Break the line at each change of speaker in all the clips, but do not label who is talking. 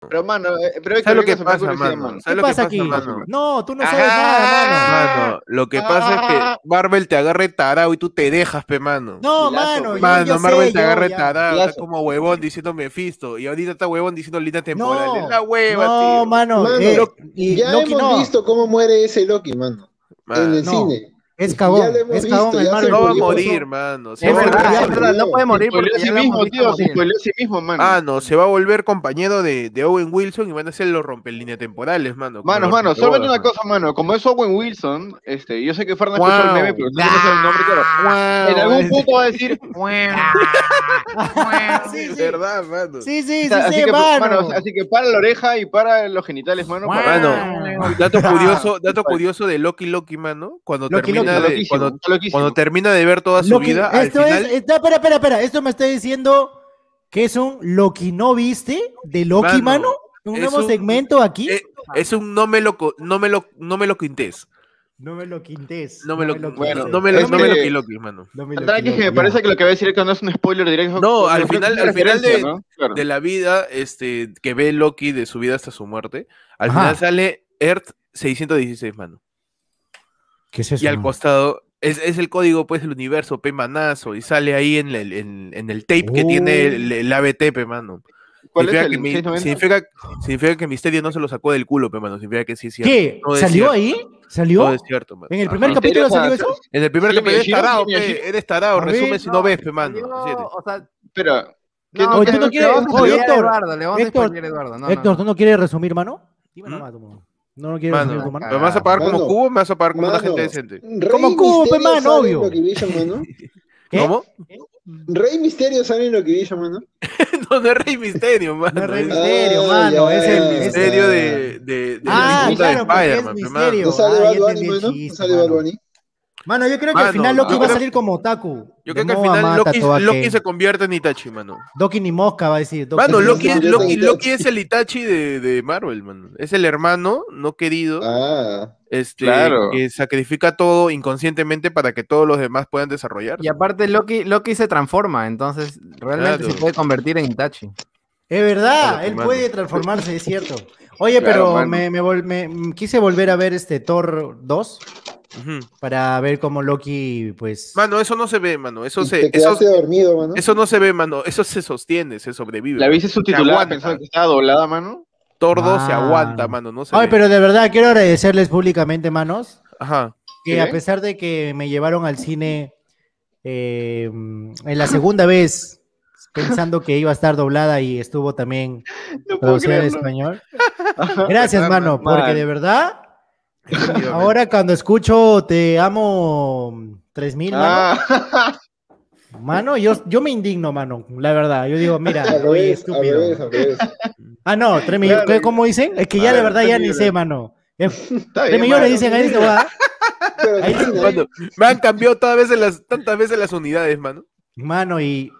Pero, mano, eh, pero hay
¿Sabes lo
abrir
que
esa
pasa,
curiosidad,
mano?
mano.
¿Sabes
¿Qué
lo que
pasa
pasa,
aquí?
mano?
No, tú no sabes nada, mano.
Mano, lo que pasa es que Marvel te agarre tarao y tú te dejas, pe, mano.
Ah. No,
Lazo,
mano, yo-
Mano,
yo sé,
Marvel te
yo
agarra
ya-
tarado, está
Lazo.
como huevón diciendo Mephisto. Y ahorita está huevón diciendo linda temporal.
No,
es la hueva,
no,
tío.
mano,
Mano,
eh,
lo-
y
Ya
Loki
hemos
no,
visto cómo muere ese Loki, mano. en
Mano,
el
no.
cine.
es cagón,
lo hemos
es cagón
visto,
el
ya se
Marvel.
No va a
Murió.
morir, mano. Se
Es
va a
verdad,
volver-
es verdad, no puede morir
Se spoileó
porque ya
a sí
lo hemos
mismo,
visto
tío, se
morir.
spoileó a sí mismo, mano.
Ah, no, se va a volver compañero de, de Owen Wilson y van a ser los rompelinea temporales, mano. como
Mano,
los
mano,
rompebodas,
solamente una
mano.
cosa, mano. Como es Owen Wilson, este, yo sé que Fernando
Wow.
escuchó el meme, pero no sé el nombre, claro.
Guau,
En algún
es-
punto va a decir,
Ah.
Sí, sí,
verdad, mano.
sí, sí, sí,
así,
sí,
que,
mano.
mano, así que para la oreja y para los genitales, mano. para-
Mano, dato curioso, dato curioso de Loki Loki, mano, cuando
Ah. Loki,
termina
Está
Loki,
de
loquísimo,
cuando,
está loquísimo.
cuando termina de ver toda su
Loki-
vida, al
esto
final
es, está- espera, espera, espera, esto me está diciendo que es un Loki no viste de Loki,
Mano,
mano. Un
es
nuevo
un-
segmento aquí.
eh, es un no me lo co- no me lo no me lo quintés.
no me lo quintes.
No me lo
bueno,
no me lo
es
no me lo
que-
qui- Loki, mano.
no me lo
Tranqui,
quintes,
que me
ya.
parece que lo que va a decir es que no es un spoiler directo.
No, al
Creo que
final-
es una
al final de-
referencia, ¿no? Claro.
De la vida este que ve Loki de su vida hasta su muerte, al
Ajá.
final sale Earth 616, mano.
¿Qué es eso?
Y al
mano?
costado es, es el código pues del universo, pe manazo, y sale ahí en el, en, en el tape que
Oh.
tiene el, el ABT, pe mano.
¿Cuál es
significa,
el
que mi-
690?
significa, significa que Misterio no se lo sacó del culo, pe, mano. Significa que sí, es cierto.
¿Qué?
Todo es
¿Salió
cierto.
ahí?
Todo
¿Salió?
es cierto, mano.
En el
Ajá.
primer capítulo salió eso.
En el primer
Sí,
capítulo eres
Miyashiro,
tarado,
sí,
pe,
Miyashiro.
eres tarado.
A
Resume
ver,
si no ves, pe, mano.
Salió,
Así es.
o sea,
Espera. ¿qué
no,
Oye,
le-
tú no
le
quieres-
vamos a
oye,
spoilear a
Héctor,
Eduardo, le vamos a
Héctor,
spoilear a Eduardo, no, no,
Héctor,
no.
¿tú no quieres resumir, mano? Dime
¿Mm?
nomás, tú, mano. ¿No lo quieres
Mano,
resumir, tu mano?
¿Me vas a pagar como
Mano.
cubo o me vas a pagar como una
Mano.
gente decente?
Rey
Como Cubo,
Misterio
pe, mano,
sale en
obvio.
Loquivision, mano.
¿Qué?
¿Cómo?
Rey Misterio sale en Loquivision, mano.
no, no es Rey Misterio, mano.
No es Rey
es
Misterio,
Ah,
mano.
ya,
Es
ya,
el
ya.
el
es-
Misterio de, de, de
Ah,
disputa
claro, porque es
Spider-Man, pe, mano.
Misterio.
No sale
Ah,
Bad
ya
Bunny,
entendí el
mano. No
chiste,
sale Bad
mano.
Bunny.
Mano, yo creo que
Mano,
al final Loki
yo
va a
creo-
salir como otaku.
Yo creo que al final Loki, Loki se
se...
convierte en Itachi, mano.
Loki ni mosca va a decir. Doki
Mano,
ni
Loki,
mosca.
es-
Itachi.
Loki, Loki es el Itachi de, de Marvel, mano. Es el hermano no querido
Ah.
este,
claro.
que sacrifica todo inconscientemente para que todos los demás puedan desarrollarse.
Y aparte Loki, Loki se transforma, entonces realmente
Claro.
se puede convertir en Itachi.
Es
Claro,
verdad, él
mano.
puede transformarse, es cierto. Oye,
Claro,
pero
mano.
me, me vol- me- mm, quise volver a ver este Thor 2
Ujú.
para ver cómo Loki, pues.
Mano, eso no se ve, mano. Eso
Y
se,
te
eso,
quedaste dormido, mano.
eso no se ve, mano. Eso se sostiene, se sobrevive.
La viste subtitulada
aguanta.
pensando que estaba doblada, mano.
Tordo se aguanta,
Mano.
mano. No se
Ay,
ve.
pero de verdad quiero agradecerles públicamente, manos,
Ajá.
que
¿Qué?
a pesar de que me llevaron al cine eh, mm, en la segunda vez pensando que iba a estar doblada y estuvo también
No puedo
traducida al
creerlo.
español. Gracias, mano, porque de verdad,
Efectivamente.
ahora cuando escucho Te amo 3000, mano,
Ah,
mano, yo, yo me indigno, mano, la verdad. Yo digo, mira,
al
oye,
revés, al
estúpido.
revés, al revés.
Ah, no, 3000,
Claro.
¿qué- ¿cómo dicen? Es que ya
A
la
ver,
verdad ya
tres
ni
millones.
sé, mano. Tres
Está bien,
millones
mano.
dicen ahí, se va.
Pero
Ahí
sí,
está.
Mano, me han cambiado todas veces las, tantas veces las unidades, mano.
Mano, y,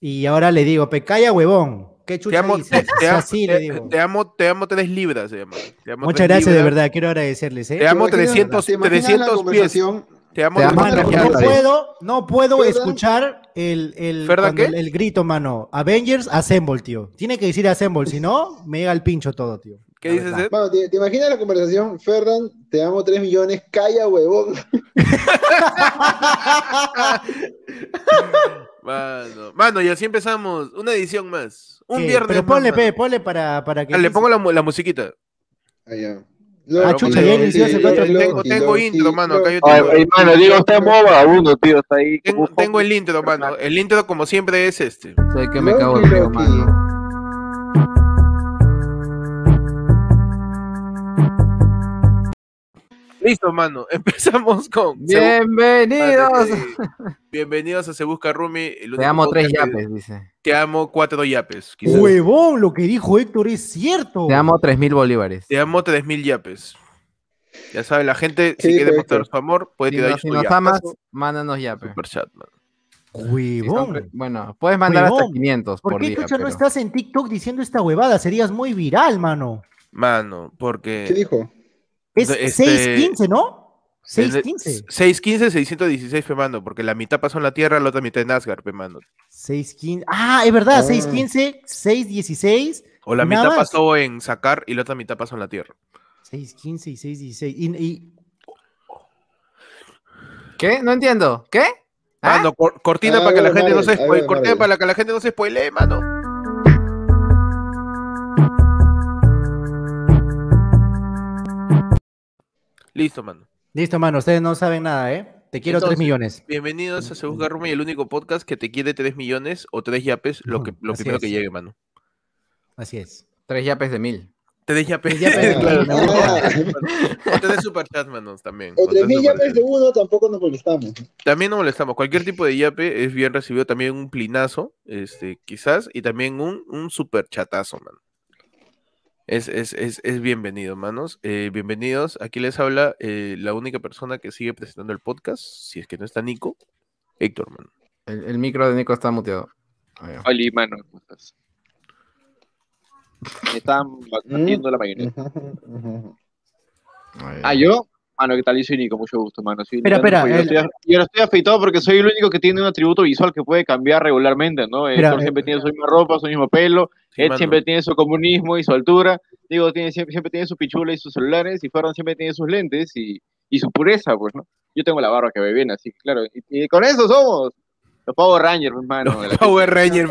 y ahora le digo, pecaya huevón. ¿Qué
Te
chucha
amo, te,
dices?
te am-
Así
te-
le digo.
te amo, te amo tres libras, se llama. Te amo
Muchas
tres
gracias, de
libras.
verdad. Quiero agradecerles, ¿eh?
Te amo
¿Te imaginas-
300,
te imaginas la
300 pies.
conversación?
Te amo
Te amo,
Mano,
tres
no
libras.
Gracias.
puedo, no puedo
¿Verdad?
escuchar el, el,
¿Verdad
cuando
qué?
el- el grito, mano. Avengers Assemble, tío. Tiene que decir Assemble, si no, me llega el pincho todo, tío.
¿Qué
La
dices,
verdad.
Ed?
Mano, ¿te, te imaginas la conversación? Ferdan, te amo 3 millones, calla, huevón.
Mano, mano, y así empezamos. Una edición más. Un
¿Qué?
viernes.
Pero
más,
ponle,
mano.
pe, ponle para, para que.
Ah, Le
dice.
pongo la, mu- la musiquita.
Ah, ya. Loki,
Ah, chucha, ya inició hace
Loki,
cuatro
Loki,
tengo tengo
Loki,
intro, mano. Acá yo
Ay,
tengo,
ay, mano, Diego está muy vagabundo, tío, está ahí.
tengo, tengo el intro, mano. El intro, como siempre, es este.
Soy que me
Loki,
cago en río,
Loki.
mano.
Listo, mano. Empezamos con.
Bienvenidos.
Bienvenidos a Se Busca Rumi. el
Te
único
amo tres
podcast que-
yapes, dice.
Te amo cuatro yapes. quizás.
Huevón, lo que dijo Héctor es cierto.
Te amo tres mil bolívares.
Te amo tres mil yapes. Ya sabe, la gente, si
Sí,
quiere
correcto.
mostrar su amor, puede
Si,
tirar
no-
ahí
si
su
nos
yapazo,
amas, mándanos yapes.
super chat, mano.
Si son
Huevón.
tres- bueno, puedes mandar hasta
Huevón.
500 por,
¿Por qué,
día.
chucha,
pero-
no estás en TikTok diciendo esta huevada? Serías muy viral, mano.
Mano,
¿Qué
porque
dijo?
Es
Este-
6.15, ¿no? 615.
615, 616, Pemando, porque la mitad pasó en la Tierra, la otra mitad en Asgard, Pemando.
615. Ah, es verdad,
Ah.
615, 616.
O la
Nada
mitad
más.
pasó en sacar y la otra mitad pasó en la Tierra.
615 y 616. Y, y-
¿Qué? No entiendo. ¿Qué?
Ah,
¿Ah?
no, cor- cortina
Ah,
para que la
Iron
gente no se
Maiden,
spoile,
Iron
cortina
Maiden.
para que la gente no se spoile, mano. Listo, mano.
Listo, mano, ustedes no saben nada, ¿eh? Te quiero
Entonces,
3 millones.
Bienvenidos a Se Busca Rumi, el único podcast que te quiere 3 millones o 3 yapes, lo, que, lo
Así
primero
es.
que llegue, mano.
Así es.
Tres yapes de mil.
3 yapes.
Tres yapes,
claro.
Ah,
mano.
O 3 superchats, manos, también.
O
O tres
3.000 llaves
superchats.
de uno tampoco nos molestamos.
También no molestamos. Cualquier tipo de yape es bien recibido. También un plinazo, este, quizás, y también un, un super chatazo, man. Es, es, es, es bienvenido, manos. Eh, bienvenidos. Aquí les habla eh, la única persona que sigue presentando el podcast. Si es que no está Nico, Héctor, man.
El, el micro de Nico está muteado. Ah, ya.
Oli, mano, ¿cómo estás? Me están batiendo la mayonesa.
eh.
Ah, ya.
Ah, ¿yo? Mano, ¿qué tal? Yo soy Nico, mucho gusto, mano. Soy
Espera,
Nico,
espera,
Yo,
el-
estoy, yo no estoy afeitado porque soy el único que tiene un atributo visual que puede cambiar regularmente, ¿no?
Espera,
Héctor
eh,
siempre tiene su misma ropa, su mismo pelo.
Sí,
Ed
mano.
siempre tiene su comunismo y su altura. Digo, tiene, siempre, siempre tiene su pichula y sus celulares. Y Ferran siempre tiene sus lentes y, y su pureza, pues, ¿no? Yo tengo la barba que ve bien, así que claro. Y, y con eso somos los Power Rangers, pues, mano. La
Los
gente-
Power Rangers,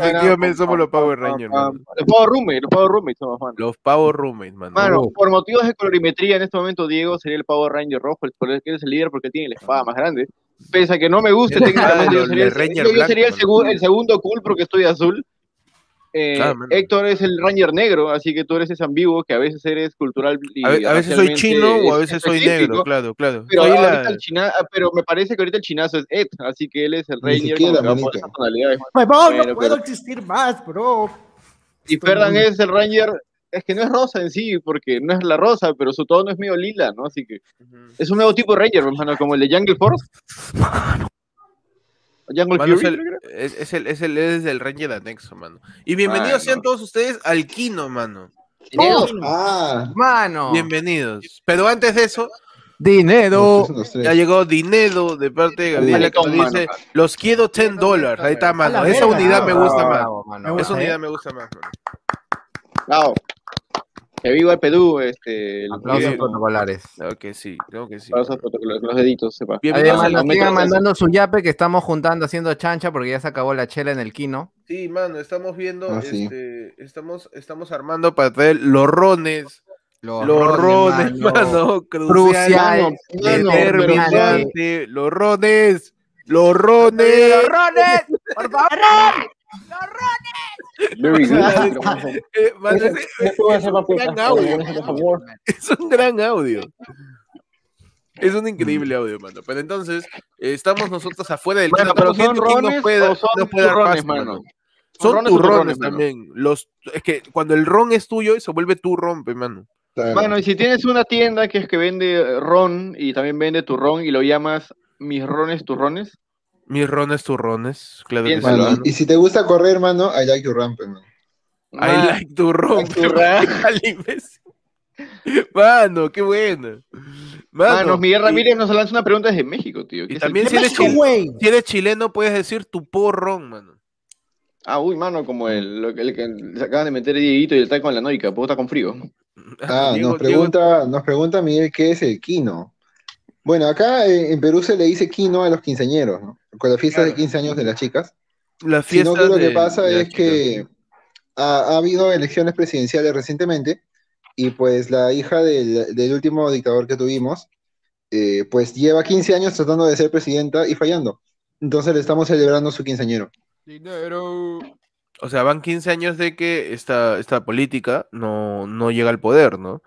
Pam,
efectivamente, somos
pam,
los Power
pam,
Rangers,
pam.
mano.
Los Power Roommates, los Power Roommates somos, mano.
Los Power Roommates, mano.
Mano, por motivos de colorimetría, en este momento Diego sería el Power Ranger rojo, el por el que es el líder porque tiene la espada más grande. Pese a que no me guste
El-
técnicamente,
ah,
yo
el-
sería,
el
el,
Ranger
yo
blanco,
sería el,
¿no?
segu- el segundo cool porque estoy azul. Eh,
Claro, mano.
Héctor es el Ranger negro, así que tú eres ese ambiguo que a veces eres cultural. y
a, ve- a veces soy
racialmente
chino o a
es-
veces
es
soy
específico,
negro, claro, claro.
Pero,
Soy la-
ahorita el china- ah, pero me parece que ahorita el chinazo es Ed, así que él es el
Ni
Ranger
siquiera,
como que va por
manito.
esas tonalidades.
Pues, bro,
Bueno,
no
pero-
puedo existir más, bro.
Y
Estoy
Ferdan
muy-
es el Ranger, es que no es rosa en sí, porque no es la rosa, pero su tono es medio lila, ¿no? Así que.
Ujú.
Es un nuevo tipo de Ranger, hermano, como el de Jungle Force. Jungle
Mano, es,
Fury.
el, es, es el, es, el, es el Ranger de anexo, mano. Y bienvenidos
Mano.
sean todos ustedes al Kino, mano.
Diego,
Ah,
¡Oh, Mano.
Bienvenidos. Pero antes de eso,
Dinero.
nosotros
ya
tres.
llegó dinero de parte de Gabriela que
Maletón,
nos dice,
mano.
los quiero 10 dólares. Ahí está,
A
mano.
la
Esa
verga,
unidad me
bravo,
gusta más.
Bravo, mano,
Me gusta,
Esa
bravo.
eh.
unidad me gusta más. mano.
Bravo. Que viva el Perú, este. el-
Aplausos
Sí.
protocolares.
Claro que sí, creo que sí.
Aplausos
mano.
protocolos, los deditos, sepa.
Bienvenidos
Además,
al-
no
nos
me
sigan
interesa.
mandando su yape que estamos juntando haciendo chancha porque ya se acabó la chela en el kino.
Sí, mano, estamos viendo,
Ah, sí.
este, estamos, estamos armando para traer los rones,
Los,
los rones,
mano.
mano,
Crucial,
crucial,
mano, pero
determinante.
determinante, los rones, los rones.
¡Los rones! ¡Por favor!
Very good.
Eh, mano, ese- eh, gran audio. Es un gran audio. Es un increíble audio, mano. Pero entonces, eh, estamos nosotros afuera del
Bueno,
Estamos
pero son
viendo quién nos
rones
puede-
o son
nos puede dar
turrones,
paso,
mano.
Son
¿Son rones o
turrones
turrones, mano?
también. Los, es que cuando el ron es tuyo, se vuelve turrón, pe, mano.
Bueno, y si tienes una tienda que es que vende ron y también vende turrón y lo llamas mis rones turrones,
Mis rones turrones, claro que sí.
Piénsalo,
mano.
Mano, y si te gusta correr, mano, I like your ramp, mano.
I like turrón.
like
pe,
turrón.
mano. Al imbécil. Mano, qué bueno. Mano,
Manos, Miguel
y-
Ramírez nos lanza una pregunta desde México, tío. ¿Qué
Y
es
también
el-
si eres,
México,
chil-
güey.
si eres chileno, puedes decir tu porrón, mano.
Ah, uy, mano, como el, lo que- el que se acaban de meter Dieguito y el taco en la noica, porque está con frío.
Diego-
Ah, nos
Diego-
pregunta, nos pregunta Miguel qué es el quino. Bueno, acá eh, en Perú se le dice quino a los quinceañeros, ¿no? Con la fiesta de 15 años de las chicas.
La
Sino
fiesta
que lo que
de-
pasa
de la
es
chica.
que ha, ha habido elecciones presidenciales recientemente y pues la hija del, del último dictador que tuvimos, eh, pues lleva 15 años tratando de ser presidenta y fallando. Entonces le estamos celebrando su quinceañero.
Dinero.
O sea, van 15 años de que esta, esta política no, no llega al poder, ¿no?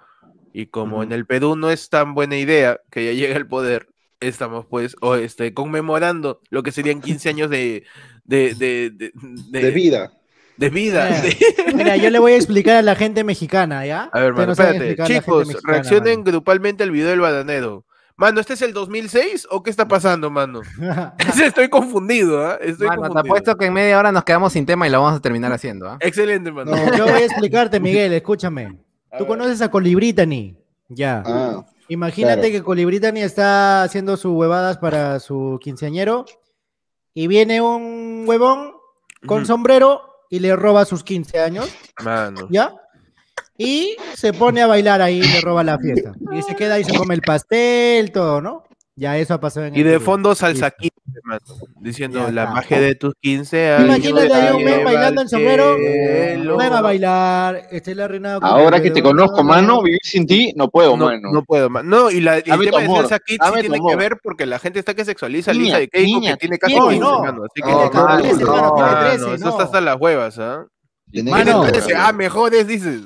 Y como
Ujú.
en el Perú no es tan buena idea que ya llegue al poder, estamos pues o este, conmemorando lo que serían 15 años de, de, de, de, de-
De vida.
de vida.
Eh.
de-
Mira, yo le voy a explicar a la gente mexicana, ¿ya?
A ver,
Ustedes
mano,
no saben
espérate.
explicar a la gente
Chicos,
mexicana,
reaccionen grupalmente al video del bananero. Mano, ¿este es el 2006 o qué está pasando, mano?
mano.
Estoy confundido, ¿ah? Estoy
Mano, te
confundido.
apuesto que en media hora nos quedamos sin tema y lo vamos a terminar haciendo. ¿ah?
Excelente, mano.
No, yo voy a explicarte, Miguel, escúchame.
A
Tú
ver.
conoces a Colibrí, Tani. Ya.
Ah,
Imagínate
Claro.
que Colibritania está haciendo sus huevadas para su quinceañero y viene un huevón con
Ujú.
sombrero y le roba sus 15 años,
Mano.
¿ya? Y se pone a bailar ahí y le roba la fiesta. Y se queda ahí, se come el pastel, todo, ¿no? Ya eso ha pasado en
Y
el
de
Perú.
fondo salsa 15, mano. Diciendo
Ya
la
está.
magia de tus 15 años.
Imagínate ahí un
lleva
men bailando en
al
sombrero.
cielo.
No iba a bailar, este, Estela Reinado. con
Ahora
el
que te
huevón,
conozco, mano, vivir sin ti no puedo,
No,
mano.
no puedo más. No, y la, y el
Dame tu
tema de
amor,
salsa kids
dame
sí
tu
tiene que
amor.
ver porque la gente está que sexualiza a
Niña,
Lisa de Keiko
niña,
que tiene casi
¿quién?
15,
No.
mano. Así que
No,
no,
mano,
mano,
no,
tiene 13,
eso
no.
está hasta las huevas, ¿ah?
Tiene
Tiene
Mano.
13, ah, me jodes, dices.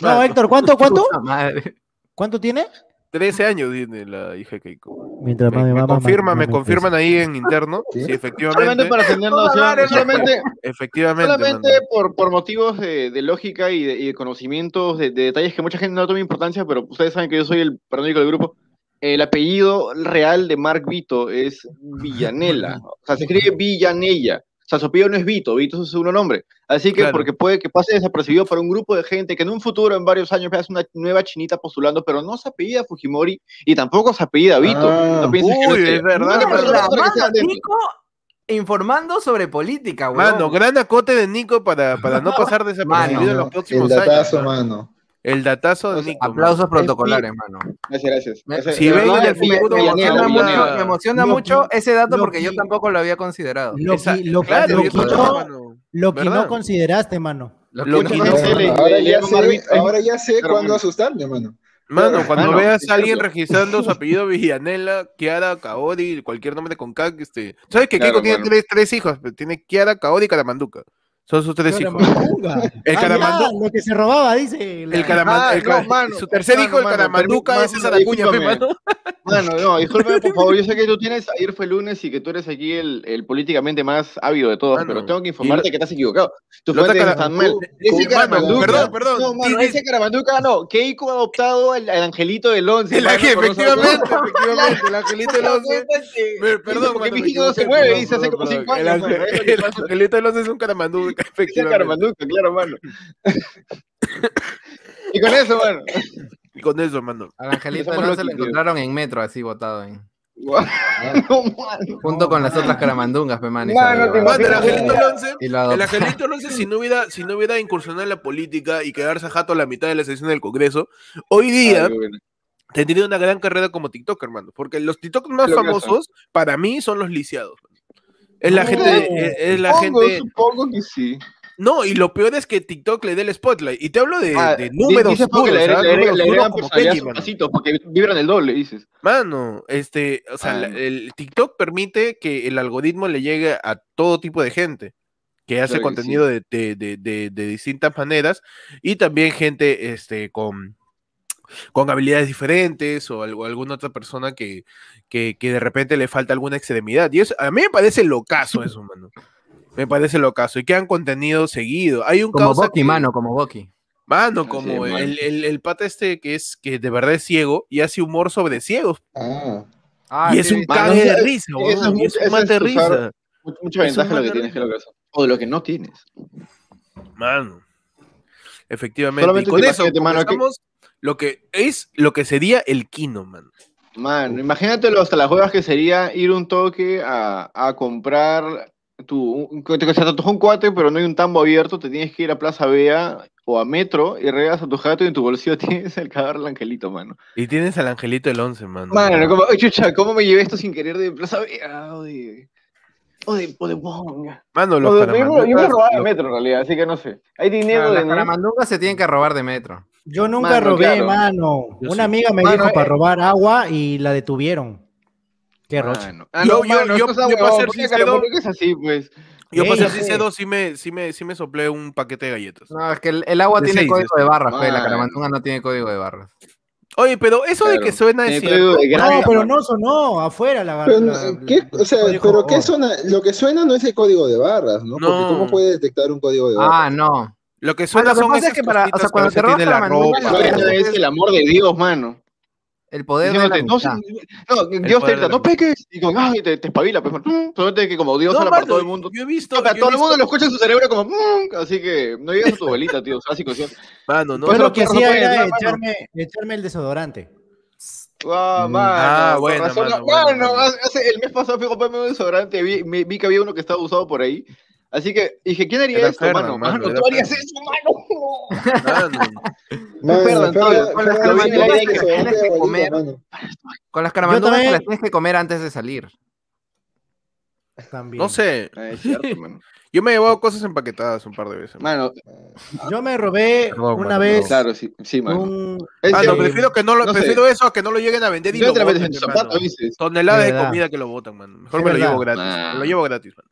No, Héctor, ¿cuánto, cuánto?
Puta madre.
¿Cuánto tiene?
13 años tiene la hija de Keiko.
Mientras
Me, me confirma, me confirman ahí en interno.
¿Sí?
Sí, efectivamente.
Solamente para tener
No,
noción,
dale, no.
solamente,
Efectivamente.
solamente
mano.
por, por motivos de, de lógica y de, y de conocimientos, de, de detalles que mucha gente no toma importancia, pero ustedes saben que yo soy el paranoico del grupo. El apellido real de Mark Vito es Villanela. O sea, se escribe Villanella. O sea, su apellido no es Vito, Vito es su segundo nombre. Así que,
Claro.
porque puede que pase desapercibido para un grupo de gente que en un futuro, en varios años, veas una nueva chinita postulando, pero no se apellida Fujimori y tampoco se apellida Vito.
Ah.
No pienses que no
Uy,
sea.
es verdad,
Una
Mano,
mano.
persona
la
que sea
mano,
dentro.
Nico, informando sobre política, weón.
Mano, gran acote de Nico para, para no pasar desapercibido
Mano,
en los
El
próximos
datazo,
años. mano.
mano.
El datazo de
O sea,
Nico.
Aplausos
mano.
protocolares, mano.
Gracias, gracias.
Me-
Ese-
si
de
ven
verdad,
en el
es Villa-
futuro,
me
Villanela,
emociona,
Villanera,
mucho,
Villanera.
me emociona
Loki,
mucho ese dato porque yo
Loki.
tampoco lo había considerado.
Lo,
Esa-
que- lo que-
claro,
lo
yo
que
tampoco,
no,
mano.
lo que
¿Verdad?
no consideraste, mano.
Lo
Lo
que-
que-
No sé, le-
Ahora
le
ya
llamo
sé,
Marvin.
ahora ya sé
Claro,
cuándo
mano.
asustarme, mano.
Mano, cuando
Mano,
veas
es
a alguien
cierto.
registrando su apellido Villanela, Kiara, Kaori, cualquier nombre con K, este. ¿Sabes que
Claro,
Kiko tiene
mano.
tres, tres hijos? Tiene Kiara, Kaori y Caramanduca. Son sus tres hijos.
Caramanduga.
El
Ah,
caramando-
ya, Lo que se robaba, dice. la-
El Caraman-
Ah,
el
no,
Cara-
mano,
su tercer
mano,
hijo, el
mano,
Caramanduca,
permí-
ese es
mano,
Aracuña, pe,
discúlpame.
mano.
Mano, no, discúlpame, por favor. Yo sé que tú tienes, ayer fue lunes y que tú eres aquí el, el políticamente más ávido de todos,
Mano,
pero tengo que
y
informarte
lo-
que estás equivocado. Tus
lo Uh,
fuentes
ataca la-
están mal.
Cu-
Ese
Cu- mano,
Caramanduca.
perdón, perdón.
No, mano,
Dices-
ese Caramanduca no. Keiko ha adoptado al, al angelito del 11.
El ángel, efectivamente, efectivamente, el angelito del once.
efectivamente.
Me- Perdón,
porque
mano,
México
me
no se
equivoqué,
mueve,
perdón,
dice hace
perdón,
como
perdón.
cinco
El
años, mano,
ángel-
es lo que
el
pasa.
angelito del once es un Caramanduca,
Ese
efectivamente.
Caramanduca, claro, mano. Y con eso, mano.
Y con eso, mano.
Al angelito
Somos
Alonso lo
Loki, tío.
encontraron en metro así botado, ¿eh?
No, mano.
junto con las otras caramandungas, pe man. y se
Mano,
lo
te
llevaron.
Mano, el
imaginas-
angelito del once.
Y lo adoptó.
El angelito no sé si no hubiera, si no hubiera incursionado en la política y quedarse a jato a la mitad de la sesión del Congreso, hoy día
Ay, bueno.
tendría una gran carrera como TikTok, hermano. Porque los TikTok más
Lo que
famosos para mí son los lisiados. Es la
No.
gente, es, es la
Supongo,
gente.
Supongo que sí.
No, y lo peor es que TikTok le dé el spotlight. Y te hablo de,
Ah,
de
di-
números
dices porque
duros,
le-
¿ah?
le- le-
Números
le
duros
agregan
como
personalidad a
Kelly,
sus
mano.
pasitos, porque vibran el doble, dices.
Mano, este, o sea,
Ah,
la-
no.
el TikTok permite que el algoritmo le llegue a todo tipo de gente que hace
Claro que
contenido de, de- de- de- de distintas maneras y también gente este, con, con habilidades diferentes o algo, alguna otra persona que, que, que de repente le falta alguna extremidad. Y eso, a mí me parece locazo eso, mano. Me parece locazo. Y que han contenido seguido. Hay un
Como
causa
Boki,
que-
mano, como Boki.
Mano,
Así
como
es, mano.
el, el, el pata este que es que de verdad es ciego y hace humor sobre ciegos.
Ah,
Ah,
y es
sí,
un
sí.
mano,
cague de
eso-
risa,
eso es
weón, y
mucho-
es un
eso
mate de
es
risa.
usar- Mucha, mucha
Es un
ventaja de lo que
mal
tienes que lo que son. O de lo que no tienes.
Mano. Efectivamente.
Solamente
y con
te
eso
imagínate, mano, que-
comenzamos lo que es lo que sería el kino, man.
Mano, imagínatelo hasta las huevas que sería ir un toque a, a comprar tu. un- que te- se te antojó un cuate, pero no hay un tambo abierto, te tienes que ir a Plaza Vea o a Metro y regas a tu jato y en tu bolsillo tienes el cadáver del angelito, mano.
Y tienes al angelito el 11, mano.
Mano, como, "Ay, chucha, ¿cómo me llevé esto sin querer de Plaza Vea o de. o de, o de Bonga?"
Mano,
O
los
de- yo me- yo me
caramanducas-
robaba de
los-
Metro en realidad, así que no sé. Hay dinero
Claro,
de.
Las caramandungas se tienen que robar de metro.
Yo nunca
Mano,
robé,
claro.
mano.
Yo
Una
sí.
amiga me
Mano,
dijo para
eh.
robar agua y la detuvieron. Qué roche.
Mano. Ah,
Yo-
no,
yo-
mano,
yo-
esto está
yo para
huevón,
ser
porque
sincero-
Caramanduca es así, pues.
Yo pasé
Ey,
así cedo, sí me, sí me, sí me soplé un paquete de galletas.
No, es que el, el agua
De
tiene
seis,
código de Ah, barras, pe, la
Mano.
caramandunga no tiene código de barras.
Oye, pero eso de que
Claro.
suena
Eh,
es
código
cierto.
de
No,
gracia,
pero
mano.
no sonó afuera la
Pero, eh,
la- "Oh".
¿qué, o sea,
Oye,
pero
por
¿qué
favor.
suena? Lo que suena no es el código de barras, ¿no? Porque
No.
¿cómo puede detectar un código de barras?
Ah, no.
Lo que suena
Ah, lo que
son
pasa es
esas
que para- o sea,
cositas que
cuando
a veces
te robas
tiene la
caramandungas,
ropa.
Claro.
Suena es el amor de Dios, mano.
El poder de la
Diciéndote, no,
amistad.
sí, no, Dios
poder
te
de la
grita, no
amistad".
peques. Y con, ay, te, te espabila, pues, mano. Mm, Solamente que como Dios
No,
habla para
mano,
todo el mundo.
Yo he visto.
Para
yo he
todo el mundo
visto-
lo escucha en su cerebro como, mm, así que no llegas a tu abuelita, tío. Así consciente.
Mano, no,
Pues Pero
Yo lo que
perros no
hacía
pueden
era
entrar, mano.
echarme, echarme el desodorante.
Guau,
Mm.
mano,
Ah,
con
buena,
razón,
mano,
mano,
buena, buena.
hace- hace- el mes pasado fui a comprarme un desodorante, vi, me- vi que había uno que estaba usado por ahí. Así que dije, ¿quién haría
Era
esto,
Fernan,
mano?
mano,
Mano,
era
tú harías
Fernan.
eso, mano. No.
Mano,
Perdón,
Mano,
Pablo,
Fernan,
con las
Fernan,
caramandas
tiene
que
que
tienes
se vende
que
abuelita,
comer.
mano.
Con las caramanduras
también-
te las tienes que comer antes de salir.
También.
no sé.
Ah, es cierto, mano.
Yo me he llevado cosas empaquetadas un par de veces. man.
Mano,
Yo me robé
Perdón,
una
mano,
vez
claro, sí, sí, mano.
un...
Es
Ah,
cierto.
no, prefiero que no lo,
No sé.
prefiero eso a que no lo lleguen a vender y
Yo
lo
otra vez
boten,
en
hermano.
zapato, dices.
Toneladas
Es
de
verdad.
comida que lo botan, man. Mejor
Es
me lo
verdad.
llevo gratis.
Nah.
Me lo llevo gratis, man.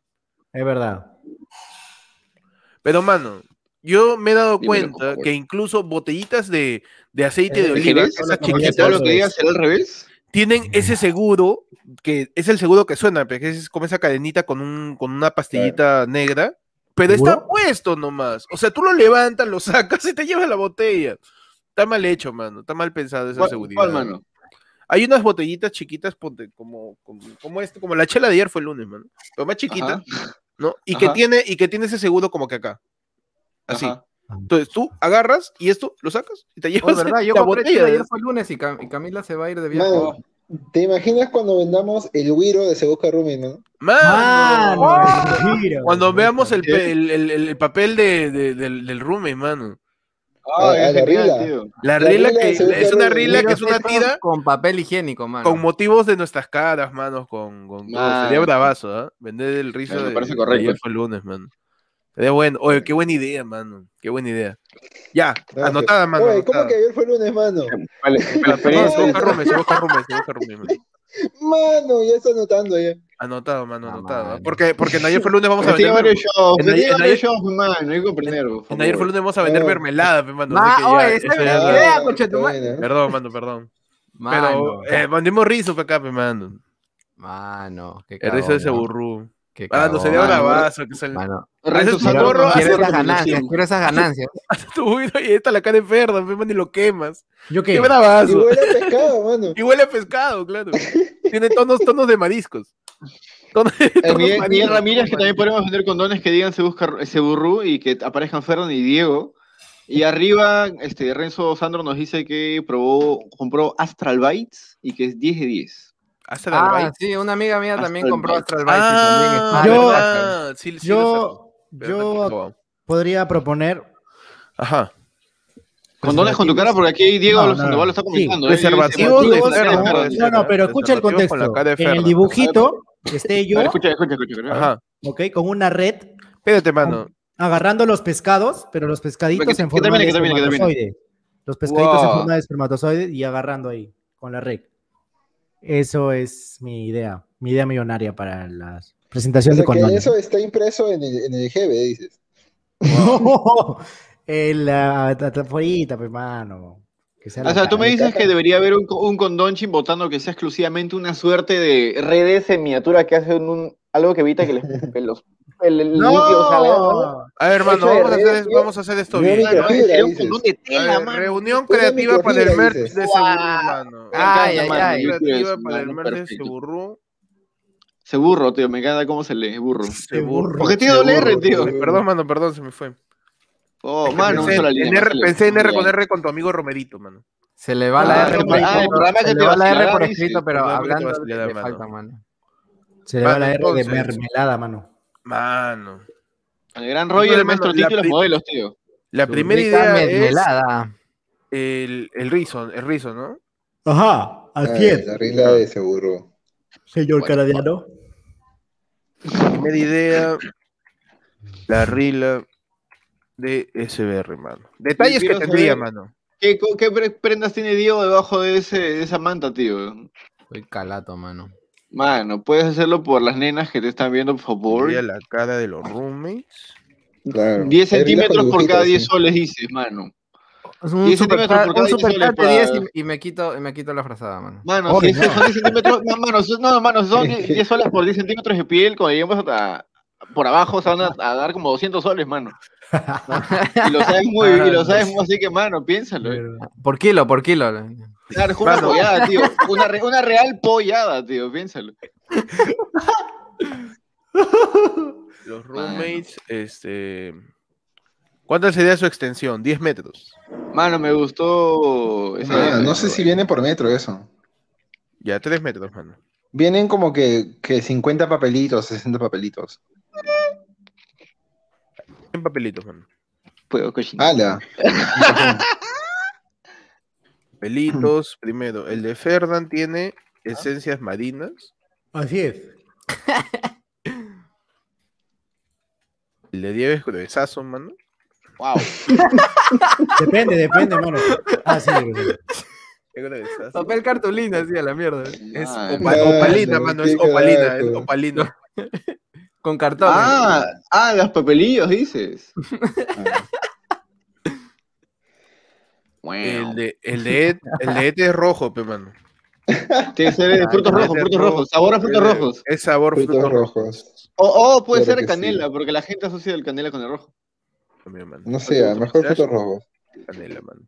Es verdad.
Pero, mano, yo me he dado
Dímelo, por
cuenta
favor.
que incluso botellitas de, de aceite
Eh,
de
¿te
oliva,
crees?
esas
Solo
¿Que
comía
chiquitas,
todo lo que
Eso
digas
es.
será al revés?
tienen ese seguro, que es el seguro que suena, pe, que es como esa cadenita con, un, con una pastillita negra, pero está
¿Seguro?
puesto nomás. O sea, tú lo levantas, lo sacas y te llevas la botella. Está mal hecho, mano. Está mal pensado esa
¿Cuál,
seguridad.
cuál, mano?
Hay unas botellitas chiquitas, ponte, como, como, como este, como la chela de ayer fue el lunes, mano. Pero más chiquita,
Ajá,
¿no? Y que
Ajá.
tiene, y que tiene ese seguro como que acá. Así.
ajá.
Entonces tú agarras y esto lo sacas y te
Oh,
llevas
verdad, yo
la
compré
botella.
chela, ayer fue el lunes y, Cam- y Camila se va a ir de viaje.
Mano, ¿te imaginas cuando vendamos el Wiro de Se Busca Rumi, no?
Mano, ¡Ah!
¡Mano! Mira,
cuando
mano.
veamos el,
¿Qué?
pe- el, el- el- el papel de, de- del, del rume, mano.
Ah,
a
es
la
genial,
rila.
tío.
La
La
regla
regla
que
de seguridad
es una
del
regla que es una
Videoteco
tira
Con papel higiénico, mano.
con motivos de nuestras caras, manos, con, con todo.
Mano.
Sería bravazo, ¿ah? Vender el rizo
Me
de,
parece
de
correcto.
ayer fue el lunes, mano. Sería bueno. Oye, qué buena idea, mano. Qué buena idea. Ya,
No,
anotada, mano.
Oye, ¿cómo
anotada.
que ayer fue lunes, mano?
Vale, la
No,
experiencia.
se busca rume, se busca rume, se busca rume, mano.
Mano, ya está anotando ya.
Anotado, mano,
Ah,
anotado. ¿ah?
mano.
Porque, porque en ayer fue el lunes vamos a
Me tiene
vender.
varios shows,
En
me tiene
ayer- en
varios
ayer-
shows, mano, hay que aprender, por
En
favor.
ayer fue el lunes vamos a vender
No.
mermelada, pe, mano.
Ma-
así que ya,
oh, esa
eso
es
ya
la
da-
idea.
Ah,
coche,
está
tu ma-
buena.
Perdón, mano, perdón.
Mano,
Pero eh, mandemos rizo para acá, pe, mano.
mano, qué
El rizo de ese
cagón,
burrú.
qué
Ah, no
cagón,
sería Ah,
mano.
bravazo que sale.
Mano,
Renzo
Haces tu
quiero,
gorro,
Sandorro hace
quiero esas
recomendación.
ganancias, quiero esas ganancias.
Tu güiro y ahí está la cara de Ferda, pe, mano, y lo quemas.
¿Yo
Qué
qué?
Y
bravazo.
huele a pescado, mano.
Y huele a pescado, claro. Tiene tonos, tonos de mariscos. Tonos,
Eh, Miguel,
tonos
Miguel
marinos,
Ramírez, que
tonos
también podemos vender condones que digan se busca se burrú y que aparezcan Ferran y Diego. Y arriba, este, Renzo Sandro nos dice que probó, compró Astral Bites y que es 10 de 10.
Hasta la
Ah,
albahaca.
sí, una amiga mía también
Astral
compró
Bike.
Astral Bike.
Ah,
Yo-
verdad. Sí, sí, lo
Yo,
saco. Pero
yo
no-
podría proponer
Ajá.
Condones con tu cara, porque aquí Diego
No,
los
no,
Sandoval lo está
sí.
comentando. ¿eh?
Preservativos
Dice,
de
"Preservativos
Ferda.
de Ferran".
No, no, pero escucha el
Preservativos con la
contexto.
cara de
En el
Ferda.
dibujito esté
A
yo,
ver, escucha, escucha, escucha. escucha.
Ajá.
ok, con una red
Espérate, mano.
agarrando los pescados, pero los pescaditos
Que-
en
que
forma
termine,
de
que termine, que termine.
espermatozoide. Los pescaditos en
Wow.
forma de espermatozoide y agarrando ahí con la red. Eso es mi idea, mi idea millonaria para la
O
presentación de
sea, que
condones.
eso está impreso en el, en el GB, dices.
No, el ah, ta- ta- afuerita, pues, mano. Que sea
O
la
sea, tú me
calle.
dices que debería haber un, co- un condón chimbotando que sea exclusivamente una suerte de redes en miniatura que hacen un, algo que evita que les, que los, el, el líquido salga, ¿no?
No,
A ver, hermano,
Oye,
vamos a hacer,
reunión-
vamos a hacer esto
reunión
bien.
Claro,
microfibra,
sería un
dices.
condón de
A
tela,
ver,
mano.
reunión
Una
creativa para el
microfibra,
merch
dices.
de Seburú, mano.
Me encanta,
Ay, ay,
mano,
ay.
yo quiero
creativa
eso,
para el
mano,
merch de
perfecto.
Seburú.
Se burro, tío, me encanta cómo se lee, burro.
Seburro.
Porque tiene doble R, tío.
Ay, Perdón, mano, perdón, se me fue.
Oh, mano,
pensé,
usa la
en
línea,
R,
usa la
pensé en
línea.
R con R con tu amigo Romerito, mano.
Se le va
Ah,
la R
no,
por
ah, el
escrito,
programa que
se
te
le va la R por
vacilará,
escrito,
dice.
pero
Programa que te
hablando de
vacilará,
le
mano.
falta, mano.
se le va
Mano,
la R
entonces.
de mermelada, mano.
Mano.
El gran rollo
Entonces,
el maestro Tito
mano,
y
la
los
pri-
modelos, tío.
La
Su
primera
rica
idea es
mermelada.
el, el rizo, el rizo, ¿no?
Ajá, así
Ah,
es,
La regla de seguro.
señor Caradiano.
Primera idea, la rila de SBR, mano. Detalles que
quiero
tendría,
saber-
mano.
¿Qué, co- qué pre- prendas tiene Diego debajo de, ese, de esa manta, tío?
Soy calato, mano.
Mano, puedes hacerlo por las nenas que te están viendo, por favor.
Tendría la cara de los roommates.
Claro.
10
Hay reglas con
centímetros por cada 10
dibujitos, sí.
soles, dices, mano.
Es un
10 centímetros
supercat,
por
un
cada 10
supercat de
soles
10
para-
y, y me quito, y me quito la frazada, mano.
Mano,
Obvio,
si es- son 10 centímetros. No, mano, son- no, mano, son 10 10 soles por 10 centímetros de piel. Cuando lleguemos hasta por abajo, se van a, a dar como 200 soles, mano. Y lo sabes muy bien, y lo sabes muy así que, mano, piénsalo. eh.
Por kilo, por kilo.
Claro, es una
Mano.
pollada, tío. Una, re- una real pollada, tío, piénsalo.
Los roommates, este. ¿Cuánta sería su extensión? 10 metros.
Mano, me gustó. esa
Ah,
idea,
no sé
mano.
si viene por metro eso.
Ya, tres metros, mano.
Vienen como que, que 50 papelitos, 60 papelitos.
100 papelitos, mano.
Puedo cochinar.
¡Hala!
Papelitos, primero. El de Ferdan tiene esencias marinas.
Así es.
El de Diego es gruesazo, mano.
Ah.
Wow.
Depende, depende, mano. Ah, sí, sí.
Es gruesazo.
Papel cartulina, así a la mierda.
Es
Ay,
opa-
no,
opalina,
no,
mano.
qué
Es opalina, es
carajo.
opalina.
Con cartón. ¿eh?
Ah, ah, los papelillos dices.
Ah,
El
Bueno.
de, el de Ed, el de Ed es rojo, pe, mano.
Tiene que ser de frutos
Ah,
rojos,
de
frutos
rojo.
rojos. Sabor a frutos
Es-
rojos.
Es sabor frutos,
Frutos
rojos,
rojos.
O o puede
Claro
ser
que
canela, porque la gente asocia el canela con el rojo.
mi mano.
No sé, a lo mejor frutos rojos.
Canela, mano.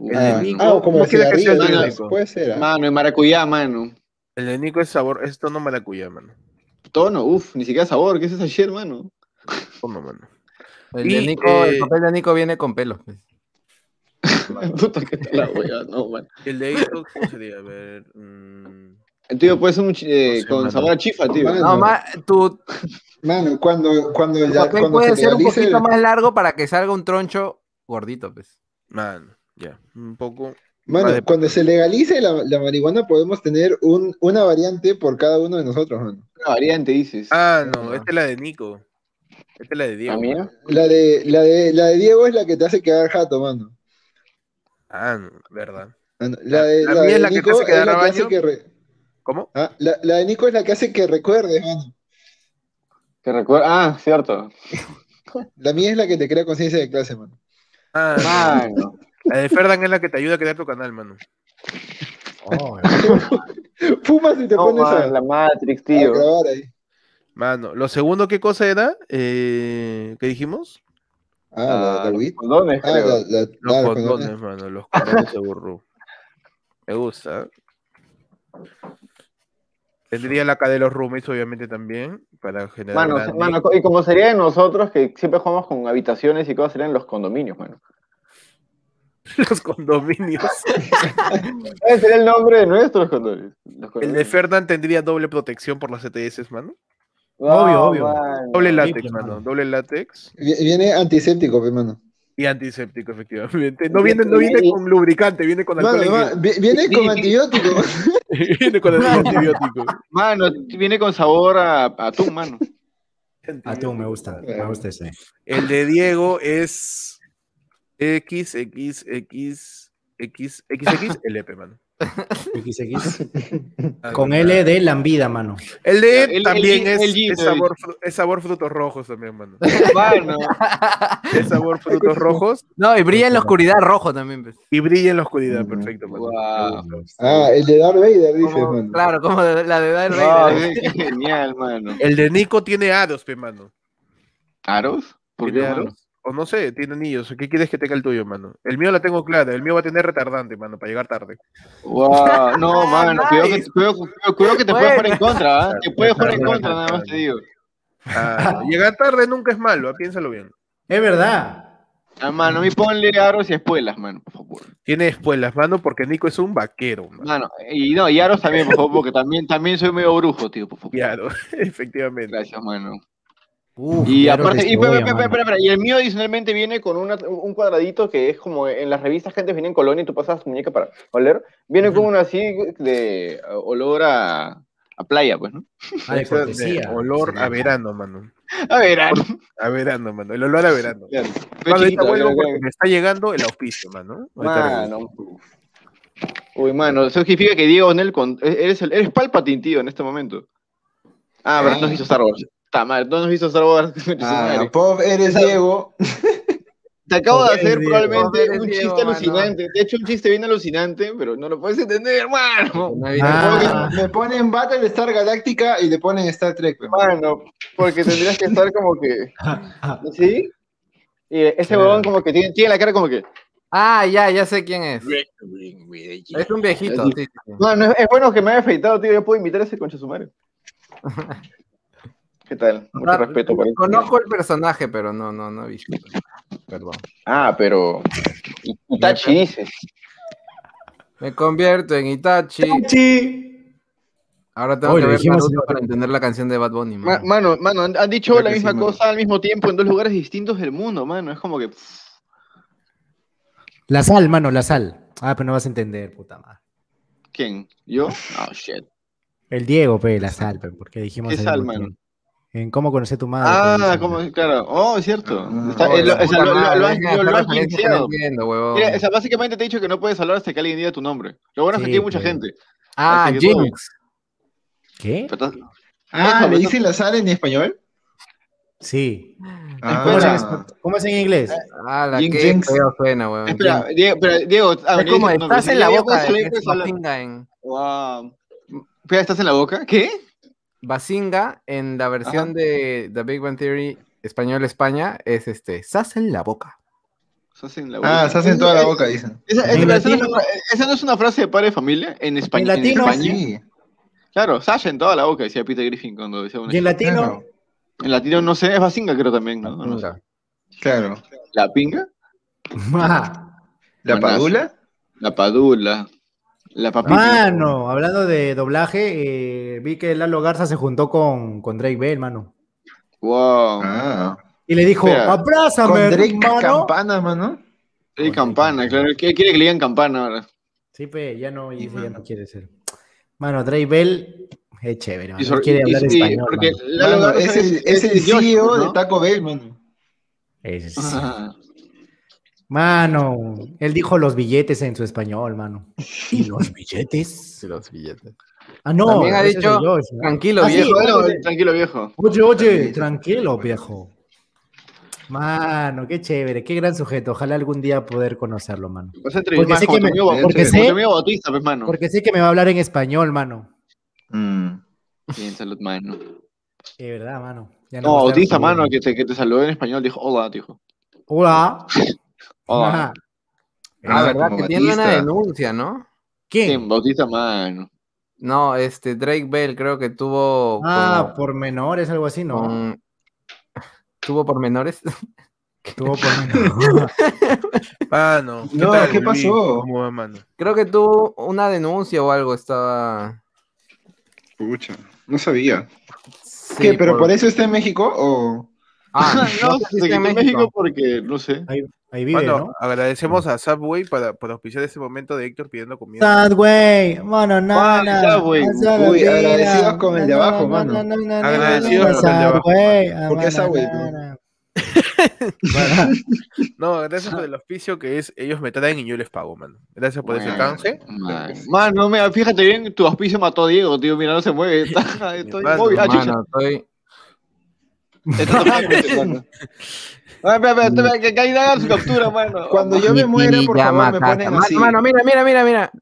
El de
Ah,
Nico,
ah, o como
¿cómo
los
quiere que sea el
cigarrillos,
de
¿no?
Nico?
Puede ser. ah.
Mano, en maracuyá, mano.
El de Nico es sabor, es tono maracuyá, mano.
Tono, uff, ni siquiera sabor. ¿Qué es esa ayer, mano?
Tono, mano.
el, de
y,
Nico, el
eh,
papel de Nico viene con pelos. pues.
Puta que está la wea, no, mano.
El de Ito, ¿cómo sería? A ver. mm,
El tío puede ser un chi- eh,
No sé,
con
mano.
sabor a chifa, tío.
Mano.
No, ma- tu,
Mano, cuando, cuando,
tu
la-
papel
Pues cuando
puede
se
ser un
legalice
poquito
el-
más largo para que salga un troncho gordito, pues.
Mano, ah, ya. Un poco.
Mano,
Vale. pues.
cuando se legalice la, la marihuana podemos tener un, una variante por cada uno de nosotros, mano.
Una variante dices.
Ah, no, esta es la de Nico. Esta es la de
¿La
Diego.
mía?
La de, la de, la de Diego es la que te hace quedar jato, mano.
Ah, no, verdad.
Mano, La, de,
Ah, La mía
de
es la que te hace
Nico
quedar
es la
a
que hace
baño.
que re-
¿Cómo?
ah, la- la de Nico es la que hace que recuerdes, mano.
Que recuerda. Ah, cierto.
La mía es la que te crea conciencia de clase, mano.
Ah,
Mano.
La de Ferdan es la que te ayuda a crear tu canal, mano.
Oh,
Fumas y te
No,
pones a,
mano, la Matrix,
a
tío.
grabar ahí.
Mano, lo segundo, ¿qué cosa era? Eh, ¿Qué dijimos?
Ah, la, la
los
weed.
condones,
Ah,
creo.
la, la,
Los
ah, los
condones,
condones.
mano, los condones de burro. Me gusta. Tendría la K de los roomies, obviamente, también, para generar...
Mano,
branding.
mano, y como sería de nosotros, que siempre jugamos con habitaciones y cosas, serían los condominios, mano.
Los condominios.
Ese sería el nombre de nuestros condominios. Los
El
condominios.
de Ferdan tendría doble protección por las ETS, mano.
No,
Obvio, obvio.
Ah, mano.
Doble látex,
triple,
mano.
mano.
Doble látex
Vi- Viene antiséptico, pe, mano.
y antiséptico, efectivamente. No viene, no viene con lubricante, viene con alcohol.
Mano,
en
va-
gel.
vi- viene
Sí.
con antibiótico.
viene con antibiótico.
Mano, viene con sabor a, a atún, mano.
ah, tú, me gusta, me gusta ese.
El de Diego es X, X, X, X, X, X, LP, mano.
XXX.
Ah,
Con
no,
L E
nada.
de lambida, mano.
El de Ed
El- el
también
G-
es,
el G,
es
pues.
sabor, fru- es sabor frutos rojos también, mano.
Mano,
Es sabor frutos rojos
No, y brilla en la oscuridad rojo también, pues.
y brilla en la oscuridad,
Mm,
perfecto, mano.
guau.
Me gusta.
Ah, el de Darth Vader, dices,
Como-
mano.
claro, como de- la de Darth
no,
Vader.
qué genial, mano.
El de Nico tiene aros, pe, mano.
¿Aros? ¿Por qué,
¿Tiene
mano?
aros? O no sé, tiene anillos. ¿Qué quieres que tenga el tuyo, mano? El mío la tengo clara. El mío va a tener retardante, mano, para llegar tarde.
Wow,
Ah,
no, mano, cuidado que,
Nice.
cuidado, cuidado- cuidado que te puedes jugar en contra, ¿ah? Te puedes jugar en
Claro,
contra, nada más
claro.
te digo.
Ah, llegar tarde nunca es malo, ah, piénsalo bien.
Es verdad.
Ah, mano, a mí ponle aros y espuelas, mano, por favor.
Tiene espuelas, mano, porque Nico es un vaquero, mano.
Mano, y no, y aros también, por favor, porque también, también soy medio brujo, tío, por favor.
Claro, efectivamente.
Gracias, mano.
Uf,
Y
claro que
aparte, y,
sí,
espera,
voy a,
espera, espera,
mano.
espera, espera, y el mío adicionalmente viene con una- un cuadradito que es como en las revistas que antes venía en Colonia y tú pasabas tu muñeca para oler. Viene con uno así de uh, olor a, a playa, pues, ¿no?
Ah, de
Ese de
cortesía.
olor
Sí.
a verano, mano.
A ver, a-
A verano, mano. El olor a verano.
claro.
Mano, ahorita
Chiquito,
vuelvo
claro,
porque
pues.
claro.
me está llegando el auspicio, mano. Ahorita
Ah,
regreso.
Mano. Uy, mano, eso significa que Diego Nel con- e, eres, el, eres Palpatine, tío, en este momento. Ah, pero no nos hizo Star Wars. Está mal, no nos hizo Star Wars.
Ah, Pop, eres Diego.
Te acabo de
Pobre
hacer
Diego.
probablemente
Pobre
un
Diego,
chiste
mano.
alucinante. De hecho, un chiste bien alucinante, pero no lo puedes entender, hermano.
No hay-
Ah.
Me ponen Battle Star Galáctica y le ponen Star Trek. pe, mano.
Mano, porque tendrías que estar como que. ¿Sí? Y ese huevón como que tiene, tiene la cara como que.
Ah, ya, ya sé quién es. Es un viejito. sí, sí, sí.
Mano, es, es bueno que me haya afeitado, tío. Yo puedo imitar a ese concha sumario. ¿Qué tal? Mucho
Ah,
respeto por eso.
Conozco el personaje, pero no, no, no he visto. Perdón.
Ah, pero. Itachi dices.
Me convierto en Itachi.
Sí.
Ahora tengo
Oye,
que ver
dijimos
Naruto
el-
para entender la canción de Bad Bunny.
Ma-
mano.
Mano, mano, han, han dicho
Creo
la
que
misma
sí, mano.
cosa al mismo tiempo en dos lugares distintos del mundo, mano. Es como que. pff,
La sal, mano, la sal. Ah, pero no vas a entender, puta madre.
¿Quién? ¿Yo? Oh, shit.
El Diego, pe, la sal, pe, porque dijimos.
¿Qué
al
sal,
mismo
mano?
tiempo. En cómo conocer tu madre. pe,
Ah,
dice.
como, claro. Oh, es cierto.
Ah,
Está-
Oh,
eh, lo-
la
o sea,
puta
lo- lo-
madre,
lo has-
deja de
lo- lo
estar
has
referencias que no
iniciado.
entiendo, huevón.
Mira, o sea, básicamente te he dicho que no puedes hablar hasta que alguien diga tu nombre. Lo bueno es que
Sí,
aquí hay mucha
pues.
gente.
ah,
así que todo.
Jinx.
¿Qué?
Pero estás-
Ah,
Eso,
¿le
eso.
dicen la sal en español?
Sí. ¿Cómo es, en,
Ah,
espa- cómo es en inglés?
Ah, la
Jinx,
que
Jinx.
feo suena, huevón.
Espera, Diego, espera, Diego, ah,
Ah, Es como
dice tu nombre.
estás
Si
en la
ya
boca
puedes
de
hablar,
que
puedes
es
hablar.
Bazinga en,
Wow. Espera, ¿estás en la boca? ¿Qué?
Bazinga en la versión de The Big Bang Theory español España es este, estás en la boca.
Estás en la
ah,
boca.
se hacen toda la
Esa-
boca, dicen.
Esa, esa-
En
esa no es una
latino.
fra- esa no es una frase de padre de familia en España.
En latino,
España.
Sí.
Claro, Sasha en toda la boca, decía Peter Griffin cuando decía una
¿Y en
chica.
latino?
Claro,
En latino no sé, es Basinga creo también, ¿no? No sé.
Mira.
claro.
La pinga,
Ma-
¿La
Buenazo.
padula?
la padula, la papita.
Mano, hablando de doblaje, eh, vi que Lalo Garza se juntó con, con Drake Bell, mano.
Wow.
Ah.
Y le dijo,
Espera,
Con
abrázame,
Drake
hermano.
Campana, mano.
Y campana, claro. ¿Qué quiere que le digan campana ahora?
Sí, pe, ya no, y
Sí,
dice, ya
mano.
no quiere ser. Mano, Drake Bell es chévere, mano.
Y sobre-
Ah, Él
y-
quiere
y-
hablar
y-
español.
porque
mano.
Lalo
Mano,
Garza
es el, es el
Josh,
CEO
¿no?
de Taco Bell, mano.
Es-
Ah,
Mano, él dijo los billetes en su español, mano. ¿Y los billetes?
Los billetes.
Ah, no.
También ha
ese es
dicho,
el Josh, ¿no?
Tranquilo,
Ah, sí,
viejo.
Bueno,
oye,
tranquilo, viejo.
Oye, oye, tranquilo, viejo. Mano, qué chévere, qué gran sujeto. Ojalá algún día poder conocerlo, mano.
Vas a entrevistar
Porque sé
como
que
tu
me-
amigo Bautista,
porque
como
sé-
tu amigo Bautista, pues, mano.
Porque sé que me va a hablar en español, mano.
Mm.
Bien, salud, mano.
De verdad, mano. Ya
No,
va a estar
Bautista,
como-
mano, que te, que te saludó en español, dijo hola, dijo.
Hola.
Hola.
Ajá.
Eh,
Ah,
Ah,
verdad,
como
que tiene una
Batista.
denuncia, ¿no?
Bien,
¿Quién?
Bautista, mano.
No, este, Drake Bell creo que tuvo.
Ah,
como-
por menores, algo así,
Mm.
no.
con- Tuvo pormenores.
Tuvo pormenores.
Mano,
No, ¿qué
Luis?
pasó?
¿Cómo va, mano?
Creo que tuvo una denuncia o algo, estaba.
Pucha, no sabía.
Sí,
¿Qué, pero por... eso está en México o...?
Ah,
no,
no, sé si
se
está
quitó
en
México.
México.
porque, no sé.
Ahí, ahí vive,
Mano,
¿no?
agradecemos a Subway para, por auspiciar este momento de Héctor pidiendo comida.
Sad, güey. Mano, nada.
Ay, sad, Ah, güey.
Uy, agradecidos con el de abajo, mano.
Agradecidos con el de abajo,
Ah,
¿Por qué sad, güey,
No, gracias por el auspicio que es ellos me traen y yo les pago, mano. Gracias por ese
Bueno.
canje.
Man. Mano, mira, fíjate bien, tu auspicio mató a Diego, tío. Mira, no se mueve. Está, estoy
Mano,
móvil. Ah, chucha.
Mano, estoy-
Está tapando este mano. Ah, espera, espera, espera, que- que ahí hagan su captura, mano.
Cuando yo me
Ni-
muera,
ni
por
llama
favor, me
acá.
ponen
Mano,
así.
Mano, mira, mira, mira, mira.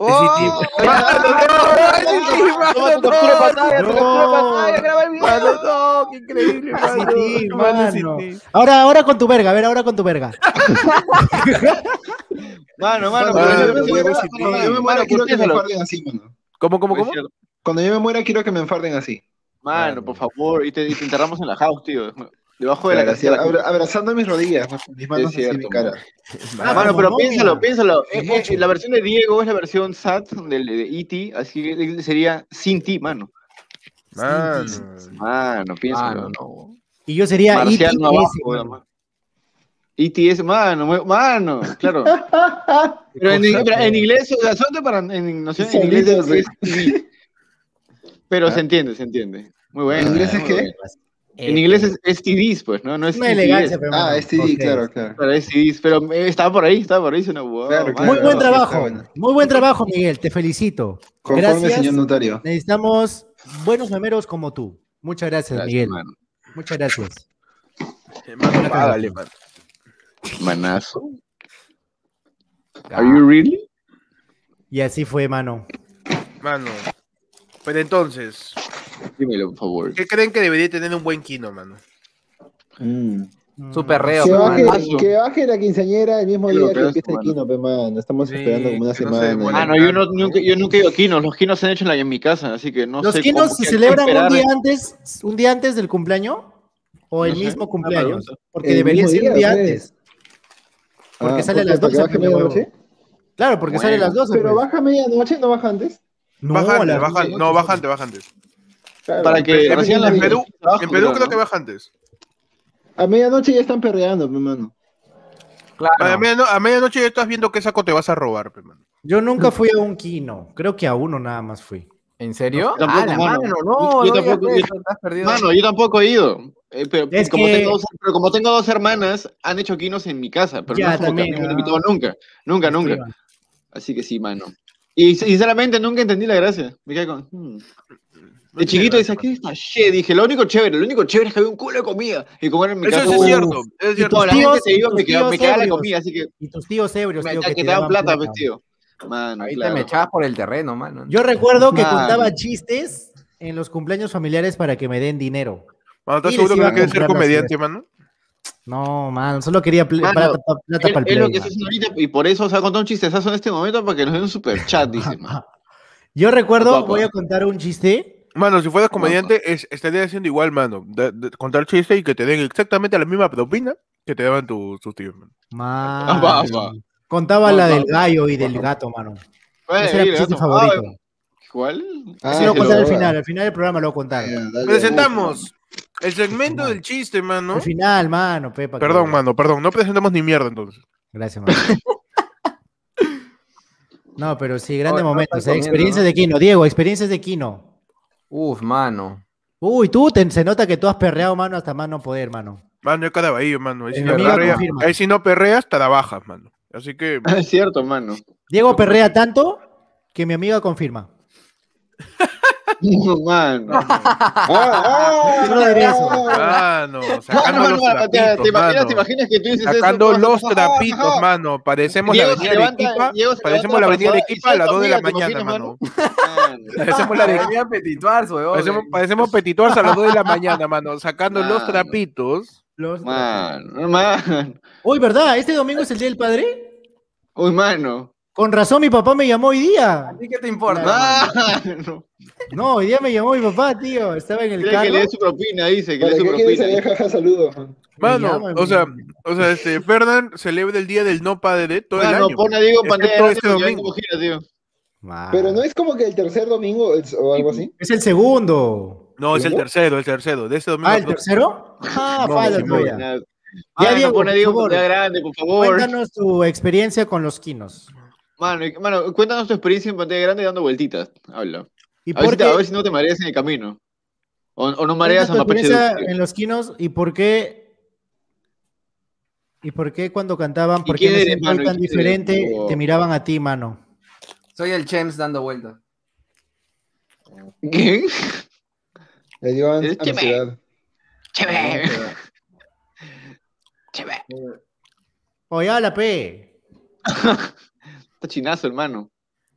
¡Oh!
Ese
Mano, toma, toma tu captura de pantalla, tu
No.
captura de pantalla, graba el video.
Mano, no, qué increíble,
Ah,
mano.
Sí,
Mano, sí,
mano.
sí.
Ahora, ahora con tu verga, a ver, ahora con tu verga.
Mano, mano,
Cuando
pero
yo
yo
me
me
muera,
muero-
cuando yo me muera,
mano,
quiero que me
piénsalo.
enfarden así, mano.
¿Cómo, cómo,
Pues
cómo?
Cuando yo me muera, quiero que me enfarden así.
Mano, por favor, y te, y te enterramos en la house, tío. Debajo de la
Claro, así,
casilla. de la
abra- abrazando mis rodillas, mano, mis manos
Es cierto,
así, mi cara.
Ah,
Mano,
como
pero
momia.
piénsalo, piénsalo. Eh, eh,
Mucho.
la versión de Diego es la versión SAT del de E.T., así que él sería sin ti, mano.
Mano.
Mano, piénsalo.
Mano, Ah, no.
Y yo sería
Marciano abajo,
ETS,
nada
mano.
más. E.T. es mano, mu- mano, claro. Pero en, pero en
eh.
inglés, o sea, suelta para, en, no sé, en inglés es,
Solitos,
es ET. Pero se entiende, se entiende. Muy bueno. Ah,
¿En inglés es
muy
qué?
bueno. pues,
Eh,
En inglés es STDs, pues, ¿no? No es
Una
ETS.
elegancia, pero
Ah,
mano,
este sí,
ok.
claro, claro.
Pero STDs, pero eh, estaba por ahí, estaba por ahí, suena wow,
Claro, claro.
Muy buen
está
trabajo,
bueno.
muy buen trabajo, Miguel, te felicito.
Conforme,
Gracias.
señor notario.
Necesitamos buenos memeros como tú. Muchas gracias,
Gracias,
Miguel.
mano.
Muchas gracias.
eh, Mano, págale, mano.
Manazo.
Ah.
Are you really?
Y así fue, mano.
Mano. Pero entonces,
Dímelo, por favor.
¿qué creen que debería tener un buen kino, mano?
Mm.
Súper reo,
Que
mano.
baje,
mano.
que baje la quinceañera el mismo
Que lo
día que
pegas,
empieza el
mano.
Kino, pe, mano. Estamos
Sí,
esperando como una
que no se
semana.
demore.
Ah, no, yo, no, nunca, yo nunca he ido a Kinos. Los Kinos se han hecho en, la- en mi casa, así que no
¿Los
sé.
quinos
cómo-
se
qué-
celebran
qué
un
esperar. eh.
día antes, un día antes del cumpleaños? ¿O el
No sé, Ah,
mismo
una
cumpleaños?
pregunta.
Porque
El
debería
mismo
ser un
día,
día
pues.
antes. Porque sale a
¿por
las
qué? ¿Para
12,
que baje
pues,
medianoche?
Claro, porque sale a las 12.
Pero
pues.
baja medianoche, no baja antes.
No,
baja
la-
antes, baja- no, baja antes, baja antes.
Claro.
Para que
En-
recién
en
las-
Perú-
trabajo,
En Perú
¿no?
creo que baja antes.
A medianoche ya están perreando, mi hermano.
A,
Ah, Claro.
mediano- a medianoche ya estás viendo qué saco te vas a robar, pe, mano.
Yo nunca fui a un kino, creo que a uno nada más fui.
¿En serio?
Yo tampoco,
ah, la
mano.
mano, no.
Yo
no digas
tampoco, yo-
eso, estás perdido.
Mano, yo tampoco he ido. eh, pero,
Es
como
que-
tengo dos, pero como tengo dos hermanas, han hecho quinos en mi casa. Pero
Ya,
no es como que a mí
también,
me han
ah.
invitado nunca. Nunca, nunca.
Esteban.
Así que sí, mano. Y sinceramente nunca entendí la gracia. Me quedé con. hmm. De chiquito decía, ¿qué es esta shit? Dije, lo único chévere, lo único chévere es que había un culo de comida. Y como era en mi
Eso
casa.
sí es
uh,
cierto. Es
Y
cierto.
toda la
Tus
gente se
tíos-
iba, me
tus
quedaba, me
tíos
quedaba la
ebrios.
comida, así que
Y tus tíos ebrios,
me
tío,
que
que
te
te
daban
daban
plata,
plata.
pues, tío. Mano,
Ahorita
claro.
me echabas por el terreno, mano.
Yo recuerdo que
Man.
contaba chistes en los cumpleaños familiares para que me den dinero.
Mano, ¿Estás
Y
seguro
les iba
que
a
quieres ser
comprar las
comediante, mano?
No, man, solo quería pl-
Mano,
plata, pa- plata
Es-
para el
es lo
play,
que
man.
se hace ahorita, y por eso se ha contado un chistezazo en este momento para que nos den un super chat, dice. man.
Yo recuerdo,
Guapo.
voy a contar un chiste.
Mano, si fueras comediante, es, estarías haciendo igual, mano. Da- da- contar chiste y que te den exactamente la misma propina que te daban tu- tus tíos, mano.
Man.
Ah, va, va.
Contaba
Va,
la
va,
del
va.
gallo y del gato, mano.
Bueno,
Ese era mi
dile,
chiste
gato.
favorito.
Ah, ¿Cuál?
Ah,
Ese lo
que
sí,
contaré
lo
al
haga.
final, al final del programa lo voy a contar.
Presentamos el segmento del chiste, mano.
Al final, mano, Pepa.
Perdón, mano, perdón. No presentamos ni mierda entonces.
Gracias, mano. No, pero sí, grandes
Ahora no
momentos.
están
eh.
comiendo,
Experiencias
¿no?
de Kino. Diego, experiencias de Kino.
Uf, mano.
Uy, tú te- se nota que tú has perreado, mano, hasta más no poder, mano.
Mano, es caraballo, mano. Ahí si,
Eh, Mi
no
amiga
perreas,
confirma.
ahí si no perreas, trabajas, mano. Así que,
Es cierto, mano.
Diego perrea tanto que mi amiga confirma.
No, mano.
Ah, ah,
Yo no diría eso.
ah,
mano,
Mano,
sacando
mano,
los
mano, te- te
trapitos,
imaginas, te
mano.
imaginas que tú dices eso,
Sacando
todas-
los
ajá,
trapitos,
ajá.
mano. Parecemos la
Diego se
avenida de
levanta-
Equipa.
Diego se levanta
Parecemos la avenida de
abrazada y
Equipa a las
suelta
2 de la
amiga, ¿te
mañana,
imaginas,
mano.
mano.
Parecemos la de
Debería petituar,
Parecemos, parecemos petituars a las 2 de la mañana, mano, sacando los
Mano.
trapitos.
Los-
Mano, mano.
Uy, ¿verdad? ¿Este domingo es el Día del Padre?
Uy, mano.
Con razón mi papá me llamó hoy día.
¿A ti qué te importa? mano?
Mano.
No, hoy día me llamó mi papá, tío. Estaba en el
Quiere que
carro.
le dé su propina, dice, que le
¿Para
dé su
qué quieres salir?
propina.
Jaja, saludos. man.
Mano,
llama,
o sea,
mano.
o sea, este, Fernan celebra el día del no padre todo el
Mano,
año.
pon a Diego en pantalla
Excepto
grande
este
porque ya
domingo.
como gira, tío.
Ah.
Man.
Pero no es como que el tercer domingo es- o algo así.
Es el segundo.
No, es el
¿Cómo?
tercero, el tercero. De ese domingo.
Ah, ¿el tercero? Ah,
No,
falta
no,
todavía.
Mano,
Ya, Diego,
pon a
por
Diego en
favor.
pantalla grande, por favor.
Cuéntanos tu experiencia con los quinos.
Mano, y- mano, cuéntanos tu experiencia en pantalla grande dando vueltitas. Habla.
¿Y
A ver, si
por
te-
qué
a ver si no te mareas en el camino. O, o no mareas a
cuéntanos tu
Mapache
experiencia
Dulce.
en los quinos y por qué y por qué cuando cantaban,
¿Y
por qué
quién
me
eres,
siento
mano? ¿Y
tan
quién eres?
diferente,
Oh.
te miraban a ti, mano.
Soy el Chems dando vueltas.
¿Qué?
Le dio an-
Es que me-
ansiedad.
Chévere. Chévere.
Oye, a la P.
Está chinazo, hermano.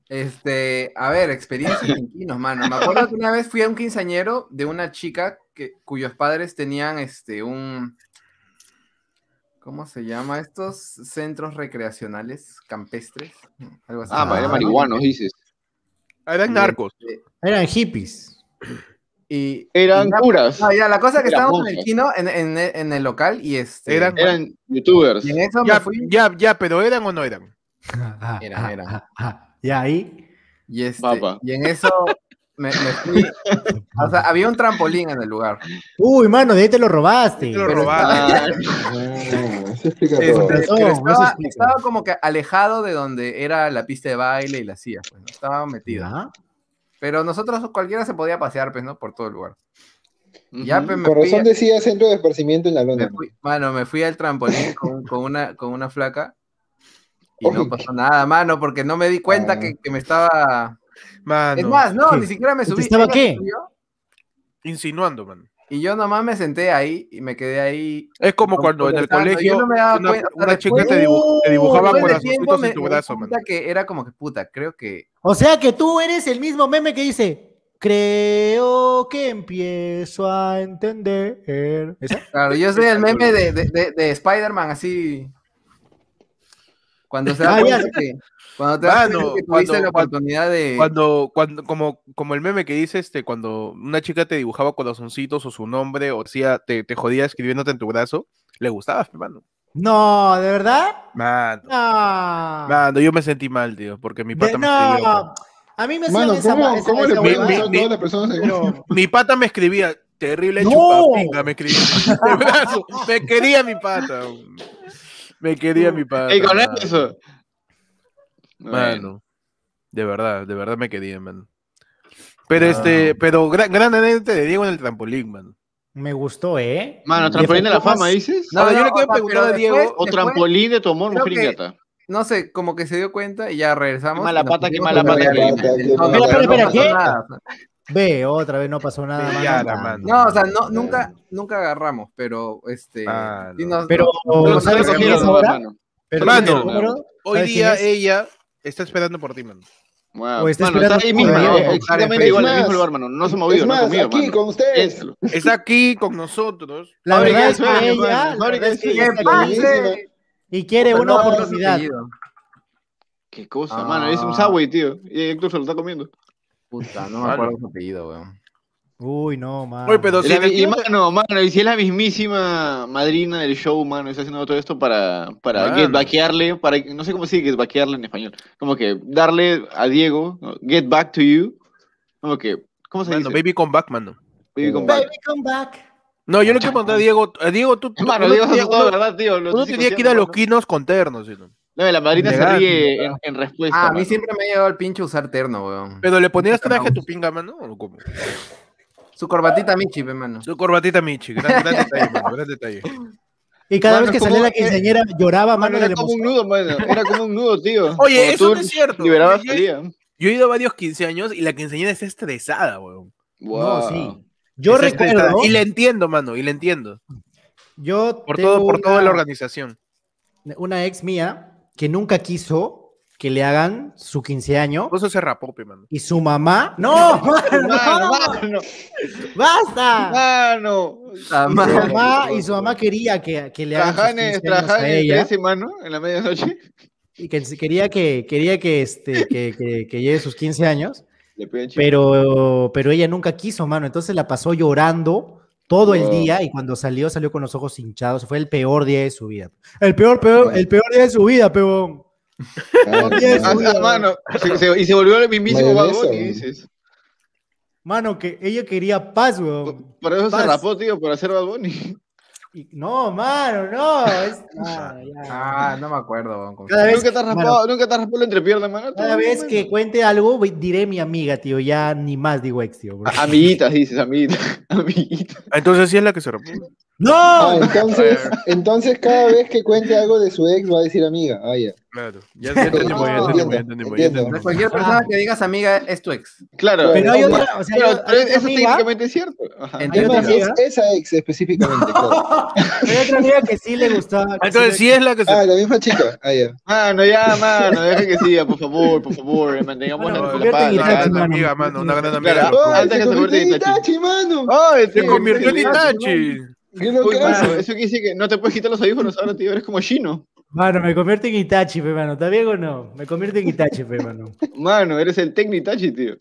Este, a ver, experiencias en quinos, mano. Me acuerdo que una vez fui a un quinceañero de una chica que, cuyos padres tenían este un ¿cómo se llama? Estos centros recreacionales campestres, algo así.
Ah, para
Ah,
ir marihuanos, dices.
Eran narcos.
Eran hippies.
Y
Eran
y ya-
curas.
no, ya, la cosa es que
Eran
estábamos en el
monjas.
quino, en, en- en el local, y este.
Eran-
Eran youtubers.
y en eso me
Ya,
fui.
ya, ya, pero eran o no eran.
Era, era.
Y ahí.
Y, este,
Papa.
y en eso me, me fui. O sea, había un trampolín en el lugar.
Uy, mano, de ahí te lo robaste.
Te lo
Pero
robaron.
Ah,
Ah, eso explica
Este,
todo.
razón,
pero
eso
estaba,
explica.
estaba como que alejado de donde era la pista de baile y la silla, pues, ¿no? estaba metido.
Ya.
Pero nosotros cualquiera se podía pasear, pues, ¿no? Por todo el lugar.
ujú.
Ya, pues, me
Por
fui,
razón decía centro de esparcimiento en la lona.
me fui- mano, me fui al trampolín con, con una, con una flaca y no
Uy.
pasó nada, mano, porque no me di cuenta
Ah.
que, que me estaba... Es
Mano,
más, no,
¿Qué?
ni siquiera me
¿Que te
subí.
estaba
ella
qué?
se subió
insinuando, mano.
Y yo nomás me senté ahí y me quedé ahí
Es como
Con-
cuando en el
conversando,
colegio
yo no me daba
una,
cuenta, o sea,
una chica
después-
te, dibu- te dibujaba
Después de tiempo
corazoncitos
me-
en tu
me di
brazo,
cuenta
mano.
que era como que puta, creo que
O sea que tú eres el mismo meme que dice, creo que empiezo a entender. ¿Esa?
Claro, yo soy el meme de, de, de, de Spider-Man, así. Cuando se da
Ah, ya.
cuenta que. Cuando te das
Mano,
cuenta que
cuando-
tuviste la
cuando-
oportunidad
Eh,
de.
Cuando, cuando, como, como el meme que dice este, cuando una chica te dibujaba corazoncitos o su nombre, o hacía, te, te jodía escribiéndote en tu brazo, le gustabas, pe, mano.
No, ¿de verdad?
Mano,
No.
mano, yo me sentí mal, tío, porque mi
De-
pata me escribió,
no.
pe.
A mí me hacían
Mano,
esa-
¿cómo,
esa-
cómo le
mi-
esa
pueden
huevada,
hacer a
mi-
todas las personas en
pero-
Mi pata me escribía, terrible
¡No!
chupapinga, me escribía. de brazo. Me quería mi pata. Me quería mi pata.
Y con
mano.
eso. Bueno.
Mano. De verdad, de verdad me quería, man. Pero
Ah.
este, pero gran, gran anécdota de Diego en el trampolín, man.
Me gustó, ¿eh?
Mano,
Le
trampolín de la
faltó
fama,
más-
dices.
No,
Ahora, yo
no,
le
o sea,
quiero preguntar
pero
a Diego.
después-
O
Después-
trampolín de tu amor,
creo
mujer
que-
ingrata.
No sé, como que se dio cuenta y ya regresamos.
Qué mala
y nos
pata, qué
pusimos
mala
a
pata,
pelear.
qué
No,
mala
no,
pata.
pero
Espera,
no
espera,
pasó
¿qué?
nada, o sea,
Ve, otra vez no pasó nada.
Sí,
Ah,
ya,
mano.
la mano.
No, o sea, no, nunca, nunca agarramos, pero este.
Ah,
sí
no.
nos-
Pero,
Pero no
¿sabes
te
a quién es
cogieron,
ahora?
mano.
Pero,
Mano.
¿quién es el número?
Hoy
¿Sabes
día
quién es?
ella está esperando por ti, man.
Wow.
O está
Mano, está
esperando
ahí
por
mismo,
Diego.
¿no? exactamente
Es
igual, el
más,
mismo lugar, mano. No se ha
Es
movido, no ha
más,
comido,
aquí
mano.
con ustedes.
Piénsalo.
Está aquí con nosotros.
La
Fábrica
verdad
de
es que
sueños,
ella
mano.
la verdad es que
Fábrica
ella
de
está
sueños.
feliz
Ah,
y quiere
Pero
una
no, no, no,
oportunidad.
Qué cosa,
Ah.
mano. Es un subway, tío. Y Héctor se lo está comiendo.
Puta, no me
Mano.
acuerdo su apellido, weón.
Uy, no, man.
Oye, pero
Y,
si
la- y,
le-
mano, mano, y si es la mismísima madrina del show, mano, está haciendo todo esto para, para
Mano.
get backearle, para, no sé cómo se dice get backearle en español, como que darle a Diego, ¿no? get back to you, como que, ¿cómo se
Mano,
dice?
baby come back, mano.
Baby come
Baby,
back.
come back.
No, yo le quiero preguntar a Diego. A Diego, tú. tú-
Mano,
uno
Diego se
tenía-
asustó,
uno-
¿verdad, tío? Lo
uno
estoy
tenía que ir a
cogiendo,
los quinos con ternos, ¿sí, no?
mano. No, la madrina se
Elegante,
ríe en, en respuesta.
Ah, a
mano.
mí siempre me ha llegado el pinche usar terno, weón.
Pero le ponías traje a tu pinga, mano, o cómo?
Su corbatita Michi, pe, mano.
Su corbatita, Michi. Gran, gran detalle, mano, gran detalle.
Y cada
Mano,
vez que
¿cómo-
salía la
eh,
quinceañera lloraba, mano,
Mano,
de la
era como un
emoción.
nudo, mano. Era como un nudo, tío.
Oye,
Como
eso
tú
no es cierto.
Liberabas,
Yo- yo-
salía.
Yo he ido a varios 15 años y la quinceañera está estresada, weón.
No,
Wow.
sí. Yo
Está estresada.
recuerdo,
Y la entiendo, mano, y la entiendo.
yo
Por,
tengo
todo, por toda
una-
la organización.
una ex mía que nunca quiso que le hagan su 15 años
Por eso se rapó, pe, mano.
y su mamá. ¡No! mano,
Mano,
no,
mano,
¡Basta!
mano.
Ah,
Y su mamá, y su mamá quería que, que le hagan
Trajanes,
sus 15 años a
Trajanes,
ella.
ese mano en la medianoche.
Y que se- quería que, quería que, este, que, que- que lleve sus 15 años,
Le pegan chip.
pero, pero ella nunca quiso, mano. Entonces la pasó llorando todo el
Wow.
día y cuando salió, salió con los ojos hinchados. Fue el peor día de su vida. El peor, peor, el peor día de su vida, peón.
Ah, ah, mano, se- se- y se volvió el mismísimo
Mayonesa,
vagón,
güey.
dices.
Mano, que ella quería paz, weón.
Por eso
Paz.
se rapó, tío, por hacer Bad Bunny.
Y- no, mano, no. es- no, ya.
Ah, no me acuerdo, weón. con-
Cada vez,
Nunca te has
mano,
raspado, nunca te has raspado la entrepierna, mano.
cada vez que cuente algo, ve- diré mi amiga, tío. Ya ni más digo ex, tío. porque-
A- Ah, Amiguitas, dices, amiguitas, amiguitas.
Entonces sí es la que se rapó.
Ah,
¡No!
entonces, entonces cada vez que cuente algo de su ex va a decir amiga. Ah, ya.
Claro. Ya, ya entendimos, ya entendimos, ya entendimos, ya
Entiendo.
entendimos.
Cualquier persona que digas amiga es tu ex.
Claro.
Pero hay
Pero,
otra, o sea, hay
pero
otra- hay otra
eso
amiga,
técnicamente es cierto. Ajá.
En-
hay
Es
otra
más, es
amiga,
esa ex específicamente. claro.
hay otra amiga que sí le gustaba. que
Entonces
sí
sí
le-
es la que se
Ah, la misma chica. Ah, ya.
Mano, ya, mano, deja que siga, por favor, por favor, mantengamos
Mano,
la- la
convierte
paz.
en
una
Itachi,
gran
mano.
mano.
amiga, mano, una gran amiga.
Claro.
¡Ay,
Antes
se
que se
convirtió en
convierta en
Itachi, mano!
Ay,
Se convirtió en
Itachi.
Itachi.
¡Qué locazo!
Uy, Oh, este, mano, eso quiere decir que no te puedes quitar los audífonos ahora, tío, eres como chino.
Mano, me convierto en Itachi, pe, mano. ¿Está bien o no? Me convierto en Itachi, pe, mano.
Mano, eres el Tecni Tachi, tío.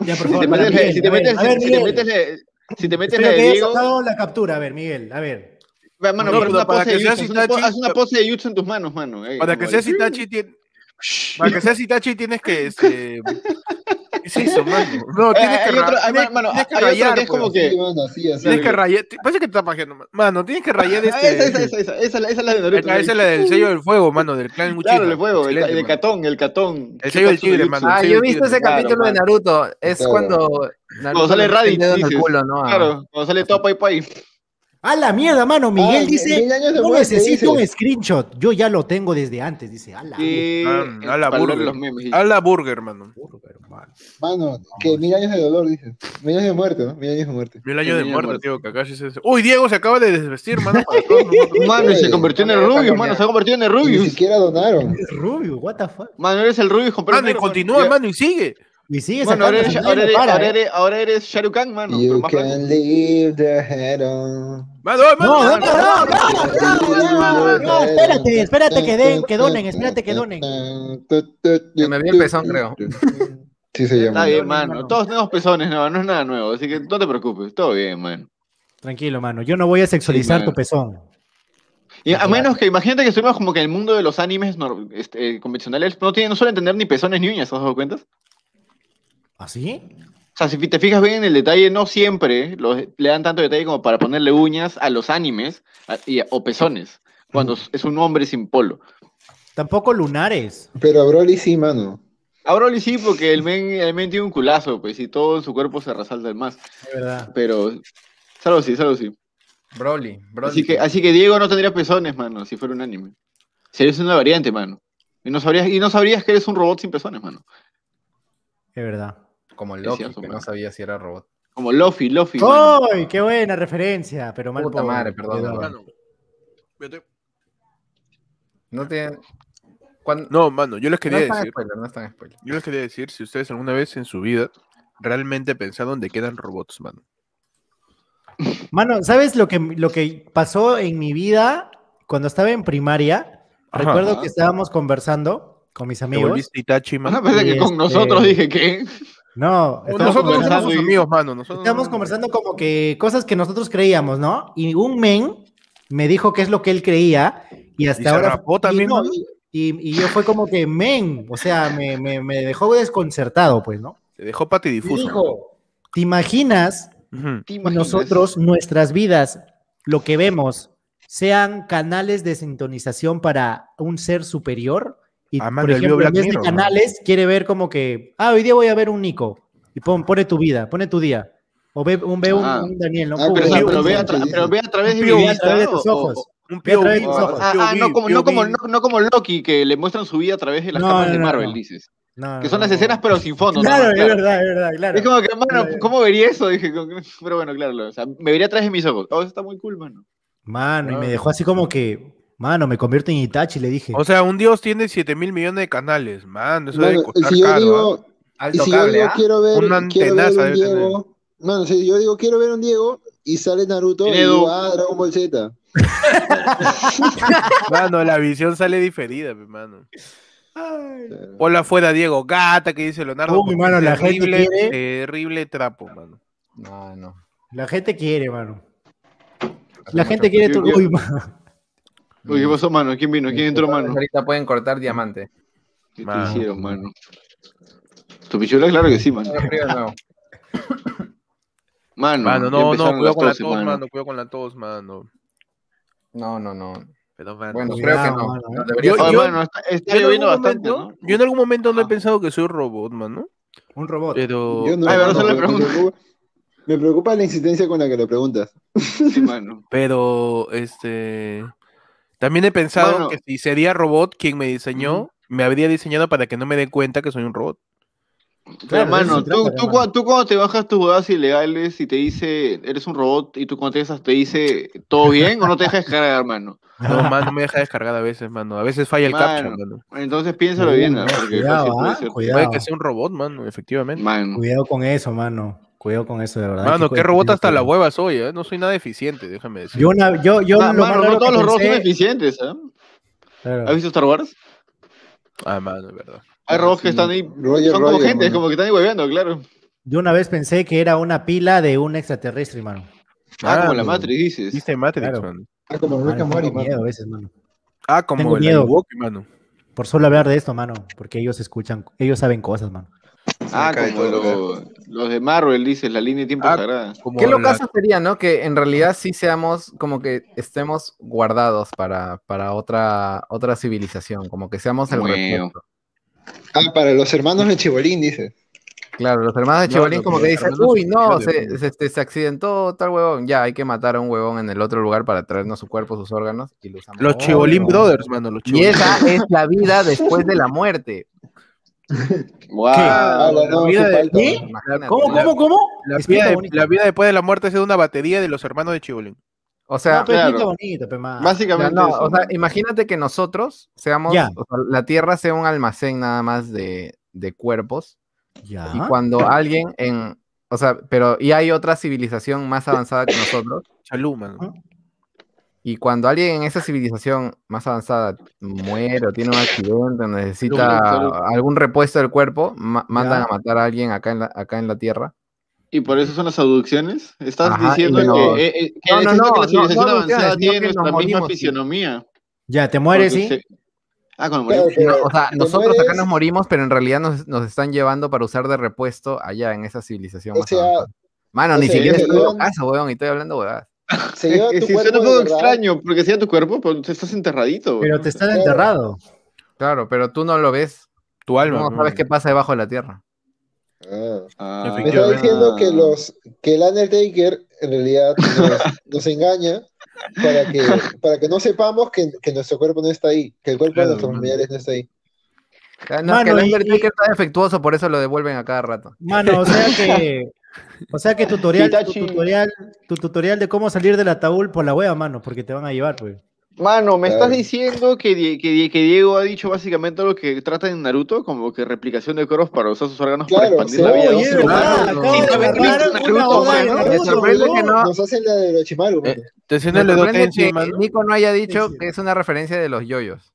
Ya, por
Si
favor.
te
para
metes la-
Miguel,
si te
a ver,
metes-
a ver,
si te
Miguel.
metes la- si te metes la
Espero
de
que hayas
Diego,
sacado la captura. A ver, Miguel, a ver.
va, mano,
No,
pon
pero
una
para
pose
que
de
seas
jutsu, haz una po-
Itachi-
haz una pose de jutsu en tus manos, mano. eh,
Para que
como
seas
de-
Itachi, tien- para que seas Itachi tienes que. Este... ¿Qué es eso, mano? No,
Eh,
tienes que,
hay
ra-
otro, hay-
tienes-
mano,
tienes que
hay otro
rayar.
que es como
pues.
Sí,
que.
mano, sí, así.
Tienes que rayar. te- Parece que te estás pajeando, mano. Mano, tienes que rayar
Ah, Esa, esa,
este.
esa, esa, esa es la- esa es la de Naruto.
Esa es la del sello del fuego, mano, del clan Uchiha.
Claro, el fuego, el,
Excelente,
el
mano.
catón, el catón.
El sello del tigre, mano.
Ah,
Sí,
yo he
sí,
visto
sí,
ese
claro,
capítulo de
mano.
Naruto. Es
Claro.
cuando Naruto
Cuando sale
le mete el
Raditz,
dedo en el
dices.
culo, ¿no? Ah.
Claro, cuando sale todo pay pay.
¡A la mierda, mano! Miguel
Ay,
dice,
mil años de
no
muerte,
necesito un
dices.
screenshot. Yo ya lo tengo desde antes, dice. ¡A la
Sí,
Ah, a la
para hablar de
burger.
los memes.
A la burger, mano.
burger, mano!
Mano, que mil años de dolor, dices. Mil años de muerte, ¿no? Mil años de muerte.
Mil años de
Mil años de muerte.
muerte, tío. Kakashi se... Uy, Diego se acaba de desvestir, mano. para todos nosotros.
Mano, y se
Sí.
convirtió en el Rubius, mano, se ha convertido en el
Y ni
Rubius.
siquiera donaron.
Es rubio, what the fuck.
Mano, eres el Rubius con pelo
Mano, y
negro,
continúa,
Ya.
mano, y sigue.
Y sigue
Bueno, ahora
sacando
eres,
su
ahora, eres,
mano, para,
ahora,
¿eh?
eres, ahora eres Shah Rukh Khan, mano. pero
You
más blanco.
can leave the head on.
Mano, mano,
No, no,
mano.
no, no, no, no, espérate, espérate que den, que donen, espérate que donen.
Que
me vi el pezón, creo.
Sí se
Está
llama.
bien,
Pezones, mano.
mano. Todos tenemos pezones, no, no es nada nuevo, así que no te preocupes, todo bien, mano.
Tranquilo, mano, yo no voy a sexualizar
Sí,
tu
mano.
pezón.
Y a menos que, imagínate que estuvimos como que en el mundo de los animes nor- este, eh, convencionales, no, tienen, no suelen tener ni pezones ni uñas, ¿te has dado cuenta?
¿Así?
O sea, si te fijas bien en el detalle, no siempre los- le dan tanto detalle como para ponerle uñas a los animes a- y, o pezones, cuando es un hombre sin polo.
Tampoco lunares.
Pero a Broly sí, mano.
A Broly sí, porque el men, el men tiene un culazo, pues, y todo en su cuerpo se resalta el más.
De verdad.
Pero, salvo sí, salvo sí.
Broly, Broly.
Así que, así que Diego no tendría pezones, mano, si fuera un anime. Serías una variante, mano. Y no sabrías, y no sabrías que eres un robot sin pezones, mano.
De verdad.
Como Loki,
cierto,
que
man.
no sabía si era robot.
Como Luffy, Luffy. mano.
¡Ay, qué buena referencia! Pero mal
Puta
por-
madre, perdón,
de-
perdón.
Mano, vete.
No te... Cuando...
No, mano, yo les
No
quería
es tan
decir,
spoiler, no es tan spoiler.
yo les quería decir si ustedes alguna vez en su vida realmente pensaron de que eran robots, mano.
Mano, ¿sabes lo que, lo que pasó en mi vida cuando estaba en primaria?
Ajá.
Recuerdo que estábamos conversando con mis
Te
amigos.
volviste Itachi,
Ah,
mano.
parece que
Este-
con nosotros dije que.
No,
No,
estábamos
Nosotros no
conversando,
somos
y-
amigos, mano. Nosotros no
estábamos
somos-
conversando como que cosas que nosotros creíamos, ¿no? Y un men me dijo qué es lo que él creía y hasta
¿Y se
ahora...
rapó
y
también,
no,
mano?
y, y yo fue como que men, o sea, me, me- me dejó desconcertado, pues, ¿no?
Te dejó patidifuso.
Me dijo, ¿te imaginas
mano.
¿Te imaginas?
nosotros, nuestras vidas, lo que vemos, sean canales de sintonización para un ser superior. Y,
Ah, mano,
por
él vio
ejemplo,
Black
en vez de
Mirror,
canales, quiere ver como que, ah, hoy día voy a ver un Nico. Y pon, pone tu vida, pone tu día. O ve un, ve un,
Ah.
un Daniel, ¿no?
Ah,
Pum,
Pero, o sea,
ve un-
pero ve,
vea
a tra- pero ve a través de
ve
mi
a través de
vista
tus
o-
ojos.
o-
Un
Voy a traer
POV,
tus
mano,
ojos.
Ah, ah,
POV,
no, como, no, como,
POV.
no, no como Loki, que le muestran su vida a través de las
No,
cámaras de
no, no,
Marvel,
no.
dices.
No,
Que son
no,
las
no.
escenas, pero sin fondo.
Claro,
nomás,
es verdad, es verdad, claro.
Es como que, mano,
Claro.
¿cómo vería eso? Dije, con- pero bueno, claro, lo- o sea, me vería atrás de mis ojos. Oh, eso está muy cool, mano.
Mano,
Ah.
y me dejó así como que, mano, me convierto en Itachi, le dije.
O sea, un dios tiene 7 mil millones de canales, mano. Eso debe
Mano, y
costar
si yo
caro. ¿ah?
digo, y
Alto
si yo
cable,
digo
¿ah?
quiero ver,
Una
quiero ver
antenaza
un
debe tener.
Diego, mano, si yo digo quiero ver un Diego y sale Naruto y
Tiene
digo,
dos.
ah, Dragon Ball Z.
¿ah? Mano, la visión sale diferida, mi mano.
Ay.
Hola fuera Diego Gata, que dice Leonardo.
Uy, mano, la gente
terrible,
quiere-
terrible trapo, mano.
No, no.
La gente quiere, mano.
Hace
La
mucho
gente
frío.
quiere... tu-
Yo- yo-
Uy, mano.
Uy,
Mm.
¿qué pasó, mano? ¿Quién vino? ¿Quién entró, mano?
Ahorita pueden cortar diamante.
¿Qué te
Mano.
hicieron, mano? ¿Tu pichula? Claro que sí, mano.
Hace frío de nuevo.
Mano,
Mano,
ya
no, no,
empezaron
cuidado
las
con la
toses,
tos, mano, cuidado con la tos, mano.
No, no, Pues no.
Pero, mano.
Bueno,
Cuidado,
creo que no.
mano,
No,
eh.
debería
Yo-
ser.
Oye, Ah, mano, está, está
Yo en,
lloviendo
algún
bastante,
momento,
¿no?
yo en algún momento no he
Ah.
pensado que soy robot, mano.
Un robot.
Oh. Pero.
Yo no,
Ay, pero no se le
me
pregunto.
preocupa- me preocupa la insistencia con la que lo preguntas.
Sí, mano.
Pero, este. También he pensado
Mano.
que si sería robot quien me diseñó,
Ujú.
me habría diseñado para que no me dé cuenta que soy un robot.
Claro,
Pero, mano,
de eso se
tú,
trata,
tú,
hermano.
cua- tú cuando te bajas tus bodas ilegales y te dice, eres un robot, y tú contestas, te dice, ¿todo bien? ¿O no te dejas descargar, hermano?
No, mano, me deja descargar a veces, mano. A veces falla el captcha,
Mano.
mano.
Entonces piénsalo
Uy,
bien,
no,
¿no? porque
cuidado,
fácil
ah,
puede ser.
cuidado.
Puede que sea un robot, mano, efectivamente.
Mano.
Cuidado con eso, mano. Cuidado con eso, de verdad.
Mano,
Qué
qué robot
cuidado
hasta
que-
la hueva soy, ¿eh? No soy nada eficiente, déjame decir.
Yo, una, yo, yo
Ma-
lo más
Ah, mano,
raro
no todos
que
los robots son
pensé-
eficientes, ¿ah?
Claro.
¿Has visto Star Wars?
Ah, mano, es verdad.
Hay robots que
sí.
están ahí,
Roger,
son como
Roger,
gente,
mano.
como que están ahí hueveando, claro.
Yo una vez pensé que era una pila de un extraterrestre, mano.
Ah, como la
Mano,
Matrix, dices.
Dice Matrix,
Claro.
mano.
Ah, como Rick and
Mano,
Morty,
tengo miedo
mano.
a veces, mano.
Ah, como
Tengo
el
miedo.
Milwaukee, mano.
Por solo hablar de esto, mano. Porque ellos escuchan, ellos saben cosas, mano.
Ah,
cae
como
todo,
lo- los de Marvel, dices, la línea de tiempo
Ah,
sagrada.
Como
Qué
la-
locazo sería, ¿no? Que en realidad sí seamos, como que estemos guardados para, para otra, otra civilización, como que seamos el
Bueno.
reflejo.
Ah, para los hermanos de Chibolín, dice.
Claro, los hermanos de
No,
Chibolín
no,
como
los
que dicen,
hermanos
uy, no,
de
se,
Chibolín".
se- este, se accidentó tal huevón, ya hay que matar a un huevón en el otro lugar para traernos su cuerpo, sus órganos y lo usamos.
Los
Oh,
Chibolín
no.
Brothers, mano. Los
Y
Chibolín.
esa es la vida después de la muerte.
Wow.
Ah, la no,
mira
qué
de-
falta,
¿Sí?
mano.
Imagínate,
¿Cómo,
la-
cómo, cómo?
La
Explica
vida, de-
bonito.
la vida después de la muerte es de una batería de los hermanos de Chibolín.
O sea,
No, pero
Claro.
explica bonito, pe, mano.
o sea,
Básicamente.
no,
eso,
o sea,
mano.
imagínate que nosotros seamos,
Ya.
o sea, la Tierra sea un almacén nada más de, de cuerpos
Ya.
y cuando alguien en, o sea, pero y hay otra civilización más avanzada que nosotros
Chalú, mano.
y cuando alguien en esa civilización más avanzada muere o tiene un accidente,
Salud,
necesita algún repuesto del cuerpo, ma- mandan
Ya.
a matar a alguien acá en la, acá en la Tierra.
¿Y por eso son las abducciones? ¿Estás
Ajá,
diciendo
y los-
que, eh, eh, que
No,
el
no,
hecho de
no,
que
no,
la civilización
no abducciones,
avanzada
sino
tiene
que nos
nuestra misma
morimos, sí.
fisionomía?
Ya, te mueres,
Porque
¿sí?
se- Ah, cuando
Claro,
morimos.
pero
o sea,
te
nosotros
mueres,
acá nos morimos, pero en realidad nos, nos están llevando para usar de repuesto allá en esa civilización.
O
más
sea,
avanzada. Mano,
o
ni
sea,
siquiera
ellos
estoy en
llevan-
casa, weón, y estoy hablando huevadas.
Se lleva
Es-
tu
es-
cuerpo,
suena un
de
poco
verdad.
extraño, porque sea tu cuerpo, pero tú estás enterradito.
Pero
weón.
te estás
Claro.
enterrado.
Claro, pero tú no lo ves.
Tu
Tú
alma.
no
¿no?
sabes qué pasa debajo de la tierra.
Ah.
Ah.
Me está
Efectivamente.
diciendo que los que el Undertaker en realidad nos, nos engaña para que, para que no sepamos que, que nuestro cuerpo no está ahí, que el cuerpo
Claro,
de nuestros
mano.
familiares no está ahí.
O sea, Ah, no, es
Mano,
que el
y-
Undertaker está defectuoso, por eso lo devuelven a cada rato.
Mano, o sea que. O sea que tutorial, tu
Hitachi.
tutorial, tu tutorial de cómo salir del ataúd por la wea, mano, porque te van a llevar, pues.
Mano, ¿me
Claro.
estás diciendo que, Die- que, Die- que Diego ha dicho básicamente lo que trata en Naruto? Como que replicación de coros para usar sus órganos
Claro,
para expandir
sí.
la vida de un
Oye,
ser humano.
verdad, acabo de
agarrar una oda de
Me sorprende que no,
Nos hacen la de Orochimaru. mano.
Te haciendo
me
el dedo
sorprende
tenso,
que
mano.
Nico no haya dicho
Sí, sí.
que es una referencia de los yoyos.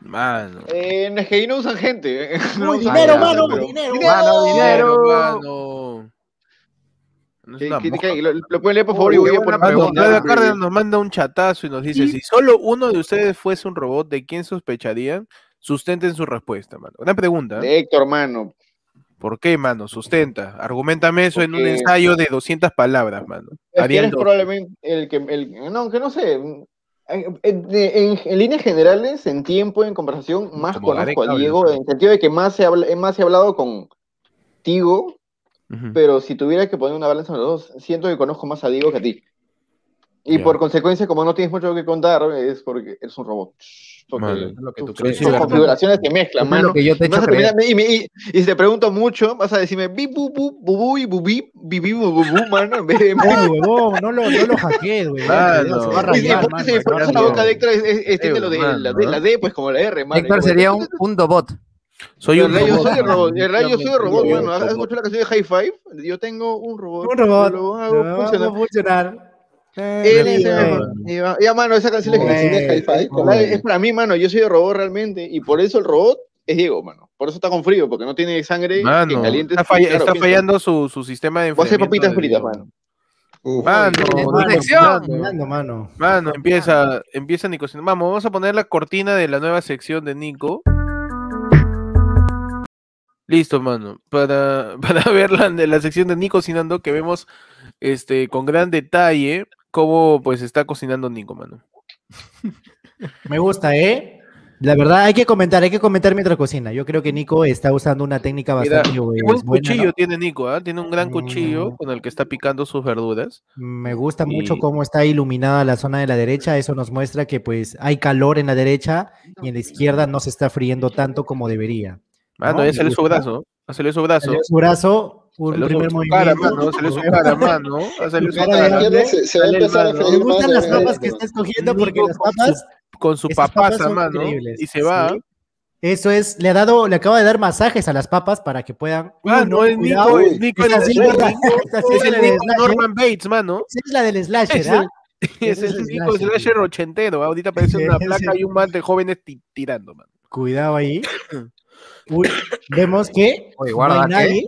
Mano.
Eh, no, es que ahí no usan gente. No
Uy,
usan
dinero,
gente,
mano,
pero-
dinero.
Mano, dinero.
mano.
¿Qué-
No es una
qué-
moja.
qué- lo, lo pueden leer, por
Uy,
favor? y voy
qué
a poner
buena
Mano,
pregunta.
Flavia Cárdenas nos manda un chatazo y nos dice, si solo uno de ustedes fuese un robot, ¿de quién sospecharían? Sustenten su respuesta, mano. Una pregunta. ¿eh?
De Héctor, mano.
¿Por qué, mano? Sustenta. Argumentame eso en un
Porque-
ensayo de 200 palabras, mano.
Es que
Ariel
eres
dos.
probablemente el que. El, no, que no sé. En, en- en- en líneas generales, en tiempo, en conversación, más
Como Gareth
conozco a
Cable.
Diego, en el sentido de que más se habla, más he hablado contigo,
Ujú.
pero si tuviera que poner una balanza entre los dos, siento que conozco más a Diego que a ti. Y
Ya.
por consecuencia, como no tienes mucho que contar, es porque eres un robot. Porque
Vale.
Es lo que tú
tus-
crees.
tus configuraciones te mezclan,
Es
mano.
lo que yo te he
Vas
hecho
a
creer.
terminar- y, me- y- y si te pregunto mucho, vas a decirme bi bu bu bu bu y bu bi bi bi, bu bu bu mano en vez de
No, huevón, no lo, no lo hackees, weón.
Mano.
Se va a
Y si
rayar,
por-
mano,
si
se va a
por eso la
rayar.
boca de Héctor es, es- extiende lo de
Mano,
la, D,
¿no?
la D, pues como la R, mano.
Héctor
Igual.
sería un, un dobot.
Soy
Yo
un
en realidad yo soy el
robot.
robot, en realidad yo soy el robot,
Yo
mano. ¿Has
soy el
escuchado la canción de High Five? Yo tengo un robot.
Un robot.
Lo hago
Lo vamos
funcionar.
a funcionar.
Él es el
Bueno.
mejor. Y va- Ya, mano, esa canción
Como
es,
el
que-
cine de Hi-Fi, como-
la- es para mí, mano. Yo soy el robot realmente. Y por eso el robot es Diego, mano. Por eso está con frío, porque no tiene sangre que
Mano,
caliente.
está, falla-
Claro,
está
piensa.
fallando su, su sistema de
Voy a hacer
enfriamiento
papitas
de
fritas,
Diego.
mano.
Uf.
Mano,
Mano,
sección.
mano, mano.
Mano, empieza, empieza Nico. Vamos, vamos a poner la cortina de la nueva sección de Nico. Listo, mano. Para, para ver la, de la sección de Nico cocinando, que vemos este, con gran detalle cómo pues está cocinando Nico, mano.
Me gusta, ¿eh? La verdad, hay que comentar, hay que comentar mientras cocina. Yo creo que Nico está usando una técnica
Mira,
bastante
qué
buena,
buen
buena, ¿no?
cuchillo tiene Nico, ¿ah? Tiene un gran cuchillo
Mm.
con el que está picando sus verduras.
Me gusta mucho
Y-
cómo está iluminada la zona de la derecha. Eso nos muestra que pues hay calor en la derecha y en la izquierda no se está friendo tanto como debería.
Mano,
No,
Ah, ya
me
salió su
gusta.
brazo. Ya salió su brazo.
Salió su brazo, un
Salió su-
primer
su cara,
movimiento.
mano. Salió su cara, mano. Ya salió su
Cara
A la
de
cara.
izquierda
hambre,
se, se va a
dale el
empezar a
mano.
freír
Me
más
gustan
de
las
verdad,
papas que
mano.
está escogiendo porque
Nico
las
con su-
papas,
Con su
esas papas
papaza,
son
mano.
increíbles.
Y se va.
Sí. eso es, le ha dado, le acaba de dar masajes a las papas para que puedan.
Ah, no, es
cuidado.
Nico, es Nico,
Esa
es
sí,
Nico,
¿verdad? Esa sí
es
es
el
la del
Nico
slasher.
Norman Bates, mano.
Esa es la del slasher,
Es
¿ah?
el- Es
Ese es
el
el
Nico
slasher.
Slasher ochentero. Ahorita parece
Ese-
una
ese.
placa y un man de jóvenes ti- tirando, mano.
Cuidado ahí. Uy, vemos que
Oye,
no
guarda,
hay nadie.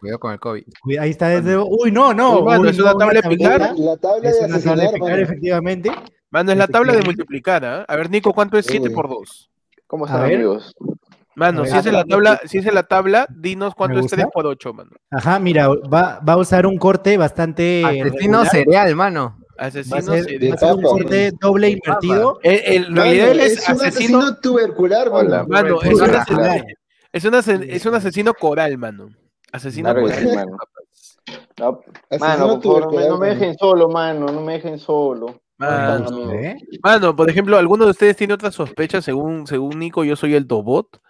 Cuidado con el COVID.
Cuida- Ahí está desde. Uy, no, no.
Uy, mano,
Uy,
es una
no,
tabla de
tablita.
picar.
La tabla
Es
de
una tabla de
asesinar,
picar,
mano.
efectivamente.
Mano, es la tabla de
Efectivamente.
multiplicar, ¿ah? A ver, Nico, ¿cuánto es 7
Uy.
por 2?
¿Cómo
A
están,
ver.
amigos?
A
Mano, si
ver.
es en la tabla, si es en la tabla, dinos cuánto
Me
es 3
gusta.
por 8, mano.
Ajá, mira, va, va a usar un corte bastante.
Asesino
regular.
cereal, mano.
Asesino
Va a ser,
serial.
de
va a ser un
papa,
corte doble invertido.
Eh, eh, En realidad él
Mano,
es,
es un
asesino.
asesino tubercular,
Hola.
mano.
Mano, es un
Tubercular.
asesino. Es un, ase- es un asesino coral, mano. Asesino
Claro que
coral.
sí, mano. No,
Asesino
Mano, por favor, no me-
tubercular.
no me
mano.
dejen solo, mano. No me dejen solo.
Mano.
Mano.
¿Eh?
Ah, Mano, por ejemplo, ¿alguno de ustedes tiene otra sospecha? Según, según Nico, yo soy el Dobot.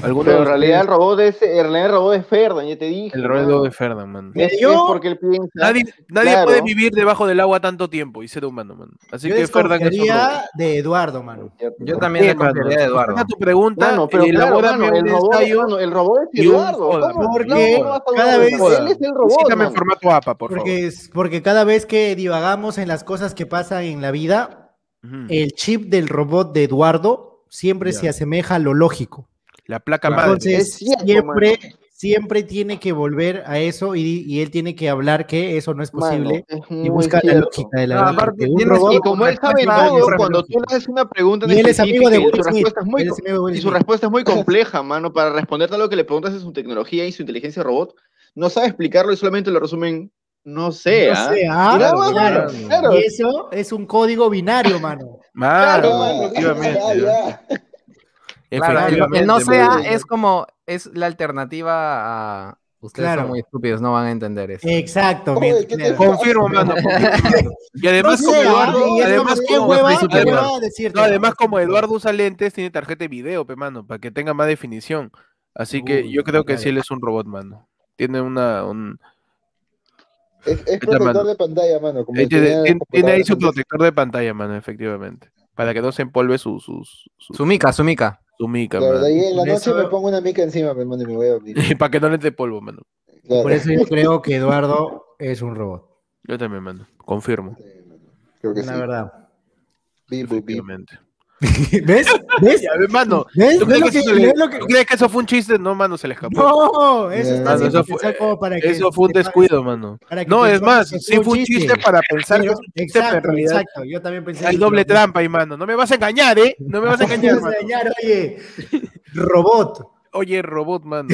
¿Alguno
Pero
de
en realidad el
ustedes-
robot es, en realidad el robot es Ferdan, ya te dije.
el
mano.
rollo de Ferdan, mano.
Es, es
Yo-
porque él piensa.
Nadie, nadie
Ah. Claro.
puede vivir debajo del agua tanto tiempo y ser humano, mano. Así
Yo
que Ferdan es un robot.
desconfiaría de Eduardo, mano.
Yo también
Sí,
le confiaría
mano.
a Eduardo.
Responda tu pregunta,
Mano, pero claro,
elabórame
mano, el,
un
robot,
ensayo.
mano, el robot es
y un
Eduardo.
joda,
¿cómo?
porque
Claro, no vas a
cada
dudar,
vez-
mano. él es el robot.
Cítame en
mano.
formato APA, por favor.
Porque, es- porque cada vez que divagamos en las cosas que pasan en la vida,
Ujú.
el chip del robot de Eduardo siempre
Mm. Ya.
se asemeja a lo lógico.
La placa madre.
Entonces,
Es cierto,
siempre, siempre tiene que volver a eso y, y él tiene que hablar que eso no es posible
Mano, es
y
muy
buscar la
cierto.
lógica de la
No,
verdad,
aparte,
de un
tienes-
robot
Y como él sabe
con respuestas
todo,
de-
cuando tú le haces una pregunta en
Y él es amigo
específico
de
y
Will
su
Smith.
respuesta es muy
Él es amigo de Will
Y su
Smith.
respuesta es muy compleja, mano. Para responderte a lo que le preguntas de su tecnología y su inteligencia robot, no sabe explicarlo y solamente lo resumen, no sé.
No
¿ah?
sé, ah,
Claro,
claro,
claro,
claro.
Y eso es un código binario, mano.
Claro,
Ah,
efectivamente.
ya, ya.
Claro, el-
Efectivamente,
el no sea
mano.
es como es la alternativa a ustedes
Claro. Eh,
son muy estúpidos, no van a entender eso.
Exacto.
Oye,
mientras-
¿qué te
claro.
pasa?
Confirmo, mano. confirmo. Y
No
además,
sé,
como
ah,
Eduardo,
y es
además,
como, ¿qué
como,
hueva,
además-
qué hueva decirte?
no, además, como Eduardo usa lentes, tiene tarjeta de video, pe, mano, para que tenga más definición. Así que
Uy,
yo creo que
claro.
sí él es un robot, mano. Tiene una. un-
Es, es
Puta,
protector
mano.
de pantalla, mano. como
eh,
tenía
tiene, tiene- tiene ahí su
computadora
protector de pantalla, mano, efectivamente. Para que no se empolve su, su, su, su,
Sumica, Sumica.
su mica,
Claro,
mano.
de ahí en la
Por
noche
eso-
me pongo una mica encima, mi hermano, y me voy a dormir.
Y para que no le dé polvo, mano.
pues.
Claro.
Por eso yo creo que Eduardo es un robot.
Yo también, mano. Confirmo.
Sí, pues, mano. Creo que sí.
La verdad.
Beep, boop, beep.
Efectivamente.
¿Ves? ¿Ves?
Ya, ve, mano,
¿Ves?
¿tú
¿Ves
crees,
lo
que
que-
eso le-
ves lo que-
tú crees que eso fue un chiste? No, mano, se le escapó.
No, eso está
Mano,
haciendo
eso fue-
pensar como para que
Eso fue un descuido, mano.
para que
No, es
pensemos
más,
que
sí fue un chiste para pensar que es
Pero-
un chiste, pero en
exacto,
realidad
exacto. Yo también pensé.
hay
eso,
doble
pero-
trampa ahí, mano. No me vas a engañar, ¿eh? No me vas a
No me
engañar,
vas a
mano.
engañar, oye. Robot.
Oye, robot, mano.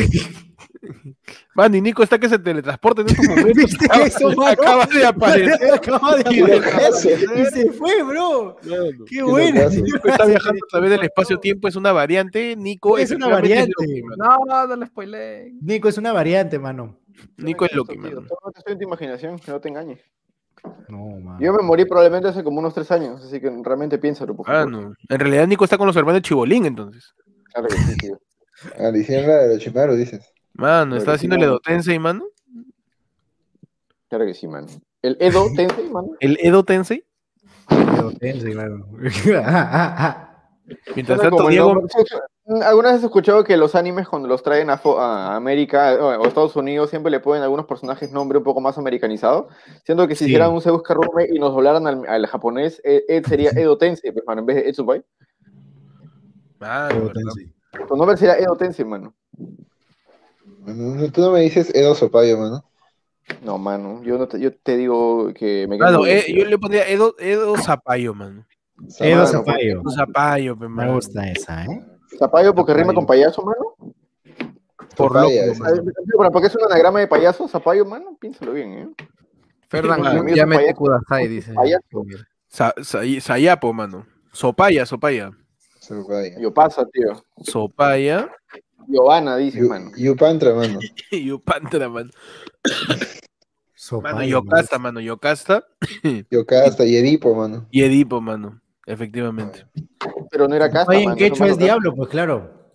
Mano, y Nico está que se teletransporta en estos momentos.
¿Viste
Acaba-
eso, mano?
Acaba de aparecer.
Acabo de
Y
Qué
aparecer.
locazo.
Y se fue, bro.
Mano,
Qué bueno.
locazo.
Nico está viajando a través del espacio-tiempo, es una variante, Nico.
Es una
efectivamente,
variante.
Loki, mano.
No, no, no le spoilé.
Nico es una variante, mano.
Nico es Loki,
Tío,
mano.
solo te estoy en tu imaginación, que no te engañes.
No,
Ah.
mano.
Yo me morí probablemente hace como unos tres años, así que realmente piénsalo, por favor.
Mano, en realidad Nico está con los hermanos Chibolín, entonces.
Claro que sí, tío.
Ah, le hicieron la de los chimaros, dices.
Mano,
Claro que
está
sí,
haciéndole
mano.
dotense y mano.
Claro que sí, mano. El E Edo Tensei, mano.
El Edo Tensei.
Yo pienso, claro. Ah, ah, ah.
Mientras
Suena
tanto,
como el
Diego,
nombre- Mm, ¿Alguna vez has escuchado que los animes cuando los traen a, fo- a América eh, o o Estados Unidos siempre le ponen a algunos personajes nombre un poco más americanizado? Siento que si
Sí.
hicieran un Zeus Karume y nos doblaran al, al japonés, eh, Ed sería Edo Tensei, pues, mano, en vez de Etsubai.
Mano,
Yo
Ah, ¿verdad?
pienso.
Su nombre sería Edo Tensei, mano.
No, no, tú no me dices Edo Sopayo, mano.
No, mano, yo, no te, yo te digo que me
Mano,
bien,
eh,
tío.
yo le pondría Edo, Edo Zapayo, mano.
Edo
mano,
Zapayo.
Edo Zapayo, pe,
Me
mano.
gusta esa, ¿eh?
Zapallo porque rima
Zapallo.
con payaso, mano.
Por
Zapaya,
loco,
ese.
Ah,
mano.
Pero porque es un anagrama de payaso, Zapallo, mano, piénsalo bien, ¿eh?
Ferdan,
Mano,
ya
es un
mete
payaso.
Kudasai, dice.
Payaso.
Sa- sa- Sayapo, mano. Sopaya, Sopaya.
Sopayo.
Yo pasa, tío.
Sopaya
Giovanna, dice,
Yu-
mano.
Yupantra, mano.
y Upantra, mano. Mano,
Sopayo,
Yocasta, mano. Yocasta
Yocasta y Edipo, mano.
y Edipo, mano. Efectivamente.
Pero no era casta,
Oye, en
mano,
quechua
no
es
me acuerdo.
diablo, pues claro.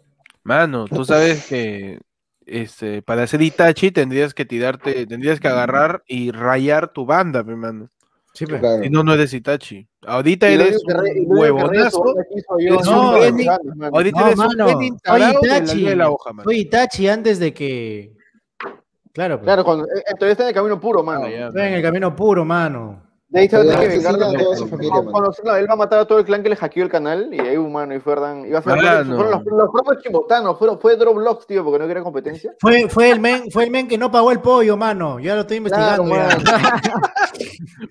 Mano, tú sabes que este, para hacer Itachi tendrías que tirarte, tendrías que agarrar y rayar tu banda, pe, mano.
Sí, pero-
Claro.
Si no, no eres Itachi. Ahorita
Y lo
eres
único que re- y
un
lo único que
huevonazo.
rezo que hizo yo
Eres
es
un
un
Lenin.
Lenin, mano.
Ahorita
No,
eres
mano.
un Lenin tarado
Oye,
de la
Itachi.
línea de la hoja, mano.
Soy Itachi antes de que. Claro, pues.
Claro, cuando, eh, todavía está en el camino puro, mano.
Ah, ya,
Estoy en
mano.
el camino puro, mano.
De ahí se va a
Pero
tener que
asesina
vengar de
a toda su familia,
cuando-
mano.
cuando se- no, él va a matar a todo el clan que le hackeó el canal y ahí humano y Ferdan. Iba a ser
Mano.
fueron los, los propios chimbotanos, fueron, fue Roblox, tío, porque no quería competencia.
Fue, fue, el men, fue el men que no pagó el pollo, mano. Ya lo estoy investigando.
Claro,
ya.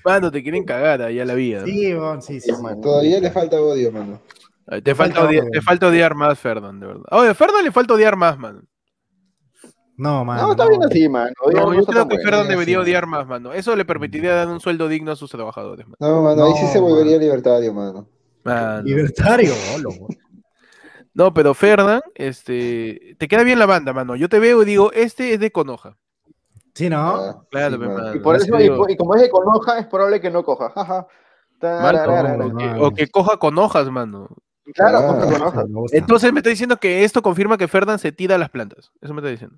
Mano, te quieren cagar allá la vida.
Sí, bon, sí, sí. sí.
mano.
Todavía le falta odio, mano.
Ay, Te falta,
Falta
odiar,
orden.
te falta odiar más, Ferdon, de verdad. Oye, a Ferdon le falta odiar más, mano.
No, mano.
No, está bien así, mano. Oye,
No,
no
yo
está
creo
tan bueno.
que
eh, Mm.
Ferdon
sí,
debería
sí.
odiar más, mano. Eso le permitiría dar un sueldo digno a sus trabajadores, mano.
No, mano, ahí sí
No,
se volvería libertario, mano.
Mano.
Libertario, bolo, bo.
No, pero Ferdan, este, te queda bien la banda, mano. Yo te veo y digo, este es de Conoja.
Sí, ¿no?
Ah,
Claro,
sí,
pe,
mano.
Y por
Así
eso, y,
digo,
por- y como es de conoja, es probable que no coja. Jaja.
mano,
Tararara.
o que- o que coja con hojas, mano.
Claro,
Ah.
coja con hoja.
Me gusta.
Entonces me está diciendo que esto confirma que Ferdan se tira a las plantas. Eso me está diciendo.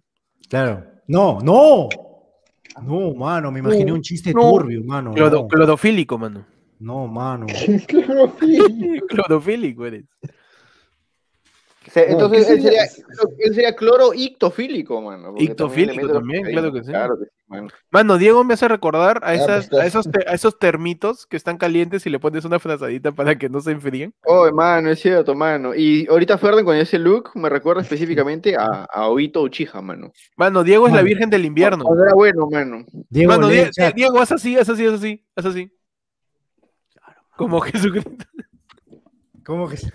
Claro. No, no. No, mano, me imaginé un chiste
no.
turbio, mano.
Clodo-
no.
clorofílico, mano.
No, mano.
Claro, sí.
Clorofílico eres.
Se-
No,
entonces
¿qué
él sería,
sería?
él sería cloro ictofílico, mano. porque
Ictofílico
le mete los
también,
cafeínas,
claro que sí.
que sí, mano.
Mano, Diego me hace recordar a,
Ah,
esas,
pues,
a, esos, te- a esos termitos que están calientes y le pones una frazadita para que no se enfríen.
Oh, mano, es cierto, mano. Y ahorita Ferden con ese look me recuerda específicamente a, a Obito Uchiha, mano.
Mano, Diego es la
Mano.
virgen del invierno.
Cuando era bueno, mano.
Diego,
Mano,
lee
Die-
el chat.
Diego, haz así, haz así, haz así, haz así. Como Jesucristo.
¿Cómo que se-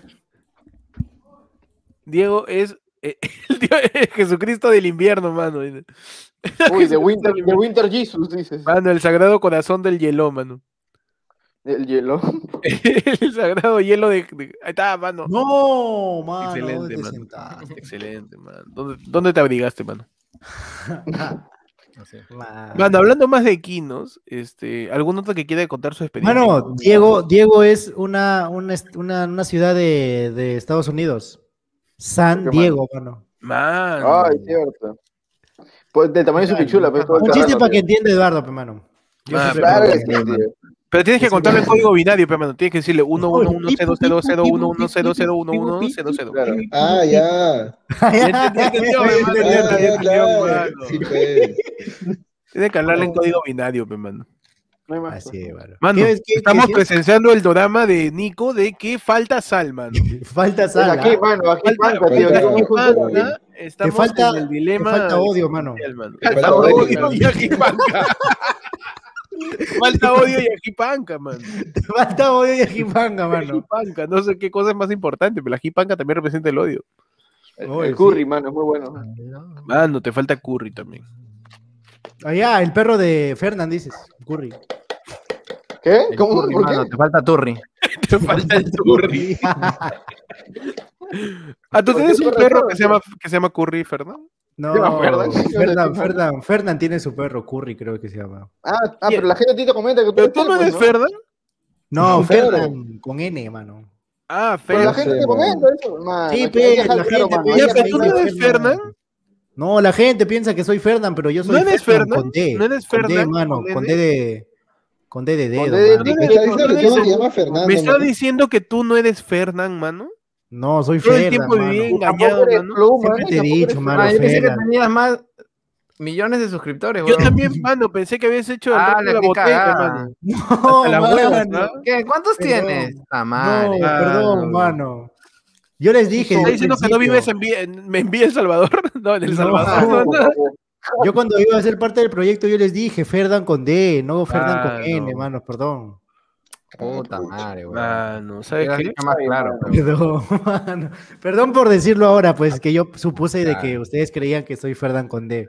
Diego es eh, el tío- el Jesucristo del invierno, mano.
Uy, de Winter, de Winter Jesus, dices.
Mano, el sagrado corazón del hielo, mano.
El hielo.
El sagrado hielo de. de- Ahí está, mano.
No, mano.
Excelente,
¿dónde te
mano.
sentaste?
Excelente, mano. ¿Dónde, dónde te abrigaste, mano?
Mano.
Mano, hablando más de Quinos, este, ¿algún otro que quiera contar su experiencia?
Mano, Diego, Diego es una, una, est- una- una ciudad de, de Estados Unidos. San
¿Por qué,
Diego, mano.
Mano.
Ay, cierto. Pues del tamaño de su pichula, pues. todo el
Un chiste
terreno,
para que
tío.
entienda Eduardo, pe, mano. Yo
Ah,
siempre
Claro
me
que
acuerdo.
sí, tío.
Pero tienes que
Es
contarle el
una-
código binario, pero, mano. Tienes que decirle 1 1 1 0 0 0 1 1 0 0 1 1 0 0.
Claro.
Ah, ya.
Ya entendió,
Ya
hermano,
Ah,
ya
entendió.
entendió.
ya, claro.
mano.
Sí, pues.
Tienes que hablarle en código binario, pe, mano.
No hay más. pues.
Así es, mano.
Mano,
Ah, ¿Qué- qué-
estamos
qué-
presenciando el drama de Nico de que falta sal, mano.
Falta
Pues
sal. ¿ah?
Aquí, mano, aquí
Falta,
falta, tío.
falta-
aquí
aquí
hijo de
falta,
puta, tío.
estamos
Te falta-
en el
Te
dilema.
falta odio, mano.
mano.
Te
Falta
falta odio,
odio y aquí panca. falta odio y aquí panca, mano.
Te falta odio y ajipanga,
Mano.
mano.
Jipanca, no sé qué cosa es más importante, pero la jipanca también representa el odio.
El,
Oh,
Oye,
el curry, mano, es muy
Ah.
bueno.
Mano, te falta curry también.
Allá, el perro de Fernan, dices. Curry.
¿Qué?
El
¿Cómo?
Turri,
¿Por
mano,
qué?
te falta Turri.
Te falta el curry. Ah, tú tienes un perro que se llama, que se llama curry, Fernando.
No,
Yo me acuerdo, chico, de
Fernan,
tu madre.
Fernan, Fernan tiene su perro, Curry creo que se llama.
Ah, ah, pero la gente a ti te comenta que tú
Pero tú no
pues,
eres Ferdan.
No,
Un perro.
Fernan con N, mano.
Ah,
Pero la
Ferdan.
gente
Sí,
te
mano.
comenta eso, mano.
Sí,
Hay que
pe,
dejar
la
claro,
gente,
mano,
pe,
hay
Ya,
que
pero tú no
dejar
eres Fernan.
No, la gente piensa que soy Fernan, pero yo soy
¿No eres Fernan?
con D.
¿No eres
con D,
Fernan?
mano,
¿Con
con
D?
D de con D de
Con
dedo.
D de dedo.
mano.
Me está diciendo que se llama
Me
Fernando.
está
mano.
diciendo que tú no eres Fernan, mano.
No, soy
Todo el
Fernan,
tiempo
mano.
viví en-
Tampoco
engañado,
eres
mano.
pluma,
Siempre te he
tampoco
dicho,
eres
mano,
pluma.
Ah, yo pensé que
Fela.
tenías más millones de suscriptores,
Yo
weón.
también, mano, pensé que habías hecho el
Ah,
rato de
la qué cagada.
mano.
No,
Hasta la hueva,
mano.
¿no?
¿Qué? ¿Cuántos
Perdón.
tienes? Ah,
No,
madre.
perdón, mano. Yo les dije.
Está
desde
diciendo
el
que no
principio,
vives en, Vi- en- me envía El Salvador. No, en El
No,
Salvador.
mano.
No, no.
Yo cuando iba a ser parte del proyecto, yo les dije Ferdan con D, no Ferdan
Claro.
con N, mano, perdón.
Puta madre, weón.
Mano, ¿sabes
Hubieras
qué?
dicho más claro, pero-
Perdón, mano. Perdón por decirlo ahora,
Ah,
pues que yo supuse de que ustedes creían que soy Ferdan con D.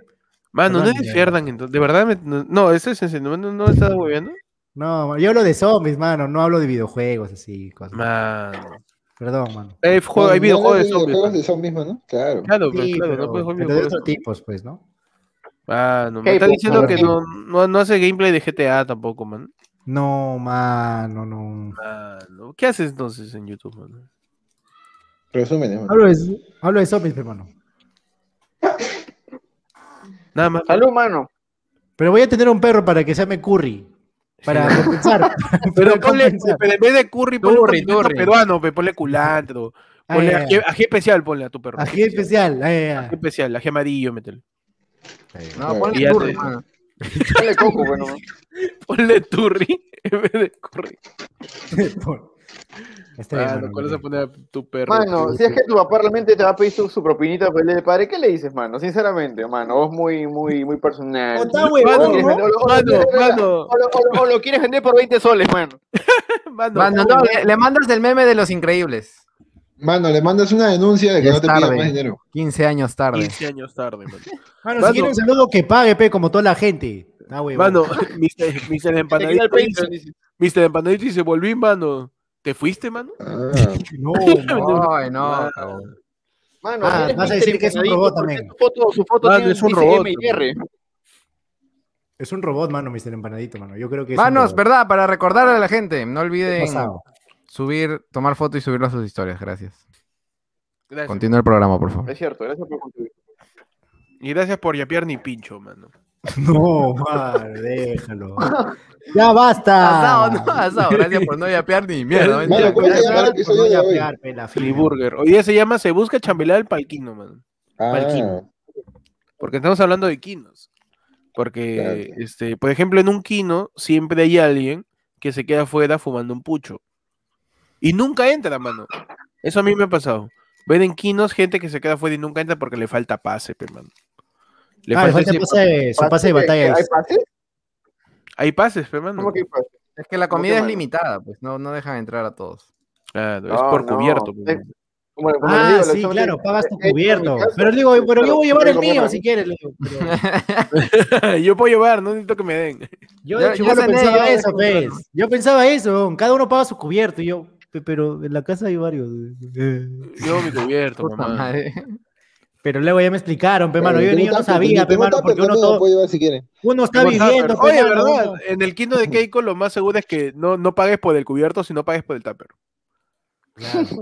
Mano, no
Perdón,
eres
ya.
Ferdan, entonces. De verdad, me- no, no, eso es en serio. ¿No, no estás hueviando?
No, yo hablo de zombies, mano, no hablo de videojuegos así, cosas.
Mano.
Perdón, mano.
Hay, juego- hay
No, no, no,
videojuegos de
videojuegos
zombies. mano.
de zombies, mano. Claro.
Claro, pues,
Sí,
claro,
pero,
no puedes jugar
pero de
videojuegos.
otros tipos, pues, ¿no?
Ah, no, me está
K-pop,
diciendo
pues, ¿no?
que no, no, no hace gameplay de GTA tampoco, man.
No, mano, no.
Ah, no. ¿Qué haces entonces en YouTube, man?
Resúmenes, mano.
pues,
Hablo de, hablo de zombies, hermano.
Nada más.
Salud, mano.
Pero voy a tener un perro para que se llame Curry. Para compensar.
Pero
para
ponle,
compensar.
pero en vez de curry, ponle
Curry,
un condimento
curry.
peruano, pe, ponle culantro. Ponle
Ah, ya,
ají,
ya.
ají especial, ponle a tu perro.
Ají especial. ah, ya, ya.
Ají especial, ají amarillo, mételo.
No,
Y
ponle
ya
turri,
te-
mano.
Dale coco, bueno.
Ponle turri en vez de curry.
Está bien,
Ah,
mano,
no, ¿cuál vas a
bien.
poner a tu perro?
Mano, si es que tu papá realmente te va a pedir su, su propinita para el día del padre, ¿qué le dices, mano? Sinceramente, mano, vos muy, muy, muy personal.
O Oh, está
O lo
huevón,
quieres
¿no?
vender- o lo- o lo
Mano,
quieres vender-
mano.
o lo- o lo- o lo quieres vender por 20 soles, mano.
Mano,
Mano, no, le, le mandas el meme de los increíbles.
Mano, le mandas una denuncia de que
Ya
no
es
te pida
tarde.
más dinero.
15 años tarde.
15 años tarde, mano.
Mano,
Mano.
si quieren un saludo que pague, pe, como toda la gente. Ah, huevón.
Mano, Mr. Mr.
Te quita el
Empanadito
Patreon,
dice,
dice.
Mr. Empanadito dice, volví, mano. ¿Te fuiste, mano?
Ah.
No,
no.
Ay, no,
Ah.
cabrón.
Mano,
Ah,
eres
vas a
Mr.
decir que es un
Empanadito,
robot
porque
también.
Su foto, su foto
Mano,
tiene
es un
dice
robot,
M y R.
Es un robot, mano, Mr. Empanadito, mano. Yo creo que es. un
Manos,
robot.
¿verdad? Para recordarle a la gente, no
¿Qué
olviden
pasado?
subir, tomar foto y subirlo a sus historias. Gracias.
Gracias.
Continúa el programa, por favor.
Es cierto, gracias por contribuir.
Y gracias por yapear ni pincho, mano.
No, Mar, déjalo. Ya basta.
Asado, no, asado. Gracias por no yapear ni mierda.
Mano,
mentira.
¿cómo se llama el episodio de hoy?
Yapear, pela fina.
Filiburger. Hoy día se llama Se busca chambelar el palquino, man.
Ah,
Palquino. Porque estamos hablando de quinos. Porque,
Claro.
este, por ejemplo, en un quino siempre hay alguien que se queda afuera fumando un pucho. Y nunca entra, mano. Eso a mí me ha pasado. Ven en quinos gente que se queda afuera y nunca entra porque le falta pase, pe, mano. Le
Ah, le
falta
falta
ese-
pase- su pase de batalla.
¿Hay pase?
Hay pases, pe, mano.
¿Cómo que hay pase?
Es que la comida
¿Cómo
es
que,
limitada, pues no, no dejan entrar a todos.
Claro, es
No,
por
no.
cubierto. pe,
Eh,
mano.
Como- como les
Ah,
digo, los
sí,
chavos
claro,
dicen,
pagas
"He
tu
hecho en
cubierto.
mi casa".
Pero le digo, pero yo voy a llevar el
Pero como
mío
no.
si quieres. le digo. Pero
Yo puedo llevar, no necesito que me den.
Yo
Ya-
de
ya
chivolo
cené,
pensaba
ya
eso,
desayuné,
pues. Yo pensaba eso, cada uno paga su cubierto. Y yo, "Pe- pero en la casa hay varios. eh,
Yo mi cubierto,
Puta
mamá.
madre.
Pero luego ya me explicaron, pe Pues, mano.
Pero
Yo
tengo
yo no
tupper,
sabía,
tengo pues.
pe mano,
tupper
porque uno,
también,
todo-
lo puedo llevar si quiere.
uno está
Tengo
viviendo,
tupper.
pe
Oye,
mano,
verdad,
uno-
en el quinto de Keiko lo más seguro es que no, no pagues por el cubierto, sino pagues por el tupper.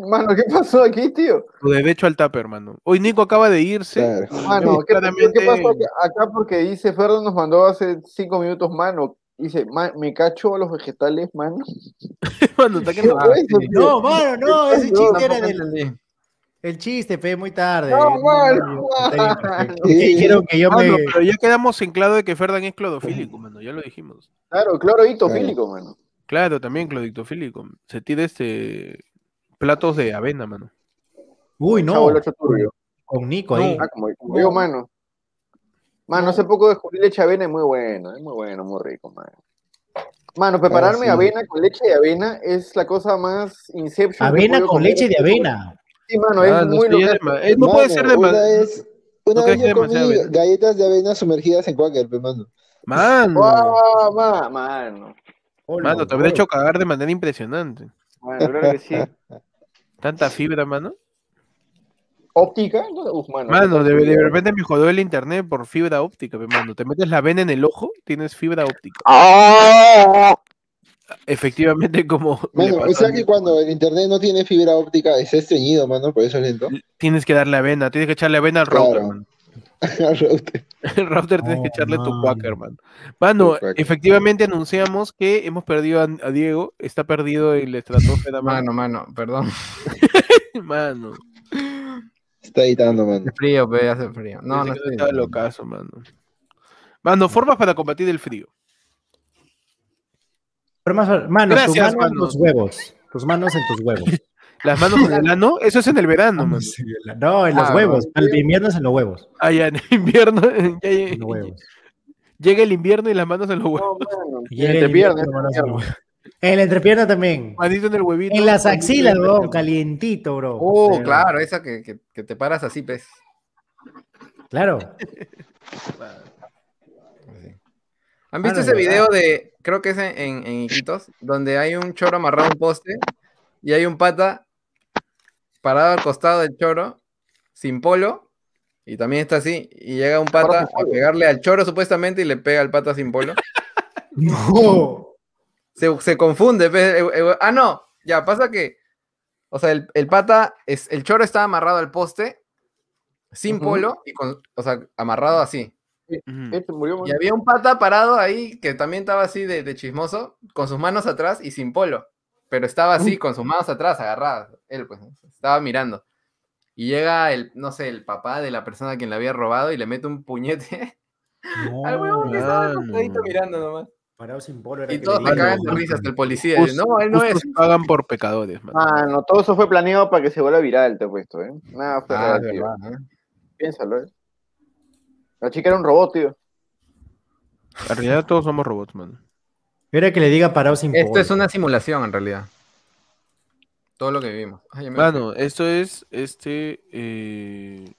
Mano, ¿qué pasó aquí, tío?
Tu derecho al tupper, mano. Hoy Nico acaba de irse.
Claro.
Mano, ¿qué,
claramente-
qué pasó acá? Acá Porque dice, Ferro nos mandó hace cinco minutos, mano. Dice, "Ma- me cacho a los vegetales, mano.
Mano, está que
¿Qué
no-
fue eso,
sí.
tío?
No, mano, no, ese
Yo
chiste
Tampoco
era del,
entendí.
el chiste, pe, muy tarde.
No, mano,
yo- está bien, perfecto.
mano.
Dijeron que yo me.
Mano, pero ya quedamos en claro de que Ferdan es clodofílico, mano. Ya lo dijimos.
Claro, cloro hidrofílico, mano.
Claro, también clodictofílico. Se tira este platos de avena, mano.
Uy, no,
Chavo, el ocho turbio.
con Nico ahí.
Ah, como, como digo, mano. Mano, hace poco descubrí leche de avena, es muy bueno, es muy bueno, muy rico, mano. Mano, prepararme
sí.
avena con leche de avena es la cosa más inception. que he
Avena
podido
con
comer.
leche de avena.
Sí, mano,
Ah,
es
no
muy
sé, ya
local.
es dema- eh, no puede
Mano,
ser de
Una
más.
vez, una
No
vez
crees que
yo
es
comí
demasiada avena.
galletas de avena sumergidas en Quaker, pe, mano.
Mano,
¡Guau, Ah, ma- mano!
mano, te habré hecho cagar de manera impresionante.
Mano, claro que sí.
Tanta fibra, mano.
¿Óptica? No, uf, mano.
Mano, de, de repente me jodó el internet por fibra óptica, pe, mano. Te metes la vena en el ojo, tienes fibra óptica.
Oh,
Efectivamente, como le
Mano,
pasó
o sea
a mí.
que cuando el internet no tiene fibra óptica, está estreñido, mano, por eso es lento.
tienes que dar la vena, tienes que echarle avena al
Claro.
router, mano. El router tienes
Oh,
que
No,
echarle tu
mano.
quacker, mano. Mano,
Tu quaker.
efectivamente anunciamos que hemos perdido a, a Diego, está perdido el estratosfera, mano.
Mano, mano, perdón.
Mano,
Está editando, mano.
Hace frío, pe, hace frío. No,
Pensé
no
que
estoy.
estaba locazo, mano. Mano, formas para combatir el frío.
Pero más- Mano, tus
Gracias,
manos en
mano.
tus huevos. Tus manos en tus huevos.
Las manos en el ano, eso es en el verano, mano.
No, en los
Ah,
huevos.
no.
Al invierno es en los huevos.
Ah, ya, en invierno. ya- ya-
En los huevos.
Llega el invierno y las manos en los huevos.
No, mano.
Y en el
entrepierna,
invierno, manos en los huevos. En la entrepierna también.
Manito en el huevito.
En las
manito
axilas,
en el
bro,
huevito.
calientito, bro.
Oh,
Pero-
claro, esa que, que, que te paras así, pez.
Claro.
Así. ¿Han
Mano,
visto ese
de
video de, creo que es en, en, en Iquitos, donde hay un choro amarrado a un poste y hay un pata parado al costado del choro, sin polo, y también está así, y llega un pata
Amarrado sin
a pegarle al choro supuestamente y le pega al pata sin polo?
No.
se, se confunde. pe, eh, eh, ah, no, ya pasa que, o sea, el, el pata, es, el choro estaba amarrado al poste, sin
Ujú.
polo, y con, o sea, amarrado así. Eh,
Ujú.
Este murió, mano.
Y había un pata parado ahí que también estaba así de, de chismoso, con sus manos atrás y sin polo, pero estaba así, con sus manos atrás, agarradas. Él, pues, ¿no? estaba mirando. Y llega el, no sé, el papá de la persona a quien le había robado y le mete un puñete al huevón que estaba
mano.
acostadito mirando nomás.
Parado sin polo era
Y
que
todos
le
se
digo.
cagan de risa hasta el policía.
Justos-
eh, no, él no es. Ah.
justos pagan por pecadores, mano.
Mano, todo eso fue planeado para que se vuelva viral, te he puesto, ¿eh? Nada, fue
Ah,
real,
de
tío.
verdad, ¿eh?
Piénsalo, ¿eh? La chica era un robot, tío.
En realidad todos somos robots, mano.
Era que le diga parado sin
Esto
polo.
es una simulación en realidad. Todo lo que vivimos. Ay, ya me-
Mano, esto es este. eh,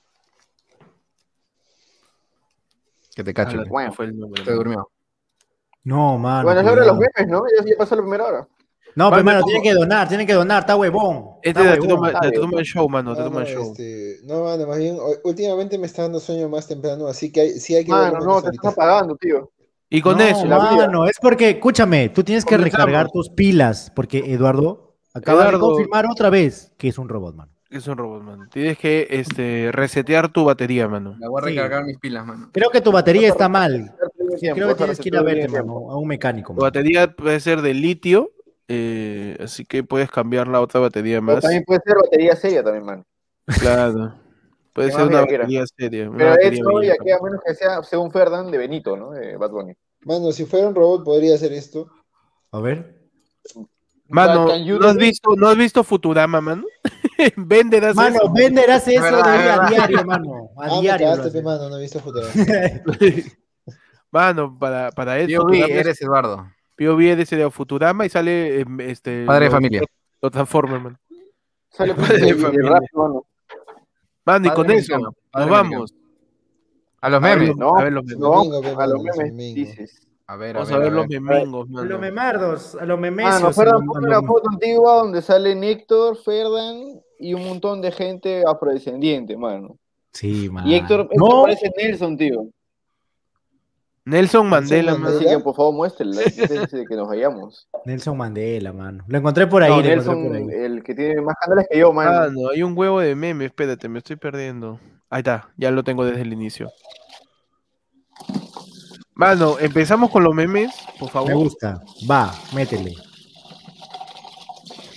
que te
ah,
cacho.
la-
pe.
Bueno.
fue el nombre,
Te
mano.
durmió.
Ah, No, mano.
bueno, es la hora de los
cuidado.
memes, ¿no? Ya, ya pasó la primera hora.
No, pero
Mano,
hermano,
¿cómo?
tiene que donar, tiene que donar, está huevón.
Este
está
de
huevón.
Tatuma-
dale.
Tatuma Show, mano. Tatuma
Mano,
Show.
este, no, mano, más bien, o- últimamente me está dando sueño más temprano, así que hay, sí hay que ver
Mano,
memes
no, te
ahorita.
estás apagando, tío.
Y con
no,
eso,
la vida.
mano, es porque, escúchame, tú tienes que
Comenzamos.
recargar tus pilas, porque Eduardo acaba
Eduardo.
de confirmar otra vez que es un robot, mano.
es un robot, mano. Tienes que este, resetear tu batería, mano.
La voy a
Sí.
recargar mis pilas, mano.
Creo que tu batería está mal.
tiempo.
Creo que
eso
tienes
hace
que ir a
todo el
verte,
tiempo.
mano, a un mecánico.
Tu
mano.
batería puede ser de litio, eh, así que puedes cambiar la otra batería
Pero
más.
también puede ser batería seria también, mano.
Claro. Puede
Que
ser
más
una
viajera.
batería seria. una
Pero de
batería
hecho, y
vieja.
aquí a menos que sea, según Ferdan, de Benito, ¿no? De Bad Bunny.
Mano, si fuera un robot podría hacer esto.
A ver.
Mano,
Can you
¿no has,
do this?
visto, ¿no has visto Futurama, mano? Vender hace
Mano,
eso.
Bender hace eso
Verdad,
de- a
verdad.
diario, mano. A
Ah, me
diario.
cagaste,
lo hace.
pe, mano, no he visto fotos.
Mano, para, para él,
Yo vi,
Futurama es-
eres Eduardo.
POV es ese de Futurama y sale em, este.
Padre de
lo-
familia.
Lo transforma, mano.
Sale por
Padre de
el
familia.
rápido, ¿no?
Mano, y
Padre
con eso,
americano,
nos
padre
vamos.
A los memes.
No,
a ver los memes.
no,
Domingo, pe,
a
mano,
los
los
memes
domingos.
dices.
A ver, a
Vamos
ver.
a ver
a
los
ver.
memingos,
A los
mano.
memardos, a los memesios.
Mano,
a
Ferdan,
los-
pon
a los-
una foto antigua donde sale Néctor, Ferdan y un montón de gente afrodescendiente, mano.
Sí, mano.
Y Héctor, Héctor
no,
parece Nelson, tío.
Nelson Mandela,
Nelson
mano.
Así que por favor muéstrenlo antes de que nos vayamos.
Nelson Mandela, mano. Lo encontré por ahí,
No,
lo encontré por
Nelson,
ahí.
el que tiene más canales que yo, mano.
Mano, hay un huevo de meme, espérate, me estoy perdiendo. Ahí está, ya lo tengo desde el inicio. Mano, empezamos con los memes, por
Me
favor.
gusta. Va, métele.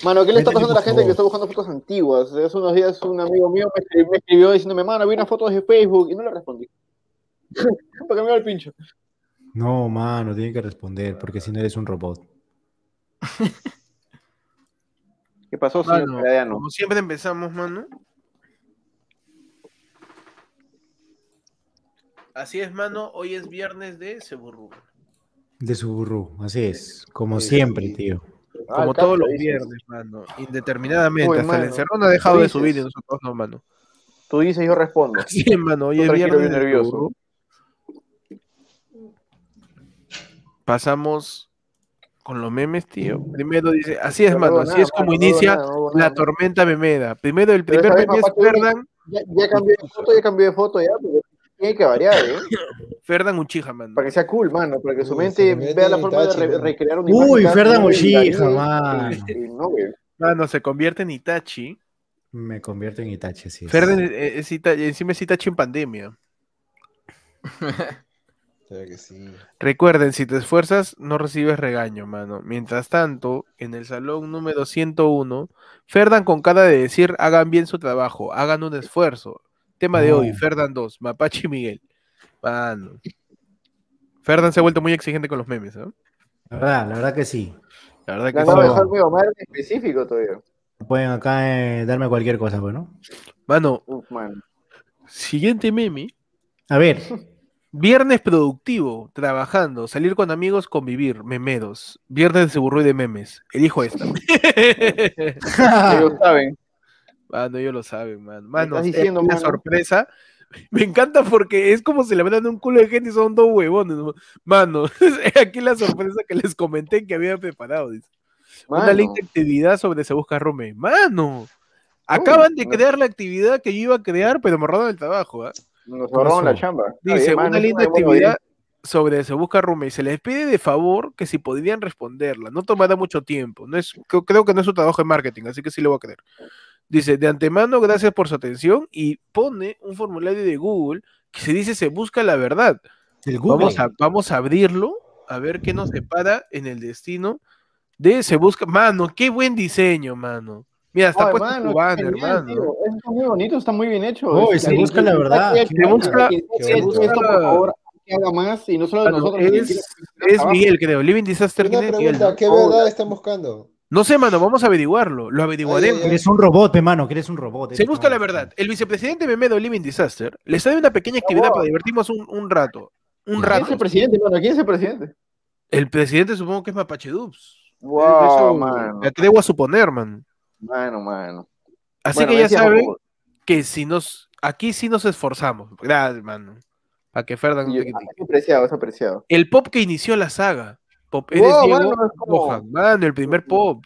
Mano, ¿qué le está
Métele,
pasando a la gente
por
que
favor.
está buscando fotos antiguas? Hace unos días un amigo mío me escribió, me escribió diciéndome, mano, vi unas fotos de Facebook y no le respondí. Para cambiar el pincho.
No, mano, tiene que responder, porque si no eres un robot.
¿Qué pasó, señor
Mano,
Pradano?
como siempre empezamos, mano. Así es, mano. Hoy es viernes de Ceburru.
De su burro, así es. Como
Sí,
siempre,
sí.
tío.
Como
Ah,
todos
Castro,
los
dices.
viernes, mano. Indeterminadamente.
Uy,
hasta
mano,
el encerrón ha dejado de
dices.
subir y nosotros no, mano.
Tú dices, yo respondo.
Así es, mano. Hoy
Yo
es
tranquilo,
viernes.
bien
de
nervioso.
Ceburru. Pasamos con los memes, tío. Primero dice, así es,
Mm. No
mano.
hago
Así
nada,
es como
mano, no hago
inicia
nada, no hago
la
nada.
tormenta memeda. Primero, el
Pero
primer
esa
meme es
misma parte-
Ferdan,
Ya, ya cambié de foto, ya cambié de foto, ya. porque Tiene que variar, ¿eh?
Ferdan Uchija, mano.
Para que sea cool, mano. Para que su
Uy,
mente
se me
vea la
metió
forma de
Itachi,
re-
mano.
recrear un
Uy, Ferdan Ushija, mano.
No, güey.
Mano, se convierte en Itachi.
Me convierto en Itachi, así es.
Ferden eh, es Ita- encima es Itachi en pandemia.
Claro que sí.
Recuerden, si te esfuerzas, no recibes regaño, mano. Mientras tanto, en el salón número 101, Ferdan con cara de decir, hagan bien su trabajo, hagan un esfuerzo. Tema de
No.
hoy, Ferdan 2, Mapache y Miguel. Mano. Ferdan se ha vuelto muy exigente con los memes, ¿no?
La verdad, la verdad que sí.
La verdad que
Ya
sí.
no
Claro.
dejó mi Omar en específico todavía.
Pueden acá eh, darme cualquier cosa, bueno.
Mano,
Uf, mano.
siguiente meme.
A ver,
Viernes productivo, trabajando, salir con amigos, convivir, memedos. Viernes de seguro y de memes. Elijo esta.
Ah.
Ellos saben.
Mano, Ah, ellos lo saben, man. Mano,
estás
eh,
diciendo,
la
mano?
sorpresa. Me encanta porque es como se le mandan un culo de gente y son dos huevones. ¿no? Mano, aquí la sorpresa que les comenté que había preparado. dice. Una
Mano.
lista de actividad sobre Se Busca Rome. Mano, acaban de
no.
crear la actividad que yo iba a crear, pero me robaron el trabajo. ¿ah?
Nos borraron la chamba. Está
Dice,
bien, mano,
una
es
linda
buena
actividad
idea.
sobre Se Busca Rome. Y se les pide de favor que si podrían responderla. No tomará mucho tiempo. No es, creo, creo que no es su trabajo de marketing, así que sí lo voy a creer. Dice, de antemano, gracias por su atención. Y pone un formulario de Google que se dice Se Busca la Verdad.
el Google.
Vamos, a, vamos a abrirlo a ver qué nos depara en el destino de Se Busca. Mano, qué buen diseño, mano. Mira, está
Ay,
puesto
mano,
tu
qué
banner,
genial,
mano.
tío. Eso Está muy bonito, está muy bien hecho. eh.
Uy,
Es-
se
el-
busca la
el-
verdad.
el-
Se
busca-
el- el-
se busca-
esto, por favor, que haga más y no solo de
Mano,
nosotros. sino que-
es, es
abajo.
Miguel, creo. Living Disaster.
Una
¿quién es? Miguel,
pregunta,
¿no?
¿qué verdad están buscando?
No sé, mano, vamos a averiguarlo. Lo averiguaremos.
Ay, ay, ay.
Eres un robot, pe, mano, que eres un robot.
Se
eres
busca
un
la
robot.
verdad. El vicepresidente Memedo Living Disaster les da una pequeña actividad
wow.
para divertirnos un, un rato. Un
Ya.
¿Quién es
rato.
el presidente, mano? ¿Quién es el presidente?
El presidente supongo que es Mapache Dubs.
Wow,
Eso
mano.
Me atrevo a suponer, man.
Mano, mano.
Así
Bueno,
que ya
decíamos,
saben
por
que si nos. Aquí sí nos esforzamos. Gracias, mano. Para que Ferdan no
favor.
te
Yo-
critique.
ah, Es apreciado, es apreciado.
El pop que inició la saga. Pop, eres
Wow,
Diego
mano, es como-
Gohan. Mano, el primer pop.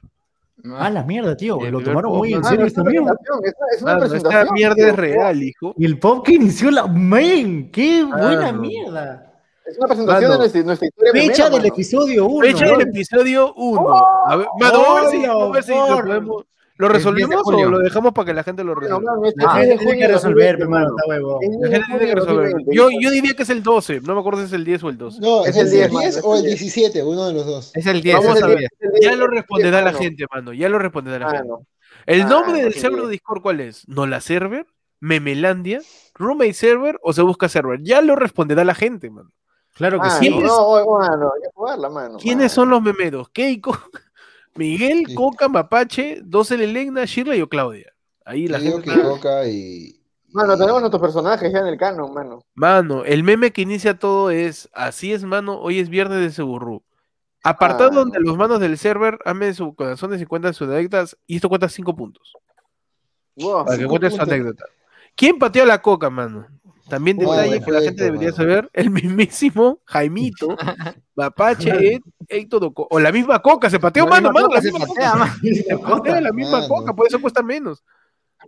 Ah, la mierda, tío.
El
Lo
primer
tomaron
pop,
muy en
mano.
serio
es una
esta mierda.
presentación, es una- es una
Mano, esta
presentación,
mierda
tío.
es real, hijo.
Y el pop que inició la. ¡Men! ¡Qué
Ah,
buena
Mano.
mierda!
Es una presentación
Mano.
de nuestra, nuestra historia.
Fecha
primera,
del
mano.
episodio 1.
Fecha del episodio 1. a ver, mano, vamos a ver si,
Obvio,
vamos a ver si lo
por-
podemos. ¿Lo
El 10 de
resolvimos o
julio.
lo dejamos para que la gente lo
Bueno,
resuelva?
mano, este
La
es
gente
de
Ah, tiene
junio
que
de
resolver,
2020,
hermano,
mano.
está huevón.
Es
La
de
gente tiene
junio
que
de
resolver.
2020,
Yo,
hijo.
yo diría que es el 12, no me acuerdo si Pues, es el 10 o el 12.
No, es,
Es
el
el
10,
10, mano,
o
es
el
el 10.
17, uno de los dos.
Es el 10,
Vamos
es el
a
10.
ver.
Es de-
Ya lo responderá la
mano.
gente, mano. Ya lo responderá la gente.
este Mano,
¿El
Ah,
nombre
no
del
sé
server
qué.
Discord cuál es? ¿Nola Server? ¿Memelandia? ¿Roommate Server? ¿O se busca server? Ya lo responderá la gente, mano.
Claro que
mano,
sí.
sí.
¿Quiénes-
No, oh, mano, hay que jugarla, mano.
¿Quiénes son los memeros? Keiko, Miguel,
Sí.
Coca, Mapache, Dosel Elena, Shirley o Claudia. Ahí la
Yo digo
gente.
que
está-
Coca y.
Mano,
y-
tenemos nuestros personajes ya en el canon, mano.
Mano, el meme que inicia todo es: Así es, mano, hoy es viernes de Seburru. Apartado
Ah.
donde los manos del server amen su corazón y cuentan sus anécdotas, y esto cuenta 5 puntos.
Wow.
Para que
cinco
cuente su
puntos.
anécdota. ¿Quién pateó la coca, mano? También
Muy
detalle
buen
que la gente
proyecto,
debería
mano.
saber, el mismísimo Jaimito, Mapache, Ed, Héctor Oco- o la misma coca, se pateó, mano, mano, la misma coca. Se patea la misma
Mano.
coca, por eso cuesta menos.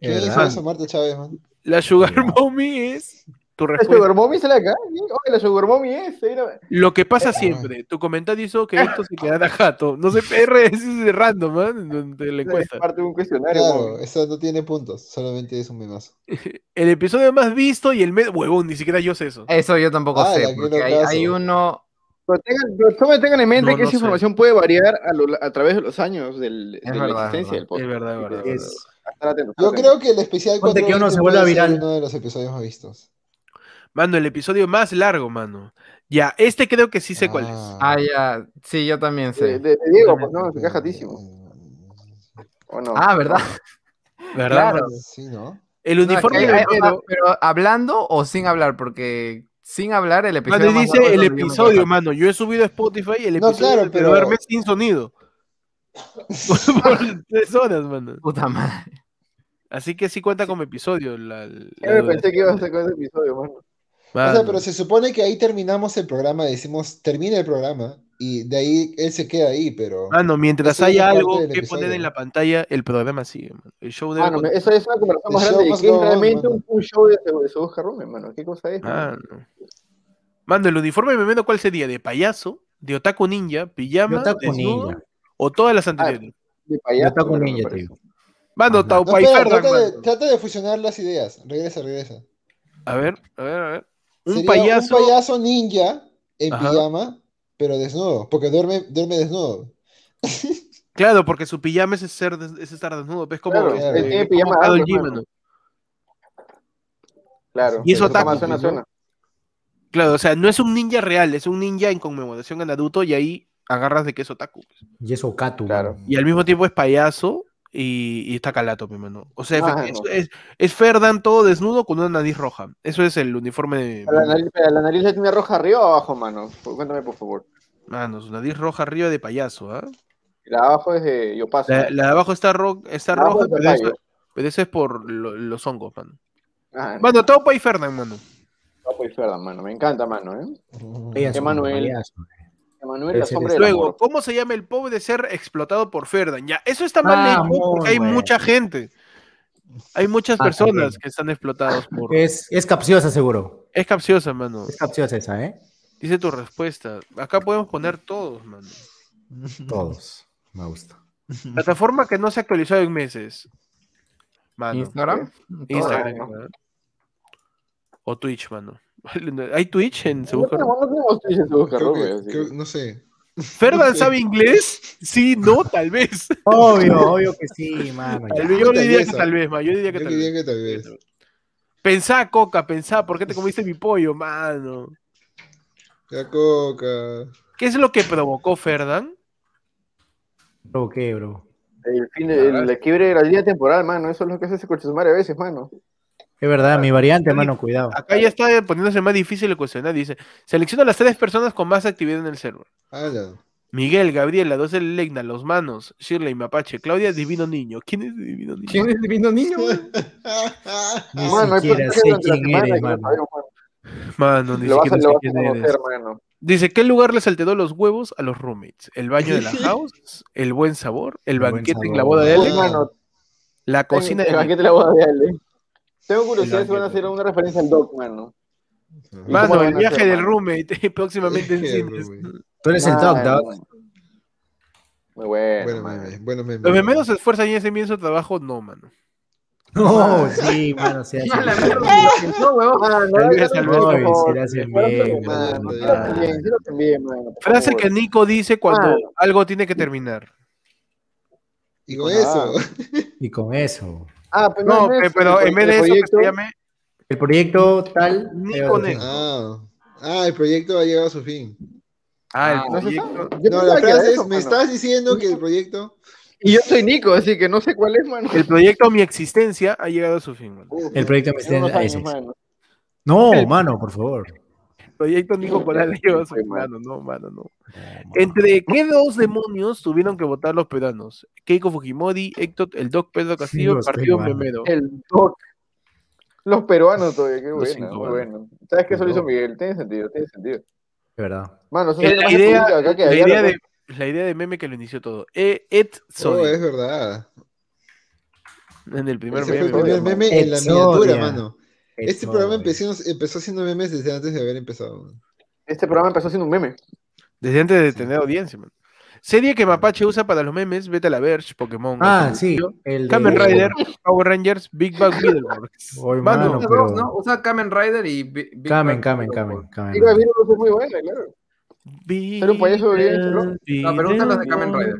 ¿Quién hizo
Verdad.
eso, Marta Chávez, man?
La Sugar Mommy es tu
¿La
respuesta.
Sugar Mommy sale acá? ¿sí? Oye, la Sugar Mommy es. ahí la-
Lo que pasa siempre, tu comentario hizo que esto se quedara jato. No sé, PR es ese random, man, donde le
Es
cuesta.
parte de un cuestionario.
Claro,
mano.
eso no tiene puntos, solamente es un memazo.
El episodio más visto y el medio. Huevón, ni siquiera yo sé eso.
Eso yo tampoco
Ah, la
sé,
que
porque
no
hay,
caso.
hay uno...
Pero tengan, pero tomen- tengan en mente
No,
que
no
esa
sé.
información puede variar a, lo- a través de los años del, de
verdad,
la existencia
es
del
Es
podcast.
verdad, es verdad. es verdad.
Es-
Estar atentos,
Yo
estar
creo que el especial
Ponte
420
que uno se vuelva
puede ser
viral.
uno de los episodios más vistos.
Mano, el episodio más largo, mano. Ya, este creo que sí sé cuál es.
Ah,
Ah, ya, sí, yo también
atentos. De,
sé.
de- de Diego, pues
Totalmente.
no, se queda jatísimo. ¿O no?
Ah, ¿verdad?
¿Verdad?
claro.
mano?
Sí, ¿no?
El
No, es que
uniforme
hay-
del
hay-
mero-
pero hablando o sin hablar, porque sin hablar el episodio...
Mano,
más
dice
largo es
el
lo que yo me
episodio,
acuerdo.
mano. Yo he subido a Spotify el
No,
episodio
claro,
del
pero-
verme sin sonido. Por, por tres horas, mano.
Puta madre.
Así que sí cuenta como episodio. La, la
Yo
duración.
pensé que iba a ser con ese episodio, mano.
O sea,
Mano,
pero se supone que ahí terminamos el programa, decimos, termina el programa, y de ahí él se queda ahí, pero...
mano, Ah, mientras
Eso es
haya
parte
algo
del
que poner en
episodio.
la pantalla, el programa sigue, mano. El show debe
Mano, me-
continuar,
eso es una conversación más grande. ¿Qué es
El show must go on,
realmente
mano.
un, un show de, de Sebuja Rumen, mano? ¿Qué cosa
Ah.
es? mano?
mano. Mano, el uniforme me cuál sería, de payaso, de otaku ninja, pijama,
Otaku
desnudo,
ninja.
o todas las anteriores.
De payaso.
Yo toco
mano, me
ninja,
parece.
tío.
Mano,
Ajá.
No, espera,
Taupaiferdan,
trata, de,
mano.
trata de fusionar las ideas. Regresa, regresa.
A ver, a ver, a ver.
Sería
Un payaso.
Un payaso ninja en
Ajá.
pijama, pero desnudo, porque duerme, duerme desnudo.
Claro, porque su pijama es, ser des- es estar desnudo. Es como.
Claro,
este,
él
tiene
como
pijama
Karol
amplio,
G,
mano.
mano.
Claro.
Y eso
Suena,
otaku,
suena,
pues,
suena.
Claro, o sea, no es un ninja real, es un ninja en conmemoración a Naruto y ahí agarras de que es otaku.
Y eso, Katu.
Claro.
mano.
Y al mismo tiempo es payaso y, y está calato, mi mano. O sea,
Mano.
eso es, es Ferdan todo desnudo con una nariz roja. Eso es el uniforme de.
La nariz, la nariz la tiene roja arriba o abajo, mano. Cuéntame, por favor.
Mano, Ah, su nariz roja arriba de payaso, ¿ah?
La de abajo es de Yo Paso.
La, la de abajo está, ro- está
La de abajo
roja,
es de
pero eso,
payo.
pero eso es por lo- los hongos, mano.
Ah,
Mano, Taupa y Ferdan, mano.
Papo y Ferdan, mano. Me encanta, mano, ¿eh?
Payaso,
Emanuel.
payaso.
Emanuel, la
Ese
sombra
es-
del
Luego,
amor.
¿cómo se llama el pobre de ser explotado por Ferdan? Ya, eso está mal
Ah,
hecho porque hay
muy
mucha gente. Hay muchas
Ah,
personas
también. Eh,
que están explotados por.
Es, es capciosa, seguro.
Es capciosa, mano.
Es capciosa esa, ¿eh?
Dice tu respuesta. Acá podemos poner todos, mano.
Todos. Me gusta.
Plataforma que no se ha actualizado en meses. Mano.
Instagram. todo.
Instagram.
Todo.
mano. O Twitch, mano. ¿Hay Twitch en Se
No
Busca Rumen?
tenemos- no tenemos Twitch en Se Busca
Creo que-
Rumen, así
creo-
que-
no sé.
¿Ferdan
sé.
sabe inglés? Sí, no, tal vez.
Obvio, obvio que sí, mano. ya.
Tal vez. Yo
Tal
diría
vez,
que
ah.
tal vez, mano. Yo diría que
Yo
tal
diría
vez.
que tal vez.
Pensá, Coca, pensá, ¿por qué te comiste mi pollo, mano?
La coca.
¿Qué es lo que provocó Ferdan?
Bro, ¿qué, bro?
El fin de el, el quiebre de la línea temporal, mano. Eso es lo que hace ese coche a veces, mano.
Es verdad, mi variante, mano, cuidado.
Acá ya está poniéndose más difícil el cuestionario. Dice, selecciona las tres personas con más actividad en el server.
Ala.
Miguel, Gabriela, Doce Legna, Los Manos, Shirley, Mapache, Claudia, Divino Niño. ¿Quién es Divino Niño?
¿Quién es divino niño?
Ni
Mano, hay
siquiera
personajes
sé
durante la
quién
semana
eres,
que no
mano.
sabemos, mano.
Mano, ni
Lo vas a
siquiera
lo
sé
vas a
quién eres.
conocer, mano.
Dice, ¿qué lugar les alteró los huevos a los roommates? ¿El baño de la house? ¿El buen sabor? ¿El
El buen
banquete en
sabor.
la boda de
Oye,
Alex?
mano,
¿La
ten-
cocina de
el
Nick?
banquete de la boda de Ale. Tengo curiosidad
El
si van a
banquete.
hacer una referencia al Doc, mano. ¿Cómo
Mano,
lo
el
van a
viaje
hacer,
del
mano?
roommate próximamente en
Qué
cines.
rumen.
Tú eres el
Mano,
top, dog.
Muy bueno,
Bueno,
mano.
meme, bueno, meme.
Los memeros se esfuerzan y hacen bien su trabajo, no, mano.
No, sí, mano, se hace.
¡Ah, la mierda! lo pensó, huevón.
Mano,
Tal vez,
ya
tal
lo
vez,
tengo,
sí,
por
le hacen
favor.
bien,
Mano,
mano,
sí
ya.
lo también, sí lo también, mano, por
Frase
favor.
que Nico dice cuando
Ah.
algo tiene que terminar.
Y con
Ah.
eso.
Y con eso.
Ah, pero
No,
es
pe-
eso,
pero
el
en vez de eso que
proyecto-
se llame
El proyecto tal. eh,
Ni
pero-
con eso.
Ah. Ah, el proyecto ha llegado a su fin.
Ah,
Ah,
el
no se
proyecto.
Yo
No,
pensaba
la
que era
frase
eso,
es, me
mano.
estás diciendo que el proyecto... oh,
Y yo soy Nico, así que no sé cuál es, mano.
El proyecto Mi Existencia ha llegado a su fin, mano.
El proyecto me
Tiene unos
está- ah, ese
años,
es.
mano.
No, mano, por favor.
El proyecto Nico Coral ha llegado a su
Ay,
fin, mano.
mano.
No, mano, no.
No, mano.
¿Entre qué dos demonios tuvieron que votar los peruanos? Keiko Fujimori, Héctor, el Doc Pedro Castillo,
los
Partido
peruanos.
Memero.
El doc. Los peruanos todavía, qué
Los
bueno,
cinco,
muy
mano.
bueno. ¿Sabes qué eso lo hizo
No.
Miguel? Tiene sentido, tiene sentido.
De verdad.
Mano, eso
Eh,
es
La
más
idea,
política acá que
la
allá,
idea
¿no?
de, la idea de meme que lo inició todo. Eh, Ed Sodi,
Oh, es verdad.
en el primer
Ese fue el
meme.
primer meme en la
Exodia.
miniatura, mano. Este
Eso,
programa
güey.
empezó, empezó haciendo memes desde antes de haber empezado. mano.
Este programa empezó siendo un meme.
Desde antes de tener audiencia, man. Serie que Mapache usa para los memes, Vete a la Verge, Pokémon.
Ah,
Goku,
sí. El de-
Kamen Rider, Power Rangers, Big Bang Beetleborgs.
Oy,
Mano,
mano.
Usa
pero-
dos, ¿no? Usa Kamen Rider y... Bi- Big
Kamen,
Bang
Kamen,
Theory,
Kamen,
huevón.
Kamen.
Y la vida es muy buena, claro. Ser un payaso bien, ¿no?
No, pero usa los de Kamen Rider.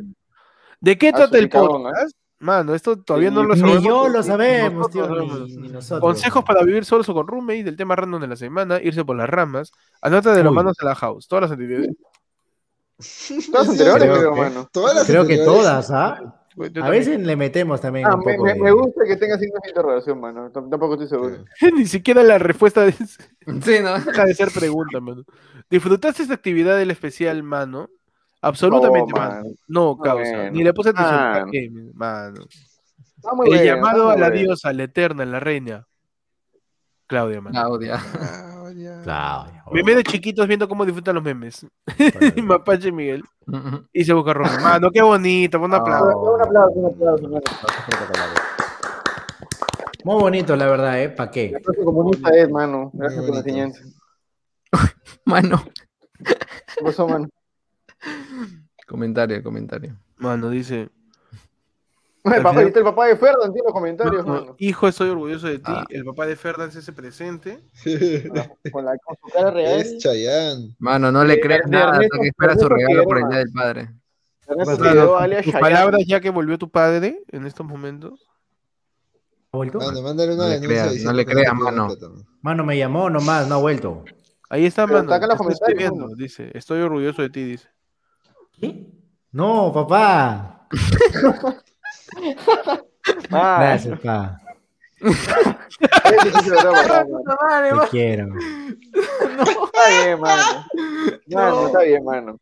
¿De qué
Ah,
trata
su
el
picabón,
podcast? Mano, esto todavía no lo
Ni
sabemos.
yo lo sabemos,
Nosotros
tío,
lo
ni,
sabemos.
ni nosotros.
Consejos para vivir solos o con roommates, del tema random de la semana, irse por las ramas, anota de los
Uy.
manos a la house, todas las anteriores.
Todas
Sí,
anteriores,
creo
creo,
que-
mano.
Todas las
Creo que
anteriores.
todas, ¿ah?
Yo
A
también.
veces le metemos también
Ah,
un
me,
poco
me-
de-
me gusta que tenga signos de interrogación, mano. Tamp- Tampoco estoy seguro.
Ni siquiera la respuesta es-
Sí, ¿no?
deja de ser pregunta, mano. ¿Disfrutaste esta actividad del especial, mano? Absolutamente,
No,
mano.
mano.
No,
No,
causa.
bueno.
Ni le puse atención. ¿para
Mano.
qué, mi- mano?
Está muy
El
bueno,
llamado
está
a la
muy bueno.
diosa, la eterna, la reina. Claudia, mano.
Claudia.
Ah, ya.
Claro, ya,
Meme de chiquitos viendo cómo disfrutan los memes.
bueno.
Mapache Miguel. Y se busca Romeo. Mano, qué bonito. Un aplauso.
Ah, Un aplauso, un aplauso, mano.
Muy bonito, la verdad, ¿eh? ¿Para qué?
La frase comunista es, mano. Gracias
Muy
por la
bonito.
enseñanza.
Mano.
¿Qué pasó, mano?
Comentario, comentario.
Mano, dice.
El papá,
final-
ahorita el papá de Ferdan tiene los comentarios,
"Mano,
mano.
hijo, estoy orgulloso de ti.
Ah.
El papá de Ferdinand se hace presente.
eh.
Con, la, con su cara real.
Es Chayanne.
Mano, no le
De-
creas
de
nada hasta
Ernesto-
que espera su
Ernesto
regalo por el
Figueroa.
día del padre.
Ernesto
Claro,
Figueroa, alias
Tus
Chayanne.
palabras ya que volvió tu padre en estos momentos.
¿Ha vuelto?
Mano, mándale
No
una
le
denuncia
creas,
diciendo
no le
que
creas,
te pidieron
mano.
plata, mano.
Mano, me llamó nomás, no ha vuelto.
Ahí está,
Pero
mano.
saca los
te está
comentarios,
escribiendo,
mano.
Dice, estoy orgulloso de ti, dice.
¿Qué? No, papá.
Ah,
Gracias, papá.
ese sí se lo debo, mano.
Te quiero.
Está bien, mano. Mano, está bien, mano.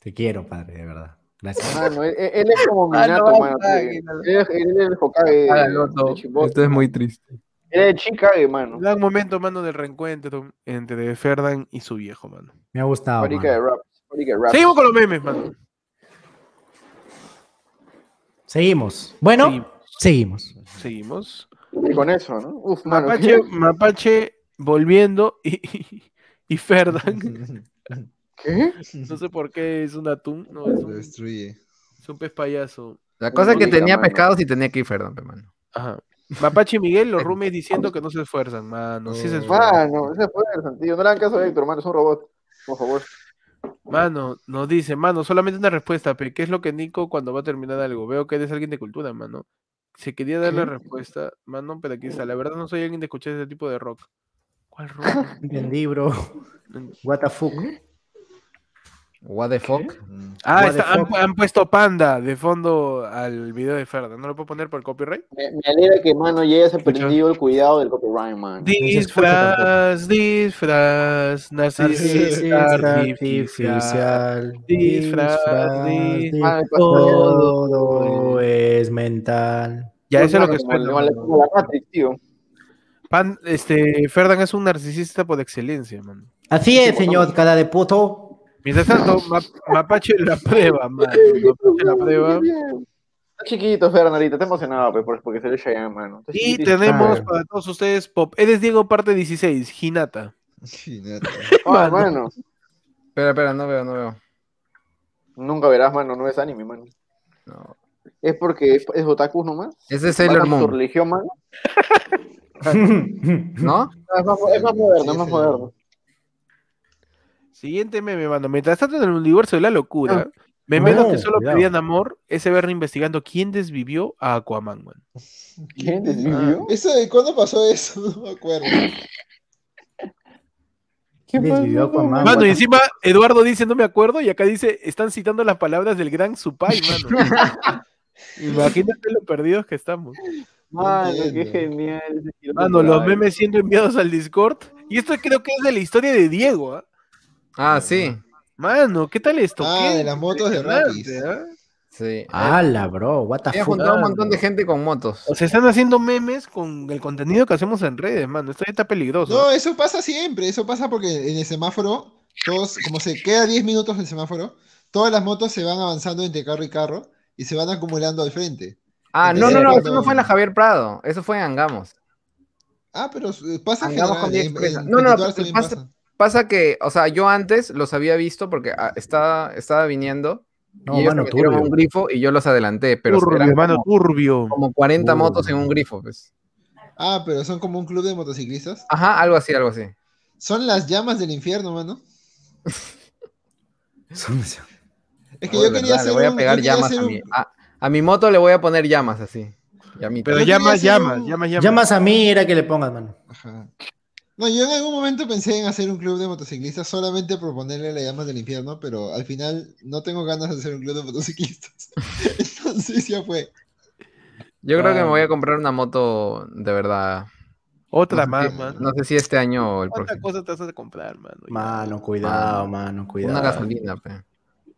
Te quiero, padre, de verdad. Gracias.
Mano, él, él- él es como
Ah, no,
Minato, mano.
ah,
que-
que no.
Él, es- él es el Hokage de, de Chibok.
Esto es muy triste.
Él es el Chicago, mano.
Un gran momento, mano, del reencuentro entre Ferdan y su viejo, mano.
Me ha gustado.
Fábrica de
mano.
rap. Fábrica de rap.
Seguimos con los memes, mano.
Seguimos. Bueno, seguimos.
Seguimos.
Y con eso, ¿no? Uf, mano.
Mapache,
¿qué?
Mapache volviendo y, y, y Ferdan.
¿Qué?
No sé por qué es un atún. No, es
Lo
un,
destruye.
es un pez payaso.
La cosa es que
Bonita,
tenía
mano.
pescados y tenía que ir Ferdón, pe, mano.
Ajá. Mapache y Miguel, los rumes diciendo que no se esfuerzan, mano. Sí se
Oh.
esfuerzan.
Mano, ese fue el sentido. No le hagan caso a Héctor, mano. Es un robot. Por favor.
Mano, nos dice, mano, solamente una respuesta, pe. ¿Qué es lo que Nico cuando va a terminar algo? Veo que eres alguien de cultura, mano. Se quería dar la
¿Qué?
respuesta, mano, pero aquí está. La verdad no soy alguien de escuchar ese tipo de rock. ¿Cuál rock?
Entendí, bro. What the fuck.
What the fuck.
Ah,
What
está-
the
han,
fuck?
han puesto panda de fondo al video de Ferda. ¿No lo puedo poner por el copyright?
Me, me alegra que, mano, ya hayas aprendido el cuidado del copyright, mano.
se esfuerza
Disfraz, disfraz, narcisista artificial. disfraz,
Mano, el pastor-
Todo es mental.
Ya, eso es lo
mano,
que
como-
suena,
como la-
mano.
como la Matrix, tío.
Pan, este, Ferdan es un narcisista por excelencia, man.
Así es, señor, cara de puto.
Mientras tanto, Ma- Mapache la prueba, man. Mapache la prueba.
Está chiquito, Ferran, ahorita. Está emocionado, pe, por- porque se le Cheyenne, mano. Está
Y
chiquitito.
tenemos
Claro.
para todos ustedes Pop. Eres Diego, parte 16, Hinata.
Chinata.
Ah, mano.
Espera, espera, no veo, no veo.
Nunca verás, mano, no es anime, mano.
No.
Es porque es, es otaku nomás.
Ese es Sailor
Matan su
Moon,
religión, mano.
¿no?
No, Ah, Es más, es más moderno, es más moderno.
Siguiente meme, mano. Mientras tanto, en el universo de la locura, memeros
Ah, No,
que solo
cuidado.
pedían amor, ese verno investigando quién desvivió a Aquaman, man.
¿Quién desvivió?
Ah, ¿Eso de cuándo pasó eso? No me acuerdo.
¿Quién
Desvivió
pasó?
Ah,
Aquaman.
Mano, y
bueno.
encima Eduardo dice, no me acuerdo, y acá dice, están citando las palabras del gran Supai, mano. Imagínate lo perdidos que estamos.
Mano, qué
Entiendo.
genial. ese giro
Mano, los
temporal.
eh.
memes siendo enviados al Discord. Y esto creo que es de la historia de Diego, ¿ah?
Ah, sí.
Mano, ¿qué tal esto?
Ah,
¿Qué
de las motos de
impresionante,
Rapis.
¿ah?
Sí.
Ala, bro, what the
Había
fuck.
juntado un montón de gente con motos.
O sea, están haciendo memes con el contenido que hacemos en redes, mano. Esto ya está peligroso.
No, eso pasa siempre. Eso pasa porque en el semáforo, todos, como se queda 10 minutos el semáforo, todas las motos se van avanzando entre carro y carro y se van acumulando al frente.
Ah, no, no, no, eso no
Cuando-
fue en la Javier Prado, eso fue en Angamos.
Ah, pero eh, pasa en
Andamos
general,
con diez
en- en
presas. No, no,
Petituar también
pasa- Pasa que, o sea, yo antes los había visto porque ah, estaba, estaba viniendo
No,
y ellos
mano,
se metieron a un
turbio.
grifo y yo los adelanté, pero
turbio,
eran
mano,
como,
turbio.
como 40
Uh.
motos en un grifo, pues.
Ah, pero son como un club de motociclistas.
Ajá, algo así, algo así.
Son las llamas del infierno, mano. Es que
Oh, de
yo quería
verdad,
hacer
le voy a
un-
pegar
yo quería
llamas
hacer
a
un-
mi, a, a mi moto le voy a poner llamas así. Llamita.
Pero
Yo
llamas,
quería hacer
llamas,
un-
llamas, llamas.
Llamas a mí, era que le pongas, mano.
Ajá. No, yo en algún momento pensé en hacer un club de motociclistas solamente por ponerle las llamas del infierno, pero al final no tengo ganas de hacer un club de motociclistas. Entonces ya fue.
Yo creo
ah.
que me voy a comprar una moto de verdad.
Otra
no sé
más,
si-
mano.
No sé si este año o el
¿Cuántas
próximo.
cosas te vas a comprar, mano? Ya.
Mano, cuidado, mano, cuidado.
Una gasolina, pe.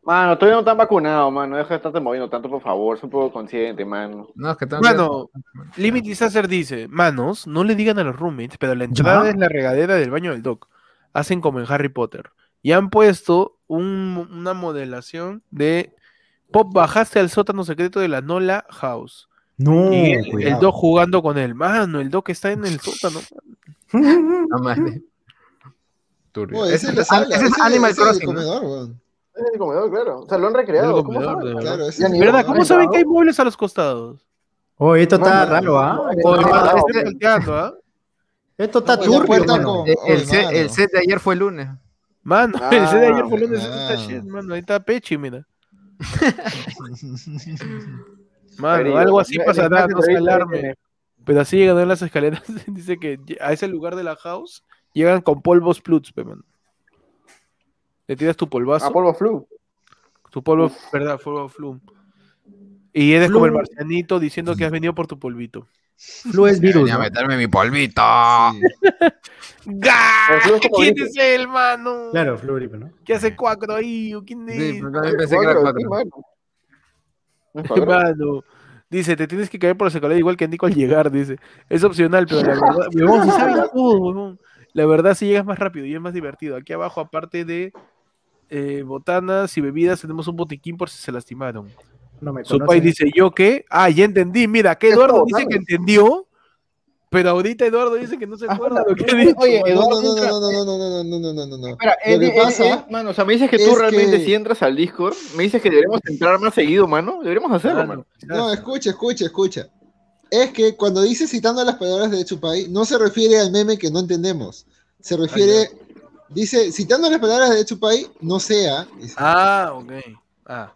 Mano, todavía no están vacunados, mano. Deja de estarte moviendo tanto, por favor. Sé un poco consciente, mano.
No, es que tengo que-
Mano, Limit Disaster dice, manos, no le digan a los roommates, pero la entrada
¿Ya?
es la regadera del baño del doc. Hacen como en Harry Potter. Y han puesto un- una modelación de Pop bajaste al sótano secreto de la Nola House.
No,
y el, el
cuidado.
doc jugando con él. Mano, el doc está en el sótano.
No mames. Turbio.
Uy,
Ese
ese,
es,
la sala,
ese es
ese-
Animal
ese es el
Crossing. ¿no?
comedor, weón.
Es el comedor, claro. O sea, lo han
Es el
recreado. ¿Cómo
comedor, de
saben?
verdad.
Claro, ese
Ya
es
ni
el
¿Verdad?
comedor.
¿Cómo saben que hay muebles a los costados?
Oye, Oh, esto está
Mano,
raro, ¿ah?
O el
no,
man
no,
está
este,
no.
salteando, ¿ah?
Esto está
Como la
turbio,
puerta
mano.
con-
El,
Oye,
el set,
mano.
el set de ayer fue el lunes.
Mano, el set de ayer fue
Ah,
lunes, ese está
ah.
shit, mano. Ahí está Pechi, mira. Mano, algo
Querido,
así
me-
pasará,
me-
no se
me-
alarme. Pero así llegando en las escaleras, dice que lle- a ese lugar de la house llegan con polvos pluts, pe, mano. Le tiras tu polvazo,
A polvo flu.
tu polvo, verdad, polvo flum. Y eres como el
Flum.
marcianito diciendo que has venido por tu polvito.
Flu es virus,
Venía a
¿no?
meterme mi polvito. Ah.
Sí.
¡Gah!
El flu es como
¿Quién
dice.
es él, mano?
Claro, flu, ¿no?
¿Qué hace cuatro ahí? ¿O ¿Quién es?
Sí, pues, también pensé que era
Cuatro, sí,
cuatro.
mano. No es cuatro.
Mano, Dice, te tienes que caer por la escalera igual que Nico al llegar, dice. Es opcional, pero la verdad, huevón, sí saben todo, huevón. La verdad, si llegas más rápido y es más divertido. Aquí abajo, aparte de eh, botanas y bebidas, tenemos un botiquín por si se lastimaron.
No me
Su pai
conocen.
dice, ¿yo qué? Ah, ya entendí. Mira, que
¿Qué fue
Eduardo dice
botanas?
que entendió, pero ahorita Eduardo dice que no se acuerda lo que ha dicho.
No,
Oye, Eduardo,
no,
entra-
no, no, no, no, no, no, no, no, no, no.
Espera,
Lo
Eddie,
que
Eddie,
pasa
Eddie, mano, o sea, me dices que tú
es
realmente
que-
si entras al Discord, me dices que deberíamos entrar más seguido, mano. Deberíamos
Ah,
hacerlo, mano.
No, escucha, escucha, escucha. Es que cuando dice citando las palabras de Chupai, no se refiere al meme que no entendemos. Se refiere, dice, citando las palabras de Chupai, no sea. dice.
Ah, ok. Ah,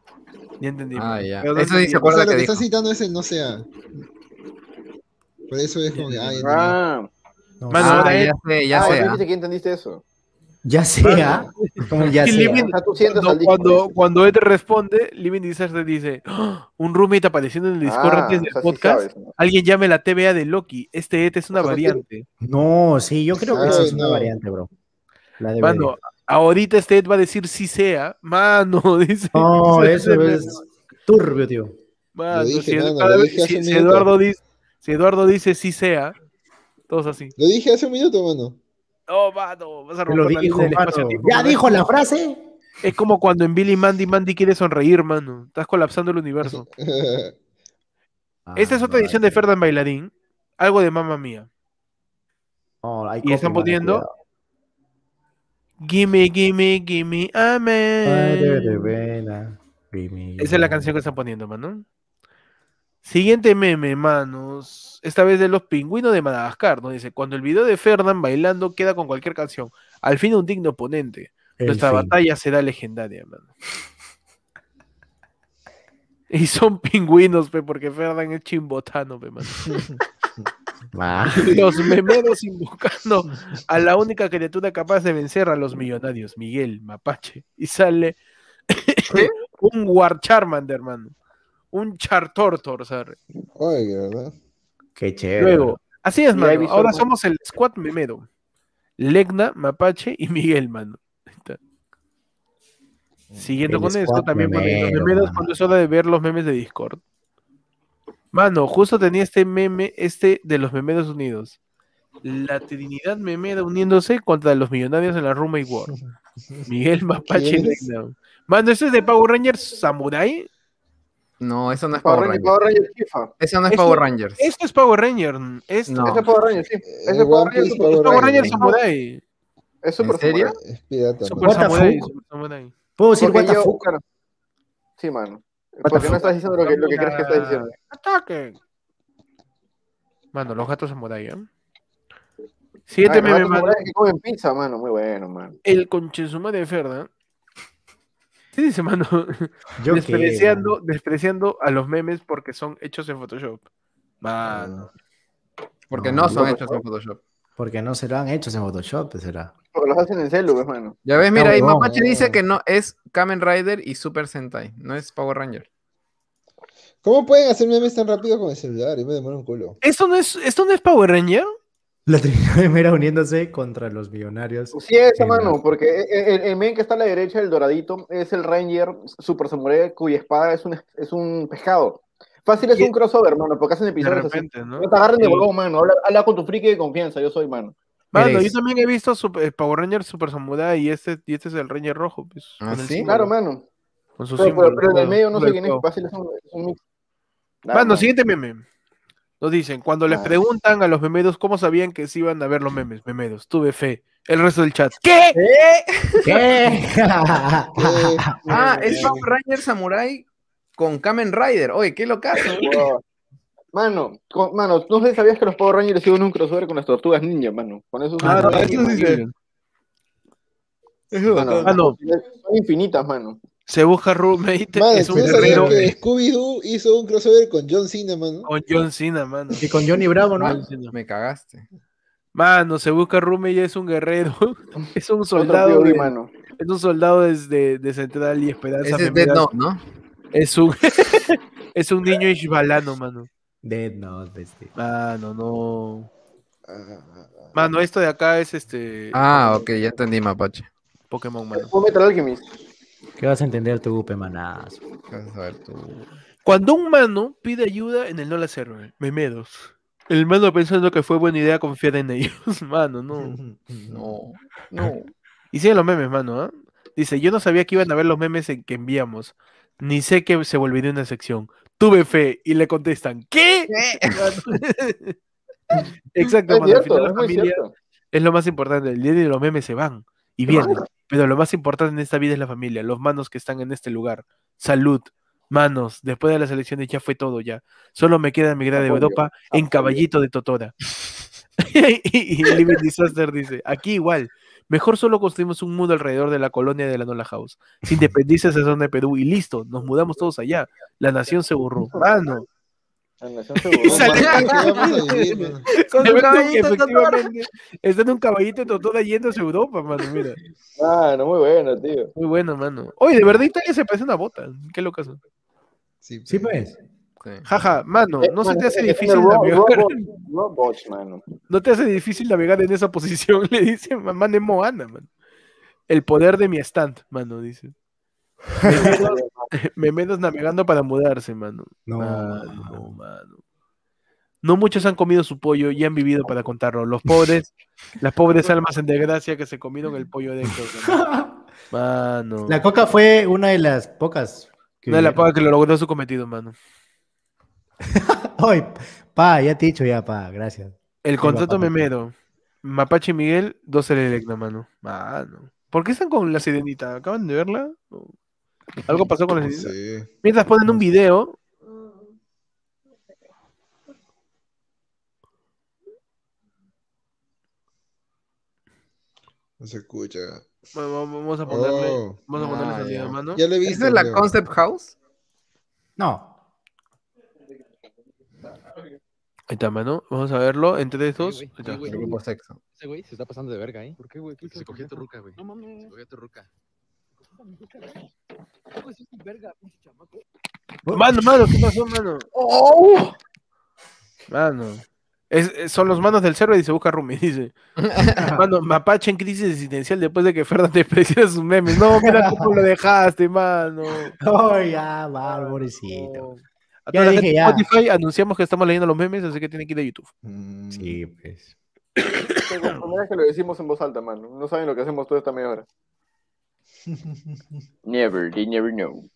ya entendí.
Ah, ya.
Pero no
Eso sí
entendí.
se
o sea,
acuerda
lo
que
que
dijo.
está citando es el no sea. Por eso es como que, ay, entendí.
Ah,
No,
Mano,
sí.
ahora
Ah,
es-
ya sé, ya
ah,
sé.
tú
ah.
dijiste que entendiste eso.
Ya sea, como el ya
Y
sea.
Living-
O sea, tú sientas
cuando,
al Discord.
cuando, cuando Ed responde, Living Disaster dice: "¡Ah! Un roommate apareciendo en el Discord
Ah,
antes
o
del
sea, sí
podcast.
sabes, ¿no?
Alguien llame la TVA de Loki. Este Ed es una
O sea, sí.
variante.
ah? No, sí, yo creo que
Ah,
esa es una
no.
variante, bro. La de
Mano, ahorita este Ed va a decir si sea. Mano, dice.
No,
Ese
eso
meme.
es turbio, tío.
Mano,
Lo dije,
si,
mano,
cada
lo
vez-
dije hace
si-
un
si
minuto.
Eduardo dice, si Eduardo dice si sea, todos así.
Lo dije hace un minuto, mano.
No, mano, vas a
Te lo
romper la
dijo,
línea del
mano.
espacio-tiempo,
Ya
mano.
dijo la frase.
Es como cuando en Billy Mandy, Mandy quiere sonreír, mano. Estás colapsando el universo.
Ah,
Esta es otra edición de Ferdan Bailarín. Algo de mamá mía.
No, hay
Y están
copy,
poniendo-
mano, cuidado.
Gimme, gimme, gimme,
Padre de
amén.
vela.
Esa es la canción que están poniendo, mano. Siguiente meme, manos. Esta vez de los pingüinos de Madagascar, ¿no? Dice, cuando el video de Fernán bailando queda con cualquier canción. Al fin un digno oponente.
El
Nuestra
fin.
batalla será legendaria, mano. Y son pingüinos, pe, porque Fernán es chimbotano, pe, mano.
Ah,
Los memeros invocando a la única criatura capaz de vencer a los millonarios, Miguel Mapache. Y sale un War Charmander, mano. Un Chartortor, ¿sabes?
Oye, ¿verdad?
qué chévere.
Luego, así es,
Y
mano.
ahí visual,
Ahora
¿no?
somos el squad memero. Legna, Mapache y Miguel, mano. Ahí está. Siguiendo
El
con esto,
squad
también mano, los
memero,
memeros
mano.
cuando es hora de ver los memes de Discord. Mano, justo tenía este meme, este de los memeros unidos. La Trinidad Memera uniéndose contra los millonarios en la Roommate War. Miguel Mapache y
¿Quién es?
Legna. Mano, ¿eso es de Power Rangers Samurai?
No, eso no es
Power Rangers, Power
Power Rangers.
Rangers Chifa.
Eso no es
Eso-
Power Rangers.
Esto es Power Ranger. Esto
No.
Ese es Power Rangers, sí. Ese
Eh,
es Power
One Piece,
Rangers.
es
Power
Power Ranger
Rangers.
Samurai.
Es Super
¿En serio?
Samurai.
Es pirata.
Super
mano.
What the
Samurai,
fuck?
Super Samurai.
¿Puedo decir
Porque
what the
yo-
fuck?
claro. Sí, mano. Porque no estás diciendo lo que, lo que crees que estás diciendo.
¡Ataque! Mano, los gatos samurai, ¿eh? Siguiente
Ah, los
meme,
gatos
mano.
samuráis que comen pizza, mano. Muy bueno, mano.
El conchesuma de Ferda. ¿Qué dice, mano?
Yo qué,
despreciando, despreciando a los memes porque son hechos en Photoshop. Mano.
Porque
No,
no son
no,
hechos en Photoshop.
Porque no se lo han hecho en Photoshop, pues, será.
Porque los hacen en celu, pues, mano.
Ya ves, mira,
No,
ahí
no,
Mapache
no.
dice que no es Kamen Rider y Super Sentai. No es Power Ranger.
¿Cómo pueden hacer memes tan rápido con el celular? Yo me demoro un culo.
¿Esto no es, esto no es Power Ranger?
La Trinidad de Mera uniéndose contra los millonarios.
Sí, esa,
Sí,
mano.
mano.
Porque e- e- el, el men que está a la derecha, el doradito, es el Ranger Super Samurai cuya espada es un, es un pescado. Fácil es
Y-
un crossover, mano. Porque hacen
De
episodios así.
repente, ¿no?
No te agarren de
Sí.
huevón, mano. Habla, habla con tu friki de confianza. Yo soy, mano.
Mano,
Mira,
yo
es-
también he visto Super- Power Ranger Super Samurai y este, y este es el Ranger rojo. pues,
¿Ah,
con el
sí?
Claro,
símbolo,
mano.
con su
Pero, pero,
símbolo,
pero en el
claro,
medio no sé
del
quién es.
juego.
Fácil es un, es un mix. Nada,
Mano,
mano.
siguiente meme. Nos dicen, cuando les
Ah.
preguntan a los memedos cómo sabían que se iban a ver los memes, memedos, tuve fe. El resto del chat, ¿qué?
¿Qué?
Eh,
Ah, es Power Ranger Samurai con Kamen Rider. Oye, qué locazo.
Wow. Mano, con- mano, no sé si sabías que los Power Rangers hicieron un crossover con las tortugas ninja, mano. Con esos.
Ah, no,
mano,
eso sí sé.
mano,
Ah, no.
Son infinitas, mano.
Se busca roommate,
Mano,
es
¿tú
un
no sabías
guerrero
que Scooby-Doo hizo un crossover con John Cena, mano?
con John Cena, mano.
Y con Johnny Bravo, ¿no?
Mal, me cagaste.
Mano, se busca roommate y es un guerrero. Es un
Otro
soldado.
Fury,
de-
mano.
es un soldado desde de Central y Esperanza.
Ese es Dead
Memeda.
Note, ¿no?
Es un es un niño isbalano, mano.
Dead Note, este.
Mano, no.
Ah, ah, ah.
Mano, esto de acá es este
Ah, ok, ya entendí, Mapache.
Pokémon, mano.
Fue Metal Alchemist.
¿Qué vas a entender tú, pemanazo?
Vas a ver tú.
Cuando un mano pide ayuda en el no la sirve, memedos. El mano pensando que fue buena idea confiar en ellos, mano, no.
No, no.
Y siguen los memes, mano, ¿ah? Dice, yo no sabía que iban a ver los memes en que enviamos, ni sé que se volvería una sección. Tuve fe y le contestan, ¿qué? Mano. Exacto,
Es
mano, al
cierto,
final la
es muy
familia
cierto.
es lo más importante, el dinero y los memes se van y vienen, pero lo más importante en esta vida es la familia, los manos que están en este lugar, salud, manos, después de las elecciones ya fue todo ya, solo me queda emigrar de
Apoyo,
Europa en
apoyo.
caballito de Totora. y, y Living Disaster dice, aquí igual, mejor solo construimos un mundo alrededor de la colonia de la Nola House, se independiza esa zona de Perú y listo, nos mudamos todos allá, la nación se borró, mano.
Animación seguro.
sale-
Mano, ¿qué vamos a vivir, mano?
Se ve como que
caballito de Totora.
efectivamente está en un caballito de Totora yéndose a Europa, mano, mira.
"Ah,
Mano, muy bueno, tío.
Muy bueno, mano. Oye, de verdad Italia se parece a una bota. Qué locas.
Sí,
Sí, pues.
Jaja, mano, no se
Eh,
Eh,
Mano,
te hace
es- es
difícil
una ro-
navegar.
robot- Robots, mano.
No te hace difícil navegar en esa posición, le dice mamá de Moana, mano. El poder de mi stand, mano, dice. Memedos, memedos navegando para mudarse, mano.
No.
Ah,
Ah.
Mano, mano. No muchos han comido su pollo y han vivido para contarlo. Los pobres, las pobres almas en desgracia que se comieron el pollo de Héctor, Mano.
La coca fue una de las pocas. que-
Una de las pocas que lo logró su cometido, mano.
Ay, pa, ya te he dicho ya, pa, gracias.
El contrato
Mapache.
memero. Mapache y Miguel, dos selecna, mano. Mano. ¿Por qué están con la sirenita? ¿Acaban de verla? No. Algo pasó con la
Sí.
Cenicienta. Mientras ponen un video.
No se escucha.
bueno, va- va- Vamos a ponerle,
Oh,
vamos a ponerle
ah,
sonido,
ya.
mano.
Ya lo he visto.
¿Esa es la
creo.
Concept House?
No.
Ahí está, mano. Vamos a verlo entre dos.
güey,
Ahí está.
sí, güey.
El grupo sexo.
Ese güey se está pasando de verga, ¿eh? ¿Por qué, güey?
Se cogió a tu ruca, güey.
No
Se
mames.
cogió a tu ruca.
¿Cómo es esa verga, pinche chamaco?
Mano, mano, ¿qué pasó, mano? Mano. Es- es- son los manos del cerro y se busca Rumi, dice. Mano, Mapache en crisis existencial después de que Fernández preciera sus memes. No, mira cómo lo dejaste, mano.
Oh, ya, va, pobrecito.
A
Ya
toda la
dije,
gente de
ya.
Spotify anunciamos que estamos leyendo los memes, así que tienen que ir a YouTube.
Mm,
Sí, pues.
Qué buena manera que lo decimos en voz alta, mano. No saben lo que hacemos toda esta media hora. Never, they never know.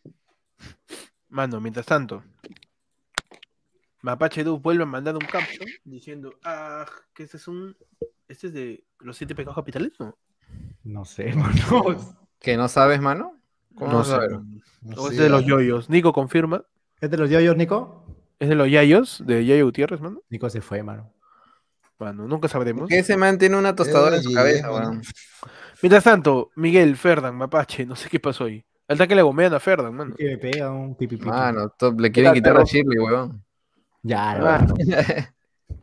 Mano, mientras tanto, Mapache Du vuelve a mandar un caption diciendo, ah, que este es un. Este es de los siete pecados capitales, ¿no?
No sé, manos.
¿Que no sabes, mano? ¿Cómo vas a ver?
no
O este es
sé.
de
ah.
los yoyos. Nico confirma.
¿Es de los yoyos, Nico?
Es de los yayos, de Yayo Gutiérrez, mano.
Nico se fue, mano.
Bueno, nunca
¿Por
sabremos.
qué ese man tiene una tostadora en su
Oye,
cabeza,
mano.
weón?
Mientras tanto, Miguel, Ferdan, Mapache, no sé qué pasó ahí. Al que le gomean a Ferdan, mano.
Que me pega un pipipi.
Mano, to- le quieren quitar a Shirley, weón.
Ya,
Ah.
no,
Mano.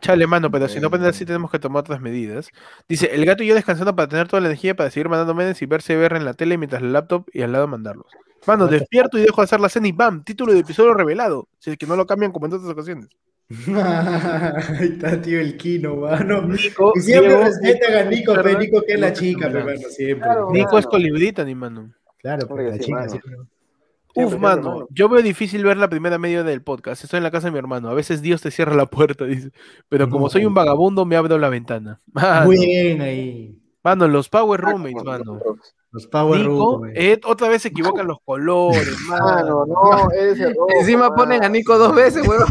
Chale, mano, pero si no
Bueno.
ponen así tenemos que tomar otras medidas. Dice, el gato y yo descansando para tener toda la energía para seguir mandando memes y verse ver en la tele mientras el laptop y al lado mandarlos. Mano,
What the
despierto y dejo de hacer la cena y ¡bam! Título de episodio revelado. Si es que no lo cambian como en otras ocasiones.
Ahí está, tío, el Kino, mano.
Nico,
Y siempre
Diego,
respetan a Nico, pe,
Ferdan,
Nico que es la
Nico
chica, pe,
Ferdan.
mano, siempre.
Claro,
Nico
mano.
es colibrita, ni mano.
Claro,
Porque
pues, la
sí,
chica
mano.
siempre.
Uf,
Siempre, siempre,
mano,
mano.
yo veo difícil ver la primera media del podcast. Estoy en la casa de mi hermano. A veces Dios te cierra la puerta, dice. Pero como soy un vagabundo, me abro la ventana. Mano,
Muy bien ahí.
mano, los Power Roommates, mano.
Los Power
Nico,
Rooms.
Ed, otra vez se equivocan los colores,
Ah,
mano.
Mano, Ah, no, ese ah. rojo,
Encima
mano.
ponen a Nico dos veces, weón.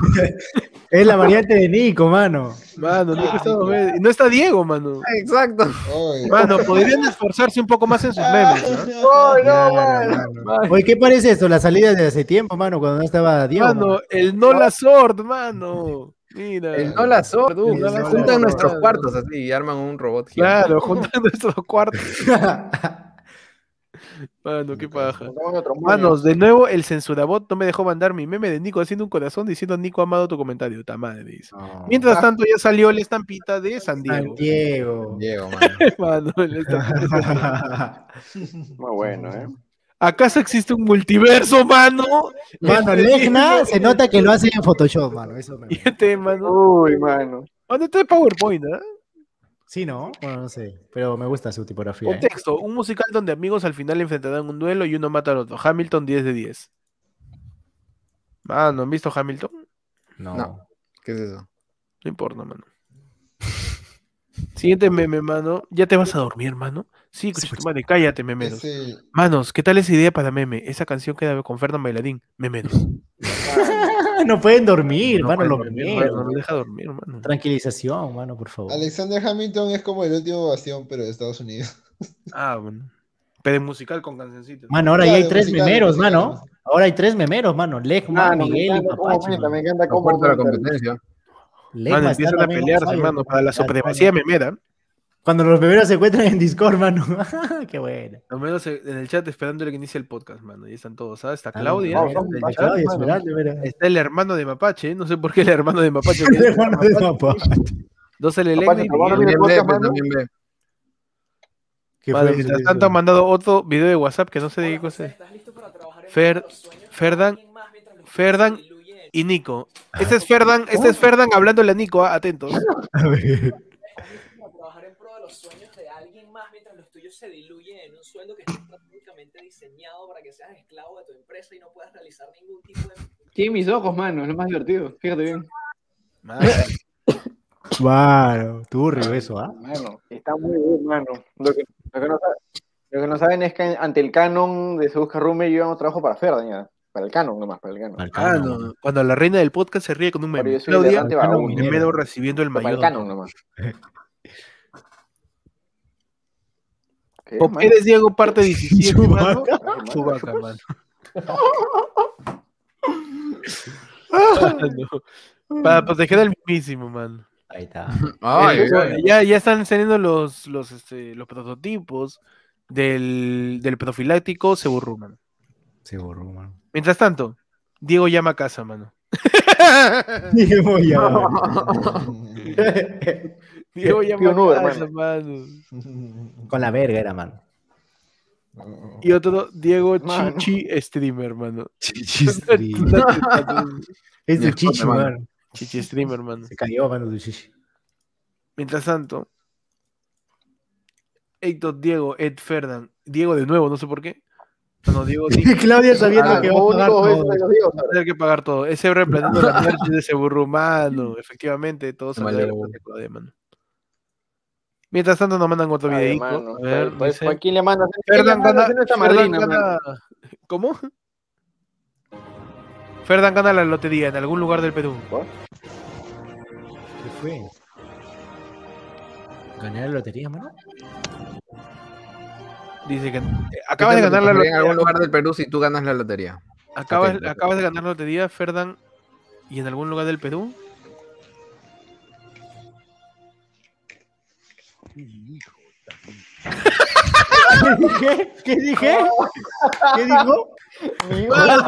Es la variante de Nico, mano.
Mano, Nico está dos veces. Y No está Diego, mano.
Exacto.
Oye,
Mano, podrían esforzarse un poco más en sus
Ah,
memes, ¿no?
¡Ay, no,
Claro,
mano!
mano. Oye, ¿qué parece esto? La salida de hace tiempo, mano, cuando no estaba Diego.
Mano, el no la sword, mano. Mira.
El no la so-
El no
Se
la
juntan
so-
nuestros
mano.
cuartos así y arman un robot gigante.
Claro, juntan nuestros cuartos.
mano.
Mano, qué paja.
Estamos en otro mundo.
Manos, de nuevo el censurabot no me dejó mandar mi meme de Nico haciendo un corazón diciendo Nico amado tu comentario, ta madre", dice. Mientras tanto ya salió la estampita de San
San
Diego.
Diego.
Diego, mano.
Mano, la estampita de San Diego.
Muy bueno, ¿eh?
¿Acaso existe un multiverso, mano?
Mano, Legna se nota que lo hace en Photoshop, mano. Eso me...
Este, mano.
Uy, mano.
Mano, esto es PowerPoint, ¿ah?
Sí, ¿no? Bueno, no sé. Pero me gusta su tipografía. ¿eh?
Contexto, un musical donde amigos al final enfrentarán un duelo y uno mata al otro. Hamilton 10 de 10. Mano, ¿han visto Hamilton?
No.
No. ¿Qué es eso?
No importa, mano. Siguiente meme, mano. ¿Ya te vas a dormir, mano? Sí, coche tu madre, cállate, memeros.
ese-
Manos, ¿qué tal esa idea para meme? Esa canción queda con Fernando Bailadín. Memeros.
¿eh? No pueden dormir,
No
mano.
puede
Los
dormir,
memeros.
mano, no deja dormir, mano.
Tranquilización, mano, por favor.
Alexander Hamilton es como el último bastión, pero de Estados Unidos.
Ah, bueno. Pero en musical con cancioncitas.
Mano, ahora ya
Claro,
hay tres
musical,
memeros,
musical.
mano. Ahora hay tres memeros, mano. Legma,
Mano, Ah, me
Miguel y
encanta cómo
Papache.
aumenta, me
mano.
encanta cómo
Aporta la
aumenta.
competencia.
Legma
Mano,
está
empiezan a
también
pelearse,
sabio,
hermano, para la
Tal cual.
supremacía memera.
Cuando los memeros se encuentran en Discord, mano. Qué bueno.
Al menos eh, en el chat esperándole que inicie el podcast, mano. Y están todos, ¿sabes? Está
Ah,
Claudia.
no,
está
no,
el
Ay,
chat,
Claudia,
mano.
esperate, mira.
Está el hermano de Mapache. No sé por qué el hermano de Mapache.
El hermano de Mapache.
Dos el elenco
Mapache,
y
por favor,
Miguel.
no viene
También
el podcast,
ve, pues,
mano.
también ve.
¿Qué
Mano,
fue
mientras
eso?
tanto han mandado otro video de WhatsApp que no sé de qué cosa es. Fer, Ferdan, Ferdan y Nico. Este es Ferdan, este es Ferdan hablándole a Nico, ah, atentos.
A ver.
para trabajar en pro de los sueños de alguien más mientras los tuyos se diluyen en un sueldo que está prácticamente diseñado para que seas esclavo de tu empresa y no puedas realizar ningún tipo de
Tiene mis ojos, mano, es lo más divertido. Fíjate bien.
Mano,
Claro, turbio eso, ¿ah?
Mano, está muy bien, mano. Lo que, lo que no, saben, lo que no saben es que ante el canon de Se Busca Rume yo hago trabajo para Ferdan, ya. Para el canon nomás, para el canon.
mano, cuando la reina del podcast se ríe con un
Pero
meme.
yo soy el
Claudia,
errante
Claudia,
vagabundo.
Minero.
primero recibiendo el
Pues Para el
mayor.
canon nomás. ¿Qué,
¿Por
mano?
qué eres Diego parte 17, mano?
Chubaca.
pues. Chubaca, mano. No. Para proteger al mismísimo, man.
Ahí está.
Ay,
Eh,
ay,
ya, ya están saliendo los, los, este, los prototipos del, del profiláctico Seburru, mano.
Se borró, mano.
Mientras tanto, Diego llama a casa, mano.
Diego ya.
Diego llama
un Uber,
a casa, mano.
Con la verga era, mano.
Y otro, Diego
Mano.
Chichi Streamer, mano.
Chichis.
Es
Ya,
de chichi,
mano.
mano.
Chichi Streamer, mano.
Se cayó, mano, de chichi.
Mientras tanto, Héctor Diego, Ed Ferdan. Diego de nuevo, no sé por qué. No, no, Diego dijo
Claudia sabiendo
Ah,
que
lo
va a pagar
único es
todo.
que los digo,
que tener que pagar todo. Ese replanteando la miércoles de ese burro, mano. Efectivamente, todos
Malo.
mano. Mientras tanto, nos mandan otro
Ay, pues,
videito.
mano,
A ver,
¿cuál-
dice-
cuál- ¿Quién le manda? ¿Quién le
Ferdan
manda
gana,
haciendo esta
Ferdan
madrina, mano?
gana- ¿Cómo? Ferdan gana la lotería en algún lugar del Perú.
¿Qué fue?
¿Gané la lotería, mano?
Dice que eh, acabas de ganar la
en algún
lotería.
lugar del Perú si tú ganas la lotería.
Acabas,
Ok, ok.
acabas de ganar la lotería, Ferdan, y en algún lugar del Perú.
¿Qué? ¿Qué dije? ¿Qué dijo? Ah,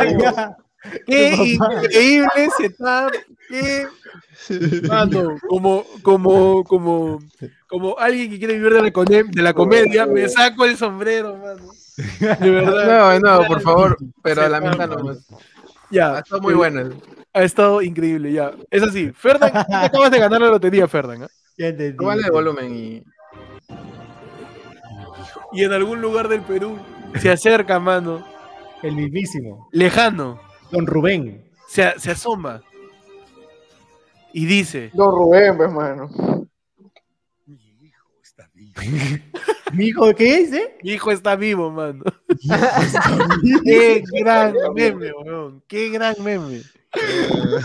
¡Qué
Tu papá.
increíble setup! ¡Qué mano! Como, como, como, como alguien que quiere vivir de la, conem- de la comedia, me saco el sombrero, mano. De verdad.
No, no, por favor, pero a la
Sí,
mierda
mano.
no. pues. Ha
Ya, eh,
estado muy bueno.
ha estado increíble, ya. Es así, Ferdan, tú te acabas de ganar la lotería, Ferdan. ¿ah?
Ya entendí.
Súbale el volumen y.
Y en algún lugar del Perú se acerca, mano,
El mismísimo.
lejano,
Don Rubén.
se, a- se asoma y dice...
Don Rubén, pues, mano.
¿Mi hijo qué dice?
Mi hijo está vivo, mano. Qué gran meme, weón. Qué gran meme.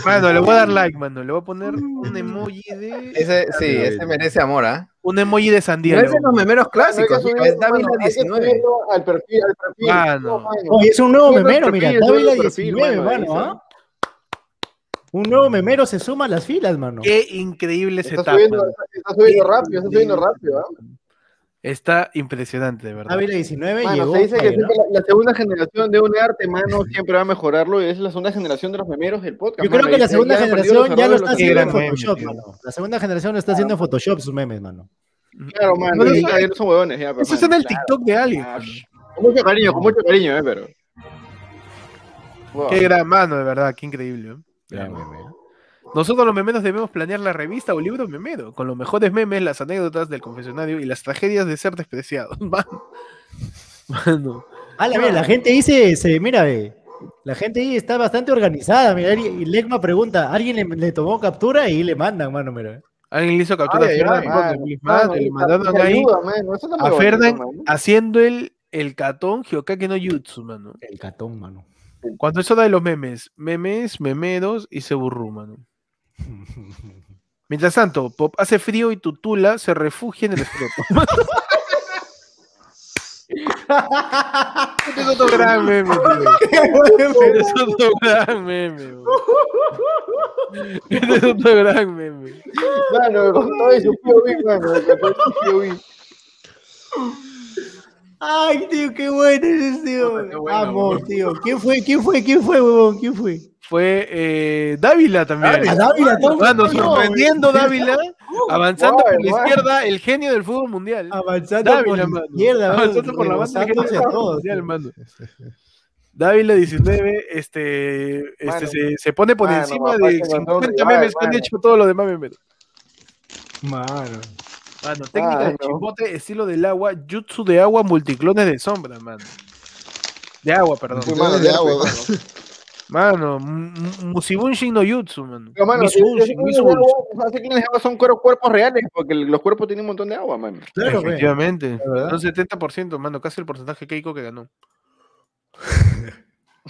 Mano, le voy a dar like, mano. Le voy a poner un emoji de.
Ese, sí, ese merece amor, ¿ah?
Un emoji de sandía.
No
le
es
voy
de
a
los
poner.
memeros clásicos.
Mano, hay que
mira, es
subirlo,
Dávila
mano, hay que
19.
subirlo Al perfil, al perfil.
Mano.
No, mano.
Oye, es un nuevo
Mira el
memero,
perfil,
mira.
mira el
Dávila
perfil,
19,
mano, ahí
mano. ¿ah? Un nuevo memero se suma a las filas, mano.
Qué increíble ese
Está
tap,
subiendo,
mano.
está subiendo rápido, está subiendo rápido, ¿ah?
Está impresionante, de verdad.
Dávila 19
Mano,
llegó.
se dice que
¿no?
siempre la, la segunda generación de un arte, mano, siempre va a mejorarlo y es la segunda generación de los memeros del podcast.
Yo creo
mano,
que
y
la
se-
segunda
ya han perdido los
generación ya lo
errores
está
los
Qué gran
haciendo en
meme,
Photoshop,
tío.
mano. La segunda generación lo está haciendo en Photoshop sus memes, mano.
Claro, mano,
No,
ya-
eso-
ya no son huevones, ya, pero,
Eso está en
mano,
el
claro.
TikTok de alguien.
Ah, Con mucho cariño, con mucho cariño, eh, pero. Wow.
Qué gran mano, de verdad. Qué increíble. ¿eh?
Gran meme.
Nosotros los memeros debemos planear la revista o libro memero, con los mejores memes, las anécdotas del confesionario y las tragedias de ser despreciados. Mano. Mano.
Ah, la, mira, la gente dice, se, mira, ve, la gente ahí está bastante organizada. Mira, y y Legma pregunta, ¿alguien le, le tomó captura y le mandan, mano? Mira.
Alguien le hizo captura
Ay,
a
ay,
Ferdan.
ay, mano,
Madre, madre,
mano,
le
y-
mandaron
y
ahí
ayuda, mano, eso está muy
a
bonito,
Ferdan
mano.
haciendo el, el catón Hyokake no Jutsu, mano.
El catón, mano.
Cuando eso da de los memes, memes, memedos y se burrú, mano. Mientras tanto, Pop hace frío y Tutula se refugia en el escroto. Este es otro gran meme, tío. Este es otro gran meme, bro. Este es otro gran meme.
Mano, con todo eso, POV, mano, con todo eso, POV.
Ay, tío, qué bueno ese tío.
Puta, qué bueno,
Vamos,
huevón.
tío. ¿Quién fue? ¿Quién fue? ¿Quién fue, huevón? ¿Quién fue?
Fue eh, Dávila también.
A Dávila, todo.
Mano, sorprendiendo Dávila, avanzando
guay,
por la
guay. Ah,
izquierda, el genio del fútbol mundial.
Avanzando
Dávila,
por la
mano.
izquierda, mano,
Avanzando por la banda, el genio
rebozándose
del
a
fútbol
todos.
pues,
mundial, mano. Dávila 19, este, este
Mano.
se, se pone por
Mano,
encima
papá,
de
que nos son
50
rivales,
memes que han
mano.
hecho todos los demás memes.
Mano.
Mano, técnica de
Mano.
chimbote, estilo del agua, jutsu de agua, multiclones de sombra, mano. De agua, perdón.
Pues,
Mano, de agua,
mano.
Mano, m- m- Musibunshin no jutsu, mano.
Pero, mano, si- si- si- si-
Misunshin, Misunshin.
agua- así que los agua son cuero- cuerpos reales, porque el- los cuerpos tienen un montón de agua, mano.
Claro, güey.
Efectivamente.
La verdad.
Un 70%, mano, casi el porcentaje Keiko que ganó.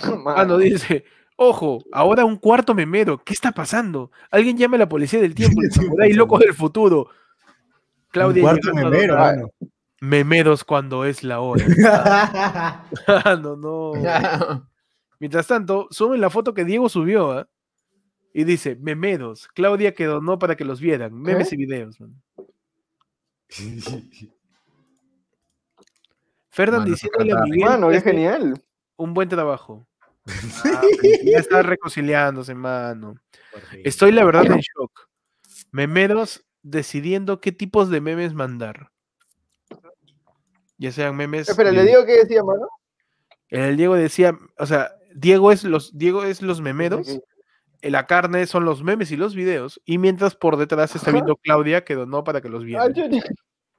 Ah, no,
Mano,
dice, ojo, ahora un cuarto memero, ¿qué está pasando? Alguien llame a la policía del tiempo, el samurái loco del futuro. Claudia
Un cuarto
llegando a
memero,
donar
mano.
memeros cuando es la hora. ah, no, no. Ah, Mientras tanto, suben la foto que Diego subió, ¿ah? Y dice, memedos, Claudia que donó para que los
¿Eh?
vieran, memes y videos. man. Fernan
Mano,
diciéndole a
Fernan.
Miguel
Mano,
que
qué
este-
genial.
un buen trabajo. Ah, ya está reconciliándose, mano. Estoy la verdad en shock. Memeros decidiendo qué tipos de memes mandar. Ya sean memes.
Espera,
de-
le digo que decía, mano.
El Diego decía, o sea, Diego es los, Diego es los memeros,
Ok.
eh, la carne son los memes y los videos, y mientras por detrás está viendo Claudia que donó para que los
Ah,
vieran.
chucha.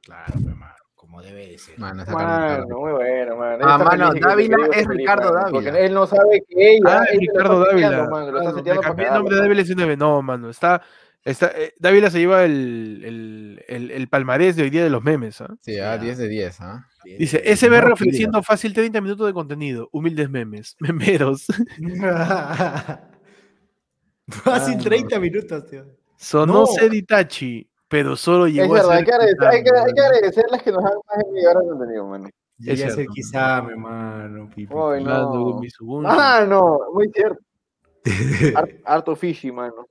Claro, pues, mano, como debe de ser.
Mano, esa
Mano,
Carmen
muy bueno, mano.
Ah,
Ella está
mano,
feliz de que
Dávila
te digo
es
feliz,
Ricardo
mano,
Dávila.
Porque él no sabe que ella.
Ah,
ella lo
Ricardo
está seteando,
Dávila.
mano, lo
Claro,
está
me
seteando para
cambié el
cagarla.
nombre de Dávila es una no, mano. Está, está, eh, Dávila se lleva el, el- el- el palmarés de hoy día de los memes. ¿ah?
Sí, ah, 10 de 10, ¿ah?
Dice, SBR ofreciendo fácil 30 minutos de contenido. Humildes memes. Memeros.
Fácil 30 minutos, tío.
Sonó
No.
Seditachi, pero solo
Es
llegó a
verdad,
ser
hay que, agradecer, hay, que, hay que
Kitame.
agradecer las que nos han más llegar al contenido, mano.
Llegué a
cierto,
ser
mano.
quizá, mi hermano. pi, pi, pi.
Ay,
Mano,
no.
mi segundo.
Ah, no, muy cierto. Har- Harto fishy, mano.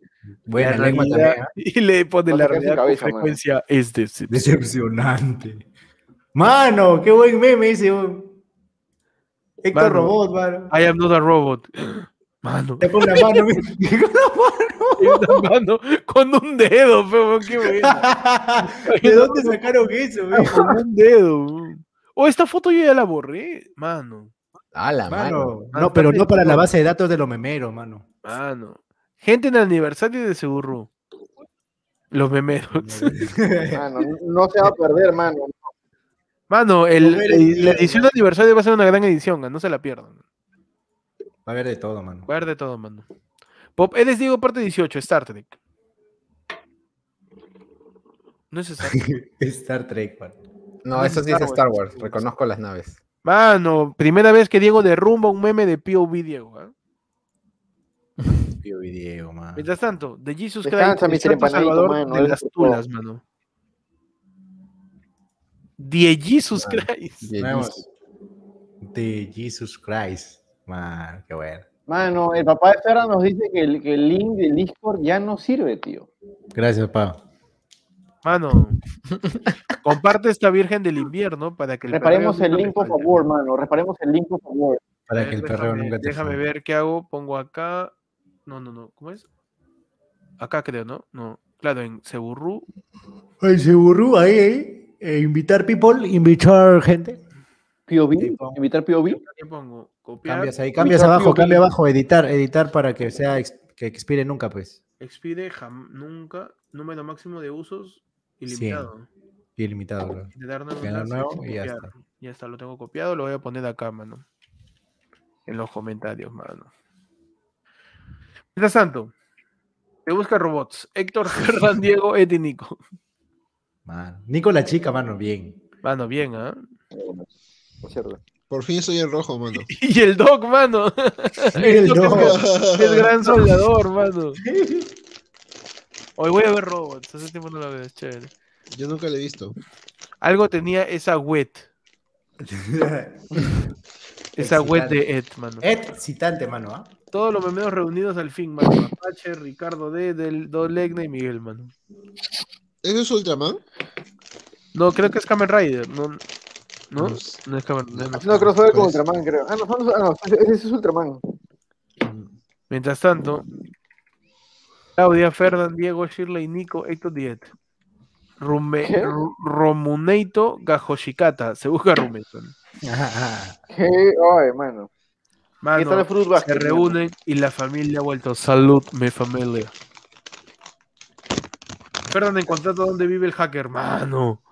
Buena
La lengua
realidad.
también, ¿ah?
Y le pone
Vas a
la
sacar tu
realidad
cabeza,
con
mano.
frecuencia es de
Decepcionante.
Mano, qué buen meme ese. weón. Héctor
Mano.
Robot, mano.
I am not a robot. Mano,
Está con la mano. mira. Con
una mano con un dedo, pero qué bueno.
la- ¿De dónde sacaron eso, güey?
Con un dedo. O esta foto yo ya la borré, mano.
A la Ah, mano.
Mano, no, pero no para la base de datos de los memeros, mano.
Mano. Gente en aniversario de Segurru. Los memeros.
Mano, no se va a perder, mano.
Mano, el,
Memeros,
el- la
tío,
edición de aniversario va a ser una gran edición, ah, no se la pierdan.
Va a haber de todo, mano.
Va a haber de todo, mano. Pop, eres Diego, parte 18, Star Trek. No es Star Trek.
Star Trek, mano.
No
No,
es
eso sí es
Star
Star Wars. Reconozco las naves.
Mano, primera vez que Diego derrumba un meme de POV Diego. ¿ah?
Pío video, mano.
Mientras tanto, de Jesus Christ,
Descansa,
el
Mr.
santo
Empanadito,
salvador
mano,
de
él
las
por favor.
tulas, mano. De Jesus Christ.
Y-
Vamos. De Jesus Christ. Man, qué bueno.
Mano, el papá de Ferra nos dice que el, que el link del Discord ya no sirve, tío.
Gracias, pa.
Mano, comparte esta Virgen del invierno para que el
Reparemos
perreo
el
nunca
link,
te
por
falte.
favor, mano. Reparemos el link, por favor.
A
Para
ver,
que el perreo
Eh, déjame,
nunca te
Déjame
falte.
ver qué hago. Pongo acá. No, no, no. ¿Cómo es? Acá creo, ¿no? No. Claro, en Seburru.
Ay, se burrú ahí, ahí. Eh, invitar people, invitar gente.
POV,
Tipo.
invitar POV.
¿Qué pongo? Copiar.
Cambias ahí,
Cambias
Pico,
abajo,
pico,
cambia
pico.
abajo, editar, editar para que sea ex- que expire nunca, pues.
Expide jam- nunca. Número máximo de usos
Cien.
ilimitado.
Ilimitado, bro.
Intentar no
Crear
anular,
nuevo
selección,
y ya
copiar.
está.
Ya está, lo tengo copiado. Lo voy a poner acá, mano. En los comentarios, mano. Mientras tanto, te busca robots. Héctor, Ferran, Diego, Ed y Nico.
Man. Nico la chica, mano, bien.
Mano, bien, ¿ah?
Por cierto.
Por fin soy el rojo, mano.
Y el Doc, mano.
El
Doc
Doc.
es- es gran soldador, mano. Hoy voy a ver robots. Hace tiempo no la veo, es chévere.
Yo nunca lo he visto.
Algo tenía esa wet. Esa wet de Ed, mano.
Eh.
Excitante, mano, ¿ah?
Todos los memeos reunidos al fin, mano. Apache, Ricardo D, del Dolegna y Miguel, mano.
¿Eso es Ultraman?
No, creo que es Kamen Rider. No, no, no es Kamen Rider.
No, crossover con
Pues.
Ultraman, creo. Ah, no, son los- ah, no, ese ese es Ultraman.
Mientras tanto, Claudia, Ferdan, Diego, Shirley, Nico, Héctor Diet. Rume,
¿Qué?
Ru- Romuneito Gajoshikata. Se busca Rumeito.
¿Qué? Ay, mano. ¿Qué
Mano,
tal el Fruit Basket?
se reúnen y la familia ha vuelto. Salud, mi familia. Ferdan, en contrato dónde vive el hacker, mano.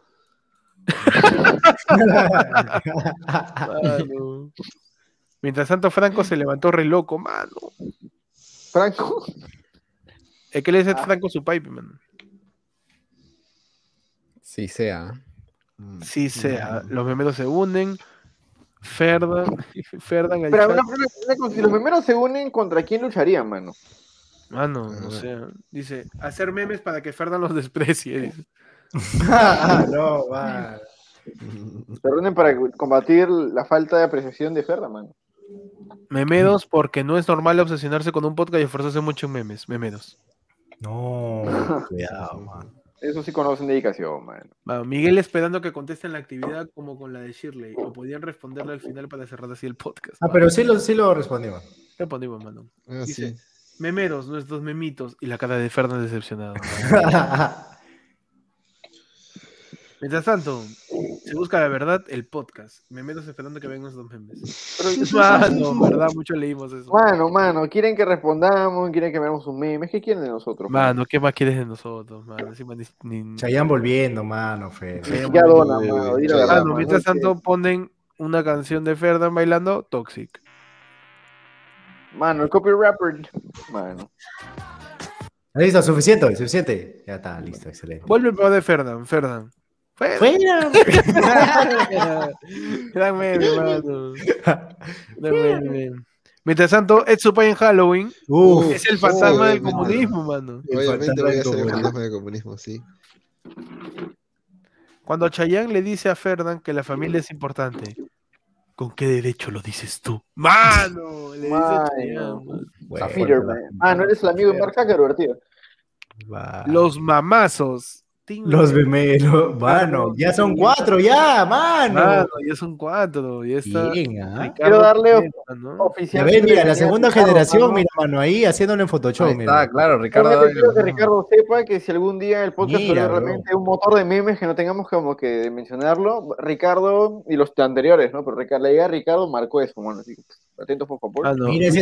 Mano. Mientras tanto, Franco se levantó re loco, mano.
Franco.
Es que le
Ah.
dice Franco su pipe, mano.
Sí, sea. ¿ah?
Sí sea, los memeros se unen. Ferdan, Ferdan, el
Pero
chat,
una, una- una cosa, si los memeros se unen, ¿contra quién lucharían, mano?
mano, Ah, no sé. Dice, hacer memes para que Ferdan los desprecie. dice.
no, va.
Se reúnen para combatir la falta de apreciación de Ferra, mano.
Memedos, porque no es normal obsesionarse con un podcast y esforzarse mucho en memes. Memedos.
No, cuidado, man.
Eso sí conocen dedicación, mano.
Va, Miguel esperando que contesten la actividad como con la de Shirley. O podían responderle al final para cerrar así el podcast.
Ah, pero sí lo, sí lo respondimos.
Respondimos, mano.
Ah, sí.
Dice, memeros, nuestros memitos. Y la cara de Fernández decepcionado. Mientras tanto, se busca la verdad el podcast. Memeros esperando que vengan nuestros memes. Mano, verdad, mucho leímos eso.
Mano, mano, quieren que respondamos, quieren que veamos un meme. ¿Qué quieren de nosotros?
Mano, ¿qué más quieres de nosotros, mano? Encima ni- ni-
Chayanne volviendo, mano, Fer.
mano? Ya dona, mano, di la verdad,
Mano,
mano,
mientras
es que-
tanto ponen una canción de Ferdan bailando Toxic.
Mano, el copy rapper. Mano.
Listo, suficiente, suficiente. Ya está, listo, excelente.
Vuelve el peor de Ferdan, Ferdan. Ferdan.
Fuera.
Gran meme, mano. Gran meme. Mientras tanto, Ed Supay en Halloween
Uf,
es el fantasma
oh,
del
mano.
comunismo, mano.
Obviamente voy a ser el
Fantasma.
fantasma del comunismo, sí.
Cuando Chayanne le dice a Ferdan que la familia es importante, ¿con qué derecho lo dices tú? ¡Mano! Le dice
Mano.
Chayanne, mano.
bueno,
Peter, man. Ah, no eres el amigo de Mark Zuckerberg, tío. Ah.
va.
Los mamazos. Ting.
Los memelos, mano, ya son cuatro, ya, mano.
Mano, ya son cuatro. Ya está.
Bien, ¿ah?
Ricardo
darle
Pineda, ¿no?
Ya
Oficial.
ves, mira, la
bienvenida,
segunda
Ricardo,
generación,
mano.
mira, mano, ahí haciéndolo en Photoshop,
Ahí está,
mira.
claro, Ricardo.
Solamente quiero que
Dávila.
Ricardo sepa que si algún día el podcast
Mira,
fuera
bro.
realmente un motor de memes que no tengamos como que mencionarlo, Ricardo y los anteriores, ¿no? Pero Rica- la idea de Ricardo marcó eso, mano. Así que, pues, atentos, por favor.
Mano,
Mira ese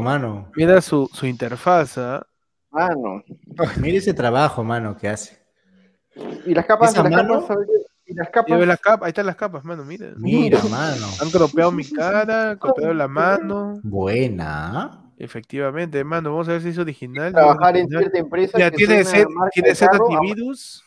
mano.
Ah, Mira su, su interfaz. ¿ah?
Mano.
Mira ese trabajo, mano, que hace.
Y las capas,
¿Esa
las
mano?
capas, ¿sabes qué? Y las
Ya
capas.
ve las capas, ahí están las capas, mano, mira.
Mira, mano.
Han cropeado mi cara, cropeado la mano.
Buena. ¿ah?
Efectivamente, mano, vamos a ver si es original.
Trabajar en
Original.
cierta empresa.
Ya
que sea
tiene
una
set,
marca
tiene
de
set
carro,
antivirus,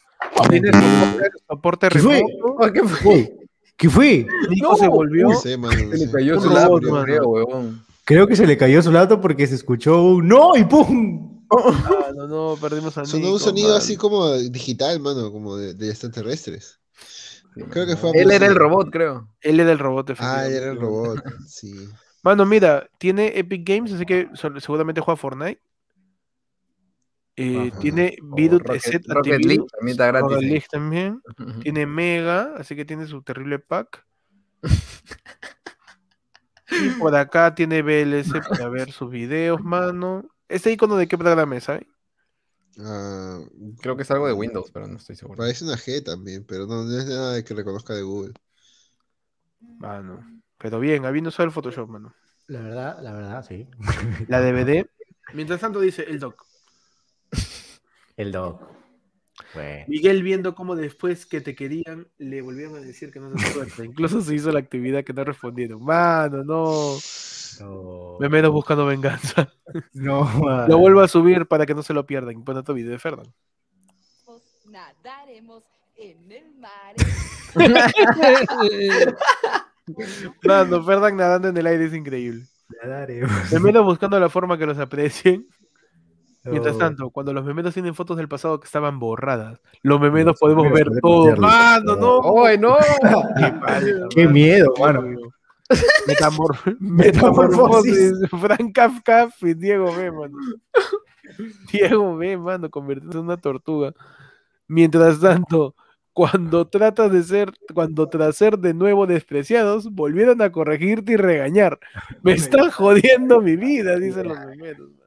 tiene soporte, soporte
¿Qué fue? Oh,
remoto.
¿Qué fue? ¿Qué fue?
Nico se volvió.
No sé, mano. no
Se le
sé.
cayó
Un
su
robot,
lápiz,
mano.
creo, huevón.
Creo que se le cayó su lado porque se escuchó un no y ¡pum!
Ah, no, no, perdimos a
Sonó
Nico,
un sonido
mano.
así como digital, mano, como de, de extraterrestres. Creo que fue.
Él era el robot, creo.
Él era el robot,
Ah,
efectivamente.
él era el robot, sí.
Mano, mira, tiene Epic Games, así que sol- seguramente juega Fortnite. Eh,
Ajá.
tiene
O
Virus
Rocket,
Set
Rocket League
Antivirus,
también está gratis.
Rocket
ahí.
League también. Tiene Mega, así que tiene su terrible pack. Y por acá tiene BLS para ver sus videos, mano. Este icono de qué programa sabe
Ah,
Creo que es algo de Windows, pero no estoy seguro.
parece una G también, pero no, no es nada de que reconozca de Google.
Mano. Pero bien, habiendo usado el Photoshop, mano.
La verdad, la verdad, sí.
La DVD. Mientras tanto dice el doc.
El doc. Bueno.
Miguel viendo cómo después que te querían, le volvieron a decir que no se suelta. Incluso se hizo la actividad que no respondieron. Mano, no.
No,
Memeros buscando venganza.
no, mano.
Lo vuelvo a subir para que no se lo pierdan. Pon otro video de Ferdan.
Nadaremos en el mar.
Mano, Ferdan nadando en el aire es increíble.
Nadaré, mano.
Memeros buscando la forma que los aprecien. Mientras tanto, cuando los memeros tienen fotos del pasado que estaban borradas, los memeros
Los
podemos
memeros
ver
podemos
todo.
verlo.
¡Mano, no!
¡Ay, no!
¡Qué, mal,
Qué
mano.
miedo, mano.
Metamor-
Metamorfosis.
Metamorfosis. Frank Kafka y Diego B, mano. Diego B, mano, convertido en una tortuga. Mientras tanto, cuando tratas de ser, cuando tras ser de nuevo despreciados, volvieron a corregirte y regañar. Me están jodiendo mi vida, dicen los memeros. mano.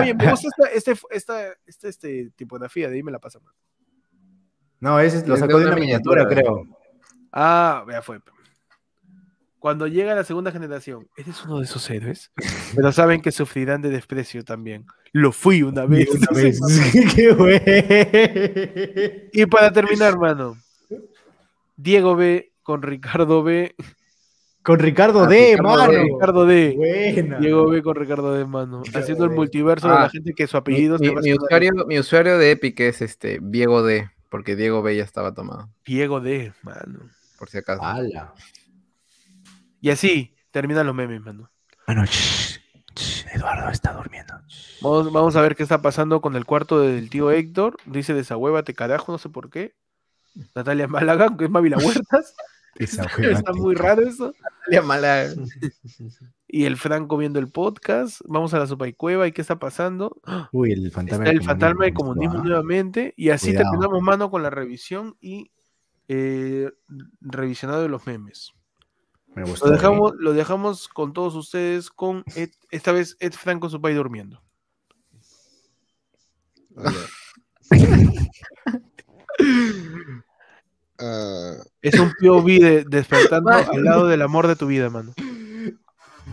Oye, me gusta esta, este, esta, esta este, tipografía, de ahí me la pasa. mano.
No, ese es- lo
Es de
sacó de
una
una miniatura,
miniatura,
creo.
Ah, ya fue. Cuando llega la segunda generación, eres uno de esos héroes, pero saben que sufrirán de desprecio también. Lo fui una vez.
Una vez. Qué bueno.
Y para terminar, mano, Diego B con Ricardo B.
Con Ah, Ricardo D, mano.
con Ricardo D.
Buena.
Diego B con Ricardo D, mano.
Ricardo
Haciendo el
D.
multiverso de
Ah,
la gente que su
Mi,
apellido
mi-
se va a
mi
sonar
usuario, mi usuario de Epic es este Diego D, porque Diego B ya estaba tomado,
Diego D, mano.
por si acaso.
Ala.
Y así terminan los memes, mano.
Mano, shh, shh, Eduardo está durmiendo. shh.
Vamos, vamos a ver qué está pasando con el cuarto del tío Héctor. Dice desahuévate carajo, no sé por qué. Natalia Málaga, que es Mávila Huertas.
Esa fue
Está
mate.
muy raro eso. Y el Franco viendo el podcast. Vamos a la sopa y cueva. ¿Y qué está pasando?
Uy, el fantasma
Está
del
el fantasma del
comunismo,
comunismo
ah.
nuevamente. Y así
Cuidado.
terminamos mano con la revisión y eh, revisionado de los memes.
Me
Pues
gustó.
eh.
Lo dejamos, lo dejamos con todos ustedes con Ed- esta vez Ed Franco su país durmiendo.
Ah,
Es un POV de, despertando al lado del amor de tu vida, mano.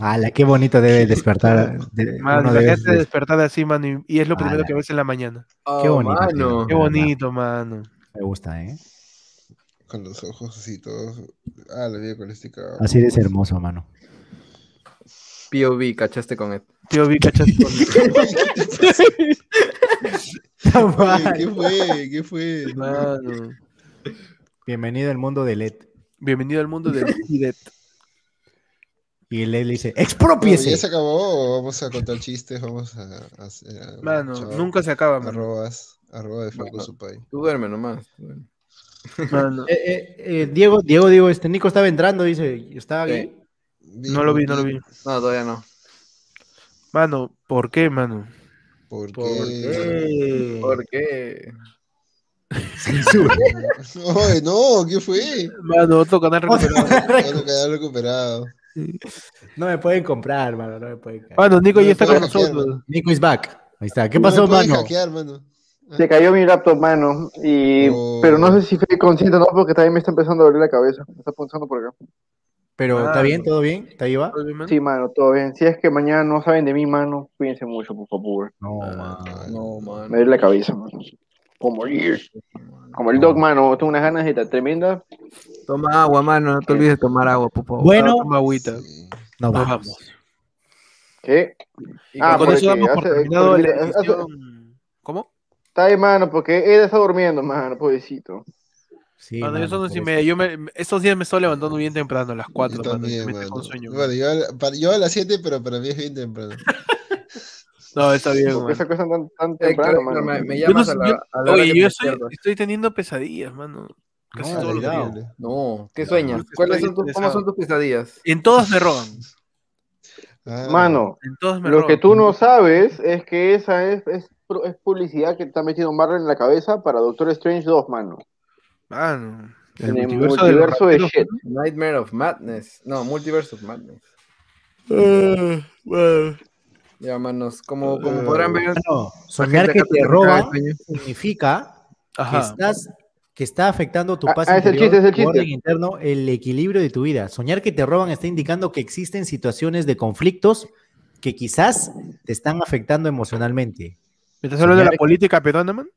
Ala, qué bonito debe despertar. de-
Mano,
uno debe
imagínate
des-
despertar así, mano, y, y es lo primero
Ala.
que ves en pues. Ah, la mañana.
Qué bonito. tío,
Qué
de verdad.
bonito, mano.
Me gusta, ¿eh?
Con los ojos así todos. Ah, la vida con este cabrón.
Así de hermoso, mano.
POV, cachaste con él.
POV, cachaste con
Oye, ¿Qué fue? ¿Qué fue?
Mano.
Bienvenido al mundo
E
de LED.
Bienvenido al mundo del Idet.
Y
E
LED le dice,
Bueno, ¿Ya se
¡expropiese!
acabó o vamos a contar chistes? Vamos a, a hacer algo?
Mano,
Chao.
nunca se acaba, mano.
Arrobas, arroba de Franco Supay.
Tú duerme nomás. tú duerme.
Mano,
Eh, eh, eh, Diego, Diego, digo, este Nico estaba entrando, dice, estaba aquí.
no lo vi, no lo vi.
No, todavía no.
Mano, ¿por qué, mano?
¿Por
¿Por
qué?
eh,
qué? ¿Por qué?
Oye, no, ¿qué fue?
Mano, otro canal recuperado.
Bueno, quedó recuperado.
No me pueden comprar, mano, no me pueden comprar.
Mano, Nico ya está
No me
con
pueden hackear,
nosotros.
Nico is back. Ahí está. ¿Qué
No
pasó,
me pueden
mano?
hackear, mano.
ah, Se cayó mi laptop, mano. Y...
Oh.
Pero no sé si fue consciente o no, porque también me está empezando a doler la cabeza. Me está punzando por acá.
Pero, ¿está
Mano.
bien? ¿Todo bien? ¿Está ahí va?
Sí, mano, todo bien. Si es que mañana no saben de mí, mano, cuídense mucho, por favor.
No, mano.
Ah, No, mano.
Me duele la cabeza, mano. Como el, como el dog, mano. Tengo unas ganas de la tremenda.
Toma agua, mano. No te olvides de tomar agua, por favor.
Bueno,
Toma agüita.
no
Nos
vamos.
vamos.
¿Qué?
Y
Ah,
con
porque
eso damos por
hace-
terminado
porque
la
hace-
edición. ¿Cómo?
Está ahí, mano, porque él está durmiendo, mano, pobrecito.
Sí,
Mano,
mano,
Ah, yo son once y
pobrecito.
media. Yo me, estos días me estoy levantando bien temprano, a las 4,
Yo también,
me
mano.
con sueño.
Bueno, yo a, la- para- yo a las 7, pero para mí es bien temprano.
No, está bien,
Porque
mano.
esa cosa tan, tan
Eh,
temprano,
Héctor,
mano.
me, me
Yo no
llamas
sé-
a la,
yo-
a la hora
oye,
que
yo
me
estoy,
despierto.
estoy teniendo pesadillas, mano. Casi
No,
todos los
cuidado.
días.
No, ¿qué sueñas?
estoy
¿Cuáles son tus, ¿Cómo
estresado.
son tus pesadillas?
En todas me roban.
Ah,
Mano,
En todas me
lo
roban.
que tú no sabes es que esa es, es, pro- es publicidad que te está metiendo Marvel en la cabeza para Doctor Strange 2, mano.
Mano,
En el
multiverso de los
multiverso de,
rateros,
shit.
Nightmare of Madness. No, Multiverse of Madness. Ya, manos, como, como podrán ver.
Mano, soñar
gente
que
acá
te
te
roba
caga de sueño.
significa que
Ajá.
estás que está afectando tu
Ah,
paz
ah, es el
interior,
chiste, es el
tu
chiste.
orden interno, el equilibrio de tu vida. Soñar que te roban está indicando que existen situaciones de conflictos que quizás te están afectando emocionalmente.
¿Me estás hablando de
Señores-
la política peruana, man?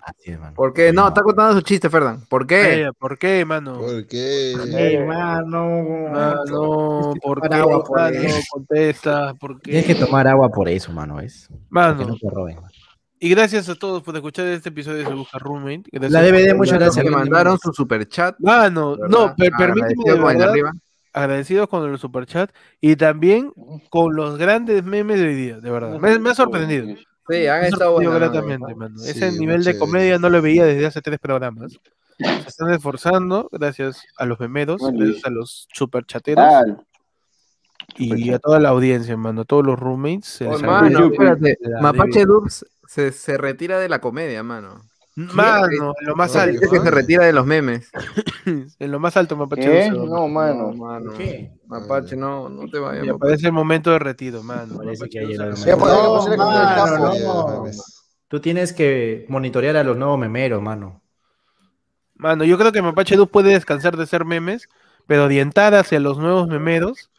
Así es, mano.
¿Por qué? No, está contando su chiste, Fernán. ¿Por qué?
Eh, ¿Por qué, mano?
¿Por qué?
Ey, mano.
Mano, ¿por qué?
agua, por
mano?
eso.
Contesta, ¿por qué?
Tienes que tomar agua por eso, mano, ¿ves? Que
Mano,
no te roben. mano.
y gracias a todos por escuchar este episodio de Se Busca Roommate. Gracias
La
a
DVD,
todos
muchas
los
gracias.
Me mandaron su superchat.
Mano,
¿verdad?
no, per- permíteme
Agradecido
de
con el de
verdad,
arriba.
agradecidos con el superchat y también con los grandes memes de hoy día, de verdad. Me, me ha sorprendido.
Sí, han
Me ha
estado
sorprendido
buenos,
gratamente, mano.
Sí,
Ese
muy
nivel de
chévere.
comedia no lo veía desde hace tres programas. Se están esforzando gracias a los memeros,
Bueno.
gracias a los superchateros
Ah,
y a toda la audiencia, mano. A todos los roommates. se
Oh,
les
mano,
agradece.
espérate.
La
Mapache
debí.
Dubs se, se retira de la comedia, mano.
Mano, en lo más
¿Qué?
alto.
Es que
Ah.
se retira de los memes.
En lo más alto, Mapache.
¿Qué?
Dulce,
¿Eh? No, mano.
mano.
¿Qué?
Mapache, no, no te vayas.
Me
Mapache.
parece el momento de retiro, mano.
Parece
Mapache
que ha
Dulce,
llegado el
se
Ya, pues, hay que
No,
ponerle como
mano,
el capo.
no.
Ya, mames.
Tú tienes que monitorear a los nuevos memeros, mano.
Mano, yo creo que Mapache Du puede descansar de ser memes, pero orientar hacia los nuevos memeros,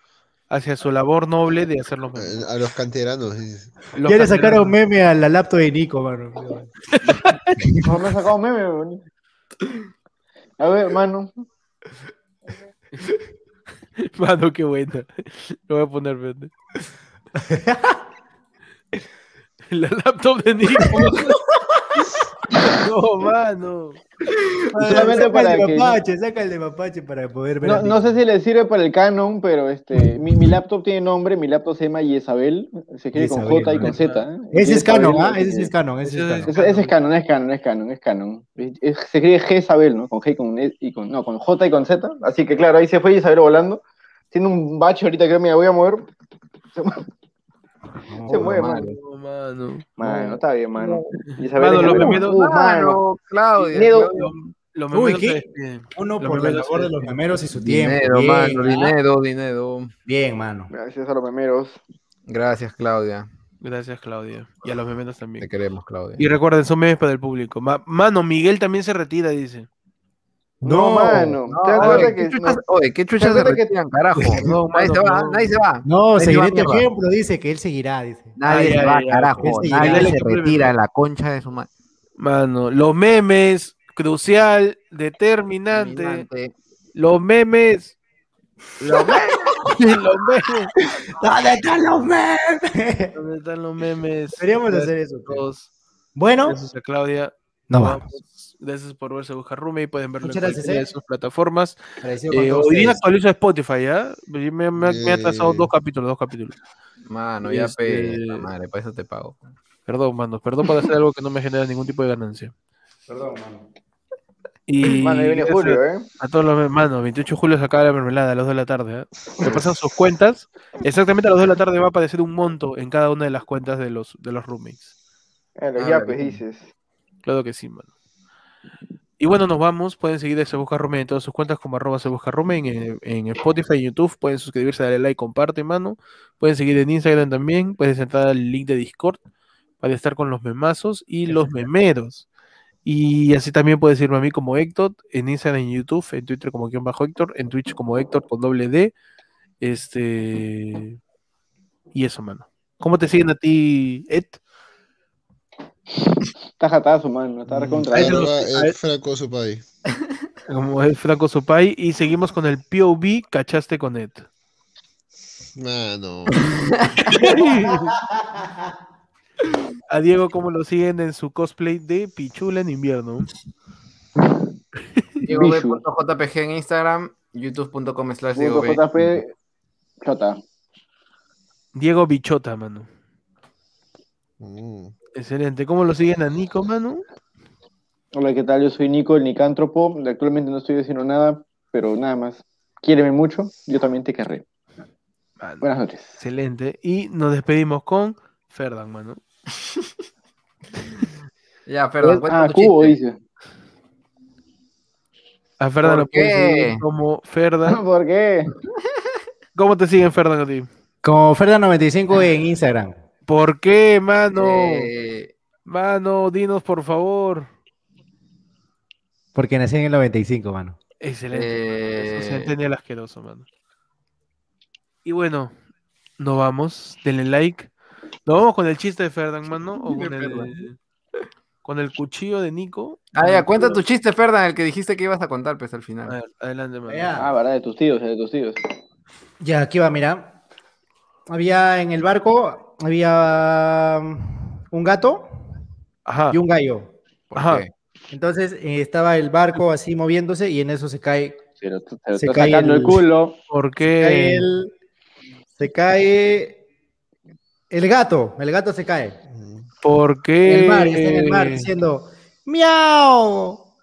hacia su labor noble de hacer los memes.
A los canteranos. dices.
Los
Quiere sacar a
canteranos.
un meme a la laptop de Nico, mano.
No me ha sacado meme, weón. A ver, mano.
Mano, qué buena. Lo voy a poner verde. La laptop de Nico. No, mano.
Solamente
Ah, saca
para
el de
que-
mapache, saca el de mapache para poder ver.
No,
a mi-
no sé si le sirve para el Canon, pero este, mi, mi laptop tiene nombre, mi laptop se llama Yesabel, se escribe con
Yesabel,
J y
¿no?
con Z. ¿eh?
Ese es
Yesabel,
Canon, ¿ah?
eh,
Ese sí es Canon, ese sí es
Ese
Canon.
ese es Canon, es Canon, es Canon, es Canon. Es- se escribe Jezabel, ¿no? Con G y con, E- y con, no, con J y con Z. Así que claro, ahí se fue Yesabel volando. Tiene un bache ahorita que me voy a mover. Se, mu- se mueve, mano.
mano.
Mano, está bien, mano. Yesabel,
Mano, los
Yesabel.
memeros.
Uh, mano.
Mano, Oh, Claudia.
Miedo.
Claudia, Los
Uy,
memeros.
¿qué?
se despiden.
Uno
Los
por el
memeros
labor
se
de los
despiden.
memeros y su tiempo.
Dinero,
Bien,
mano,
¿ah?
dinero, dinero.
Bien, mano.
Gracias a los memeros.
Gracias, Claudia.
Gracias, Claudia. Y a los memeros también.
Te queremos, Claudia.
Y recuerden, son memes para el público. Ma- mano, Miguel también se retira, dice.
No, mano. ¿Te das
Oye,
cuenta
¿qué
que
chuchas-
no-
Oye, ¿qué
Te
chuchas se
das cuenta que-
retiran, carajo?
No,
nadie se
mano,
va,
no.
nadie se va.
No,
Nadie se va,
seguiré tu
mierda.
ejemplo, dice que él seguirá, dice.
Nadie
Ay,
se
ay,
va,
ay,
carajo.
ese
Nadie
irá.
se retira en la concha de su madre.
Mano, los memes, crucial, determinante.
Dominante.
Los memes. Los memes. los memes.
¿Dónde están los memes?
¿Dónde están los memes?
Deberíamos
Gracias
hacer eso,
a todos.
Bueno,
Gracias a Claudia.
nos
Vamos.
vamos.
Gracias por verse Buscar Rume y pueden verlo
Muchas
en
gracias,
cualquiera
eh.
de sus plataformas.
Agradecido con
Eh,
todos
hoy día
ustedes.
actualizo Spotify, ¿ya? Me, me- me ha- me ha atrasado
Eh.
dos capítulos, dos capítulos.
Mano, ya
Este-
pe, la madre, para eso te pago.
Perdón, mano. Perdón por hacer algo que no me genera ningún tipo de ganancia.
Perdón, mano.
Y
Mano, ahí viene
gracias
Julio, ¿eh?
A todos los hermanos, 28 de julio se acaba la mermelada a las 2 de la tarde. ¿eh? Me pasan sus cuentas. Exactamente a las 2 de la tarde va a aparecer un monto en cada una de las cuentas de los, de los roommates.
Eh, los
Ah,
yapes,
verdad.
dices.
Claro que sí, mano. Y bueno, nos vamos. Pueden seguir a Se Busca Roommate en todas sus cuentas como arroba Se Busca Roommate en, eh, en Spotify, en YouTube. Pueden suscribirse, darle like, comparte, mano. Pueden seguir en Instagram también. Pueden entrar al link de Discord para estar con los memazos y los memeros. Y así también puedes irme a mí como Héctor, en Instagram, en YouTube, en Twitter como guión bajo Héctor, en Twitch como Héctor con doble D. Este. Y eso, mano. ¿Cómo te siguen a ti, Ed?
Está jatazo, mano. Está recontra.
Ahí te lo-
Arroba
ahí-
Ed Franco Supai.
Como es Franco Sopay. Y seguimos con el POV, cachaste con Ed.
Mano.
A Diego, ¿cómo lo siguen en su cosplay de Pichula en invierno?
DiegoB.jpg en Instagram, youtube.com slash
Punto
DiegoB.
JP. Chota.
Diego Bichota, mano.
Mm.
Excelente. ¿Cómo lo siguen a Nico, mano?
Hola, ¿qué tal? Yo soy Nico, el nicántropo. Actualmente no estoy diciendo nada, pero nada más. Quiéreme mucho, yo también te querré.
Mano,
Buenas noches.
Excelente. Y nos despedimos con Ferdan, mano.
Ya, perdón, cuenta
ah,
tu
Cubo
chiste.
dice.
A Ferdan
¿Por
lo pueden seguir
qué?
como Ferdan.
¿Por qué?
¿Cómo te siguen, Ferdan, a ti?
Como Ferda95 en Instagram.
¿Por qué, mano?
Eh,
Mano, dinos, por favor.
Porque nací en el 95, mano.
Excelente. mano. Eso se
Eh.
entendía el asqueroso, mano. Y bueno, nos vamos. Denle like. ¿Nos vamos con el chiste de Ferdan, mano? ¿O con el, con el cuchillo de Nico?
Ah, ya, cuenta tu chiste, Ferdan, el que dijiste que ibas a contar, pues al
Ah,
A
final.
ver, adelante, mano.
Ya.
Ah, verdad, de tus tíos, de tus tíos.
Ya, aquí va, mira. Había en el barco, había mm, un gato
Ajá.
y un gallo.
¿Por
Ajá.
qué?
Entonces eh, estaba el barco así moviéndose y en eso se cae,
Se lo, se lo
Se
está
cae
sacando el,
el-
culo.
¿Por
cae
qué?
el, se cae el gato, el gato se cae.
hum.
¿Por
En
qué? Eh.
el mar, y está en el mar diciendo, miau,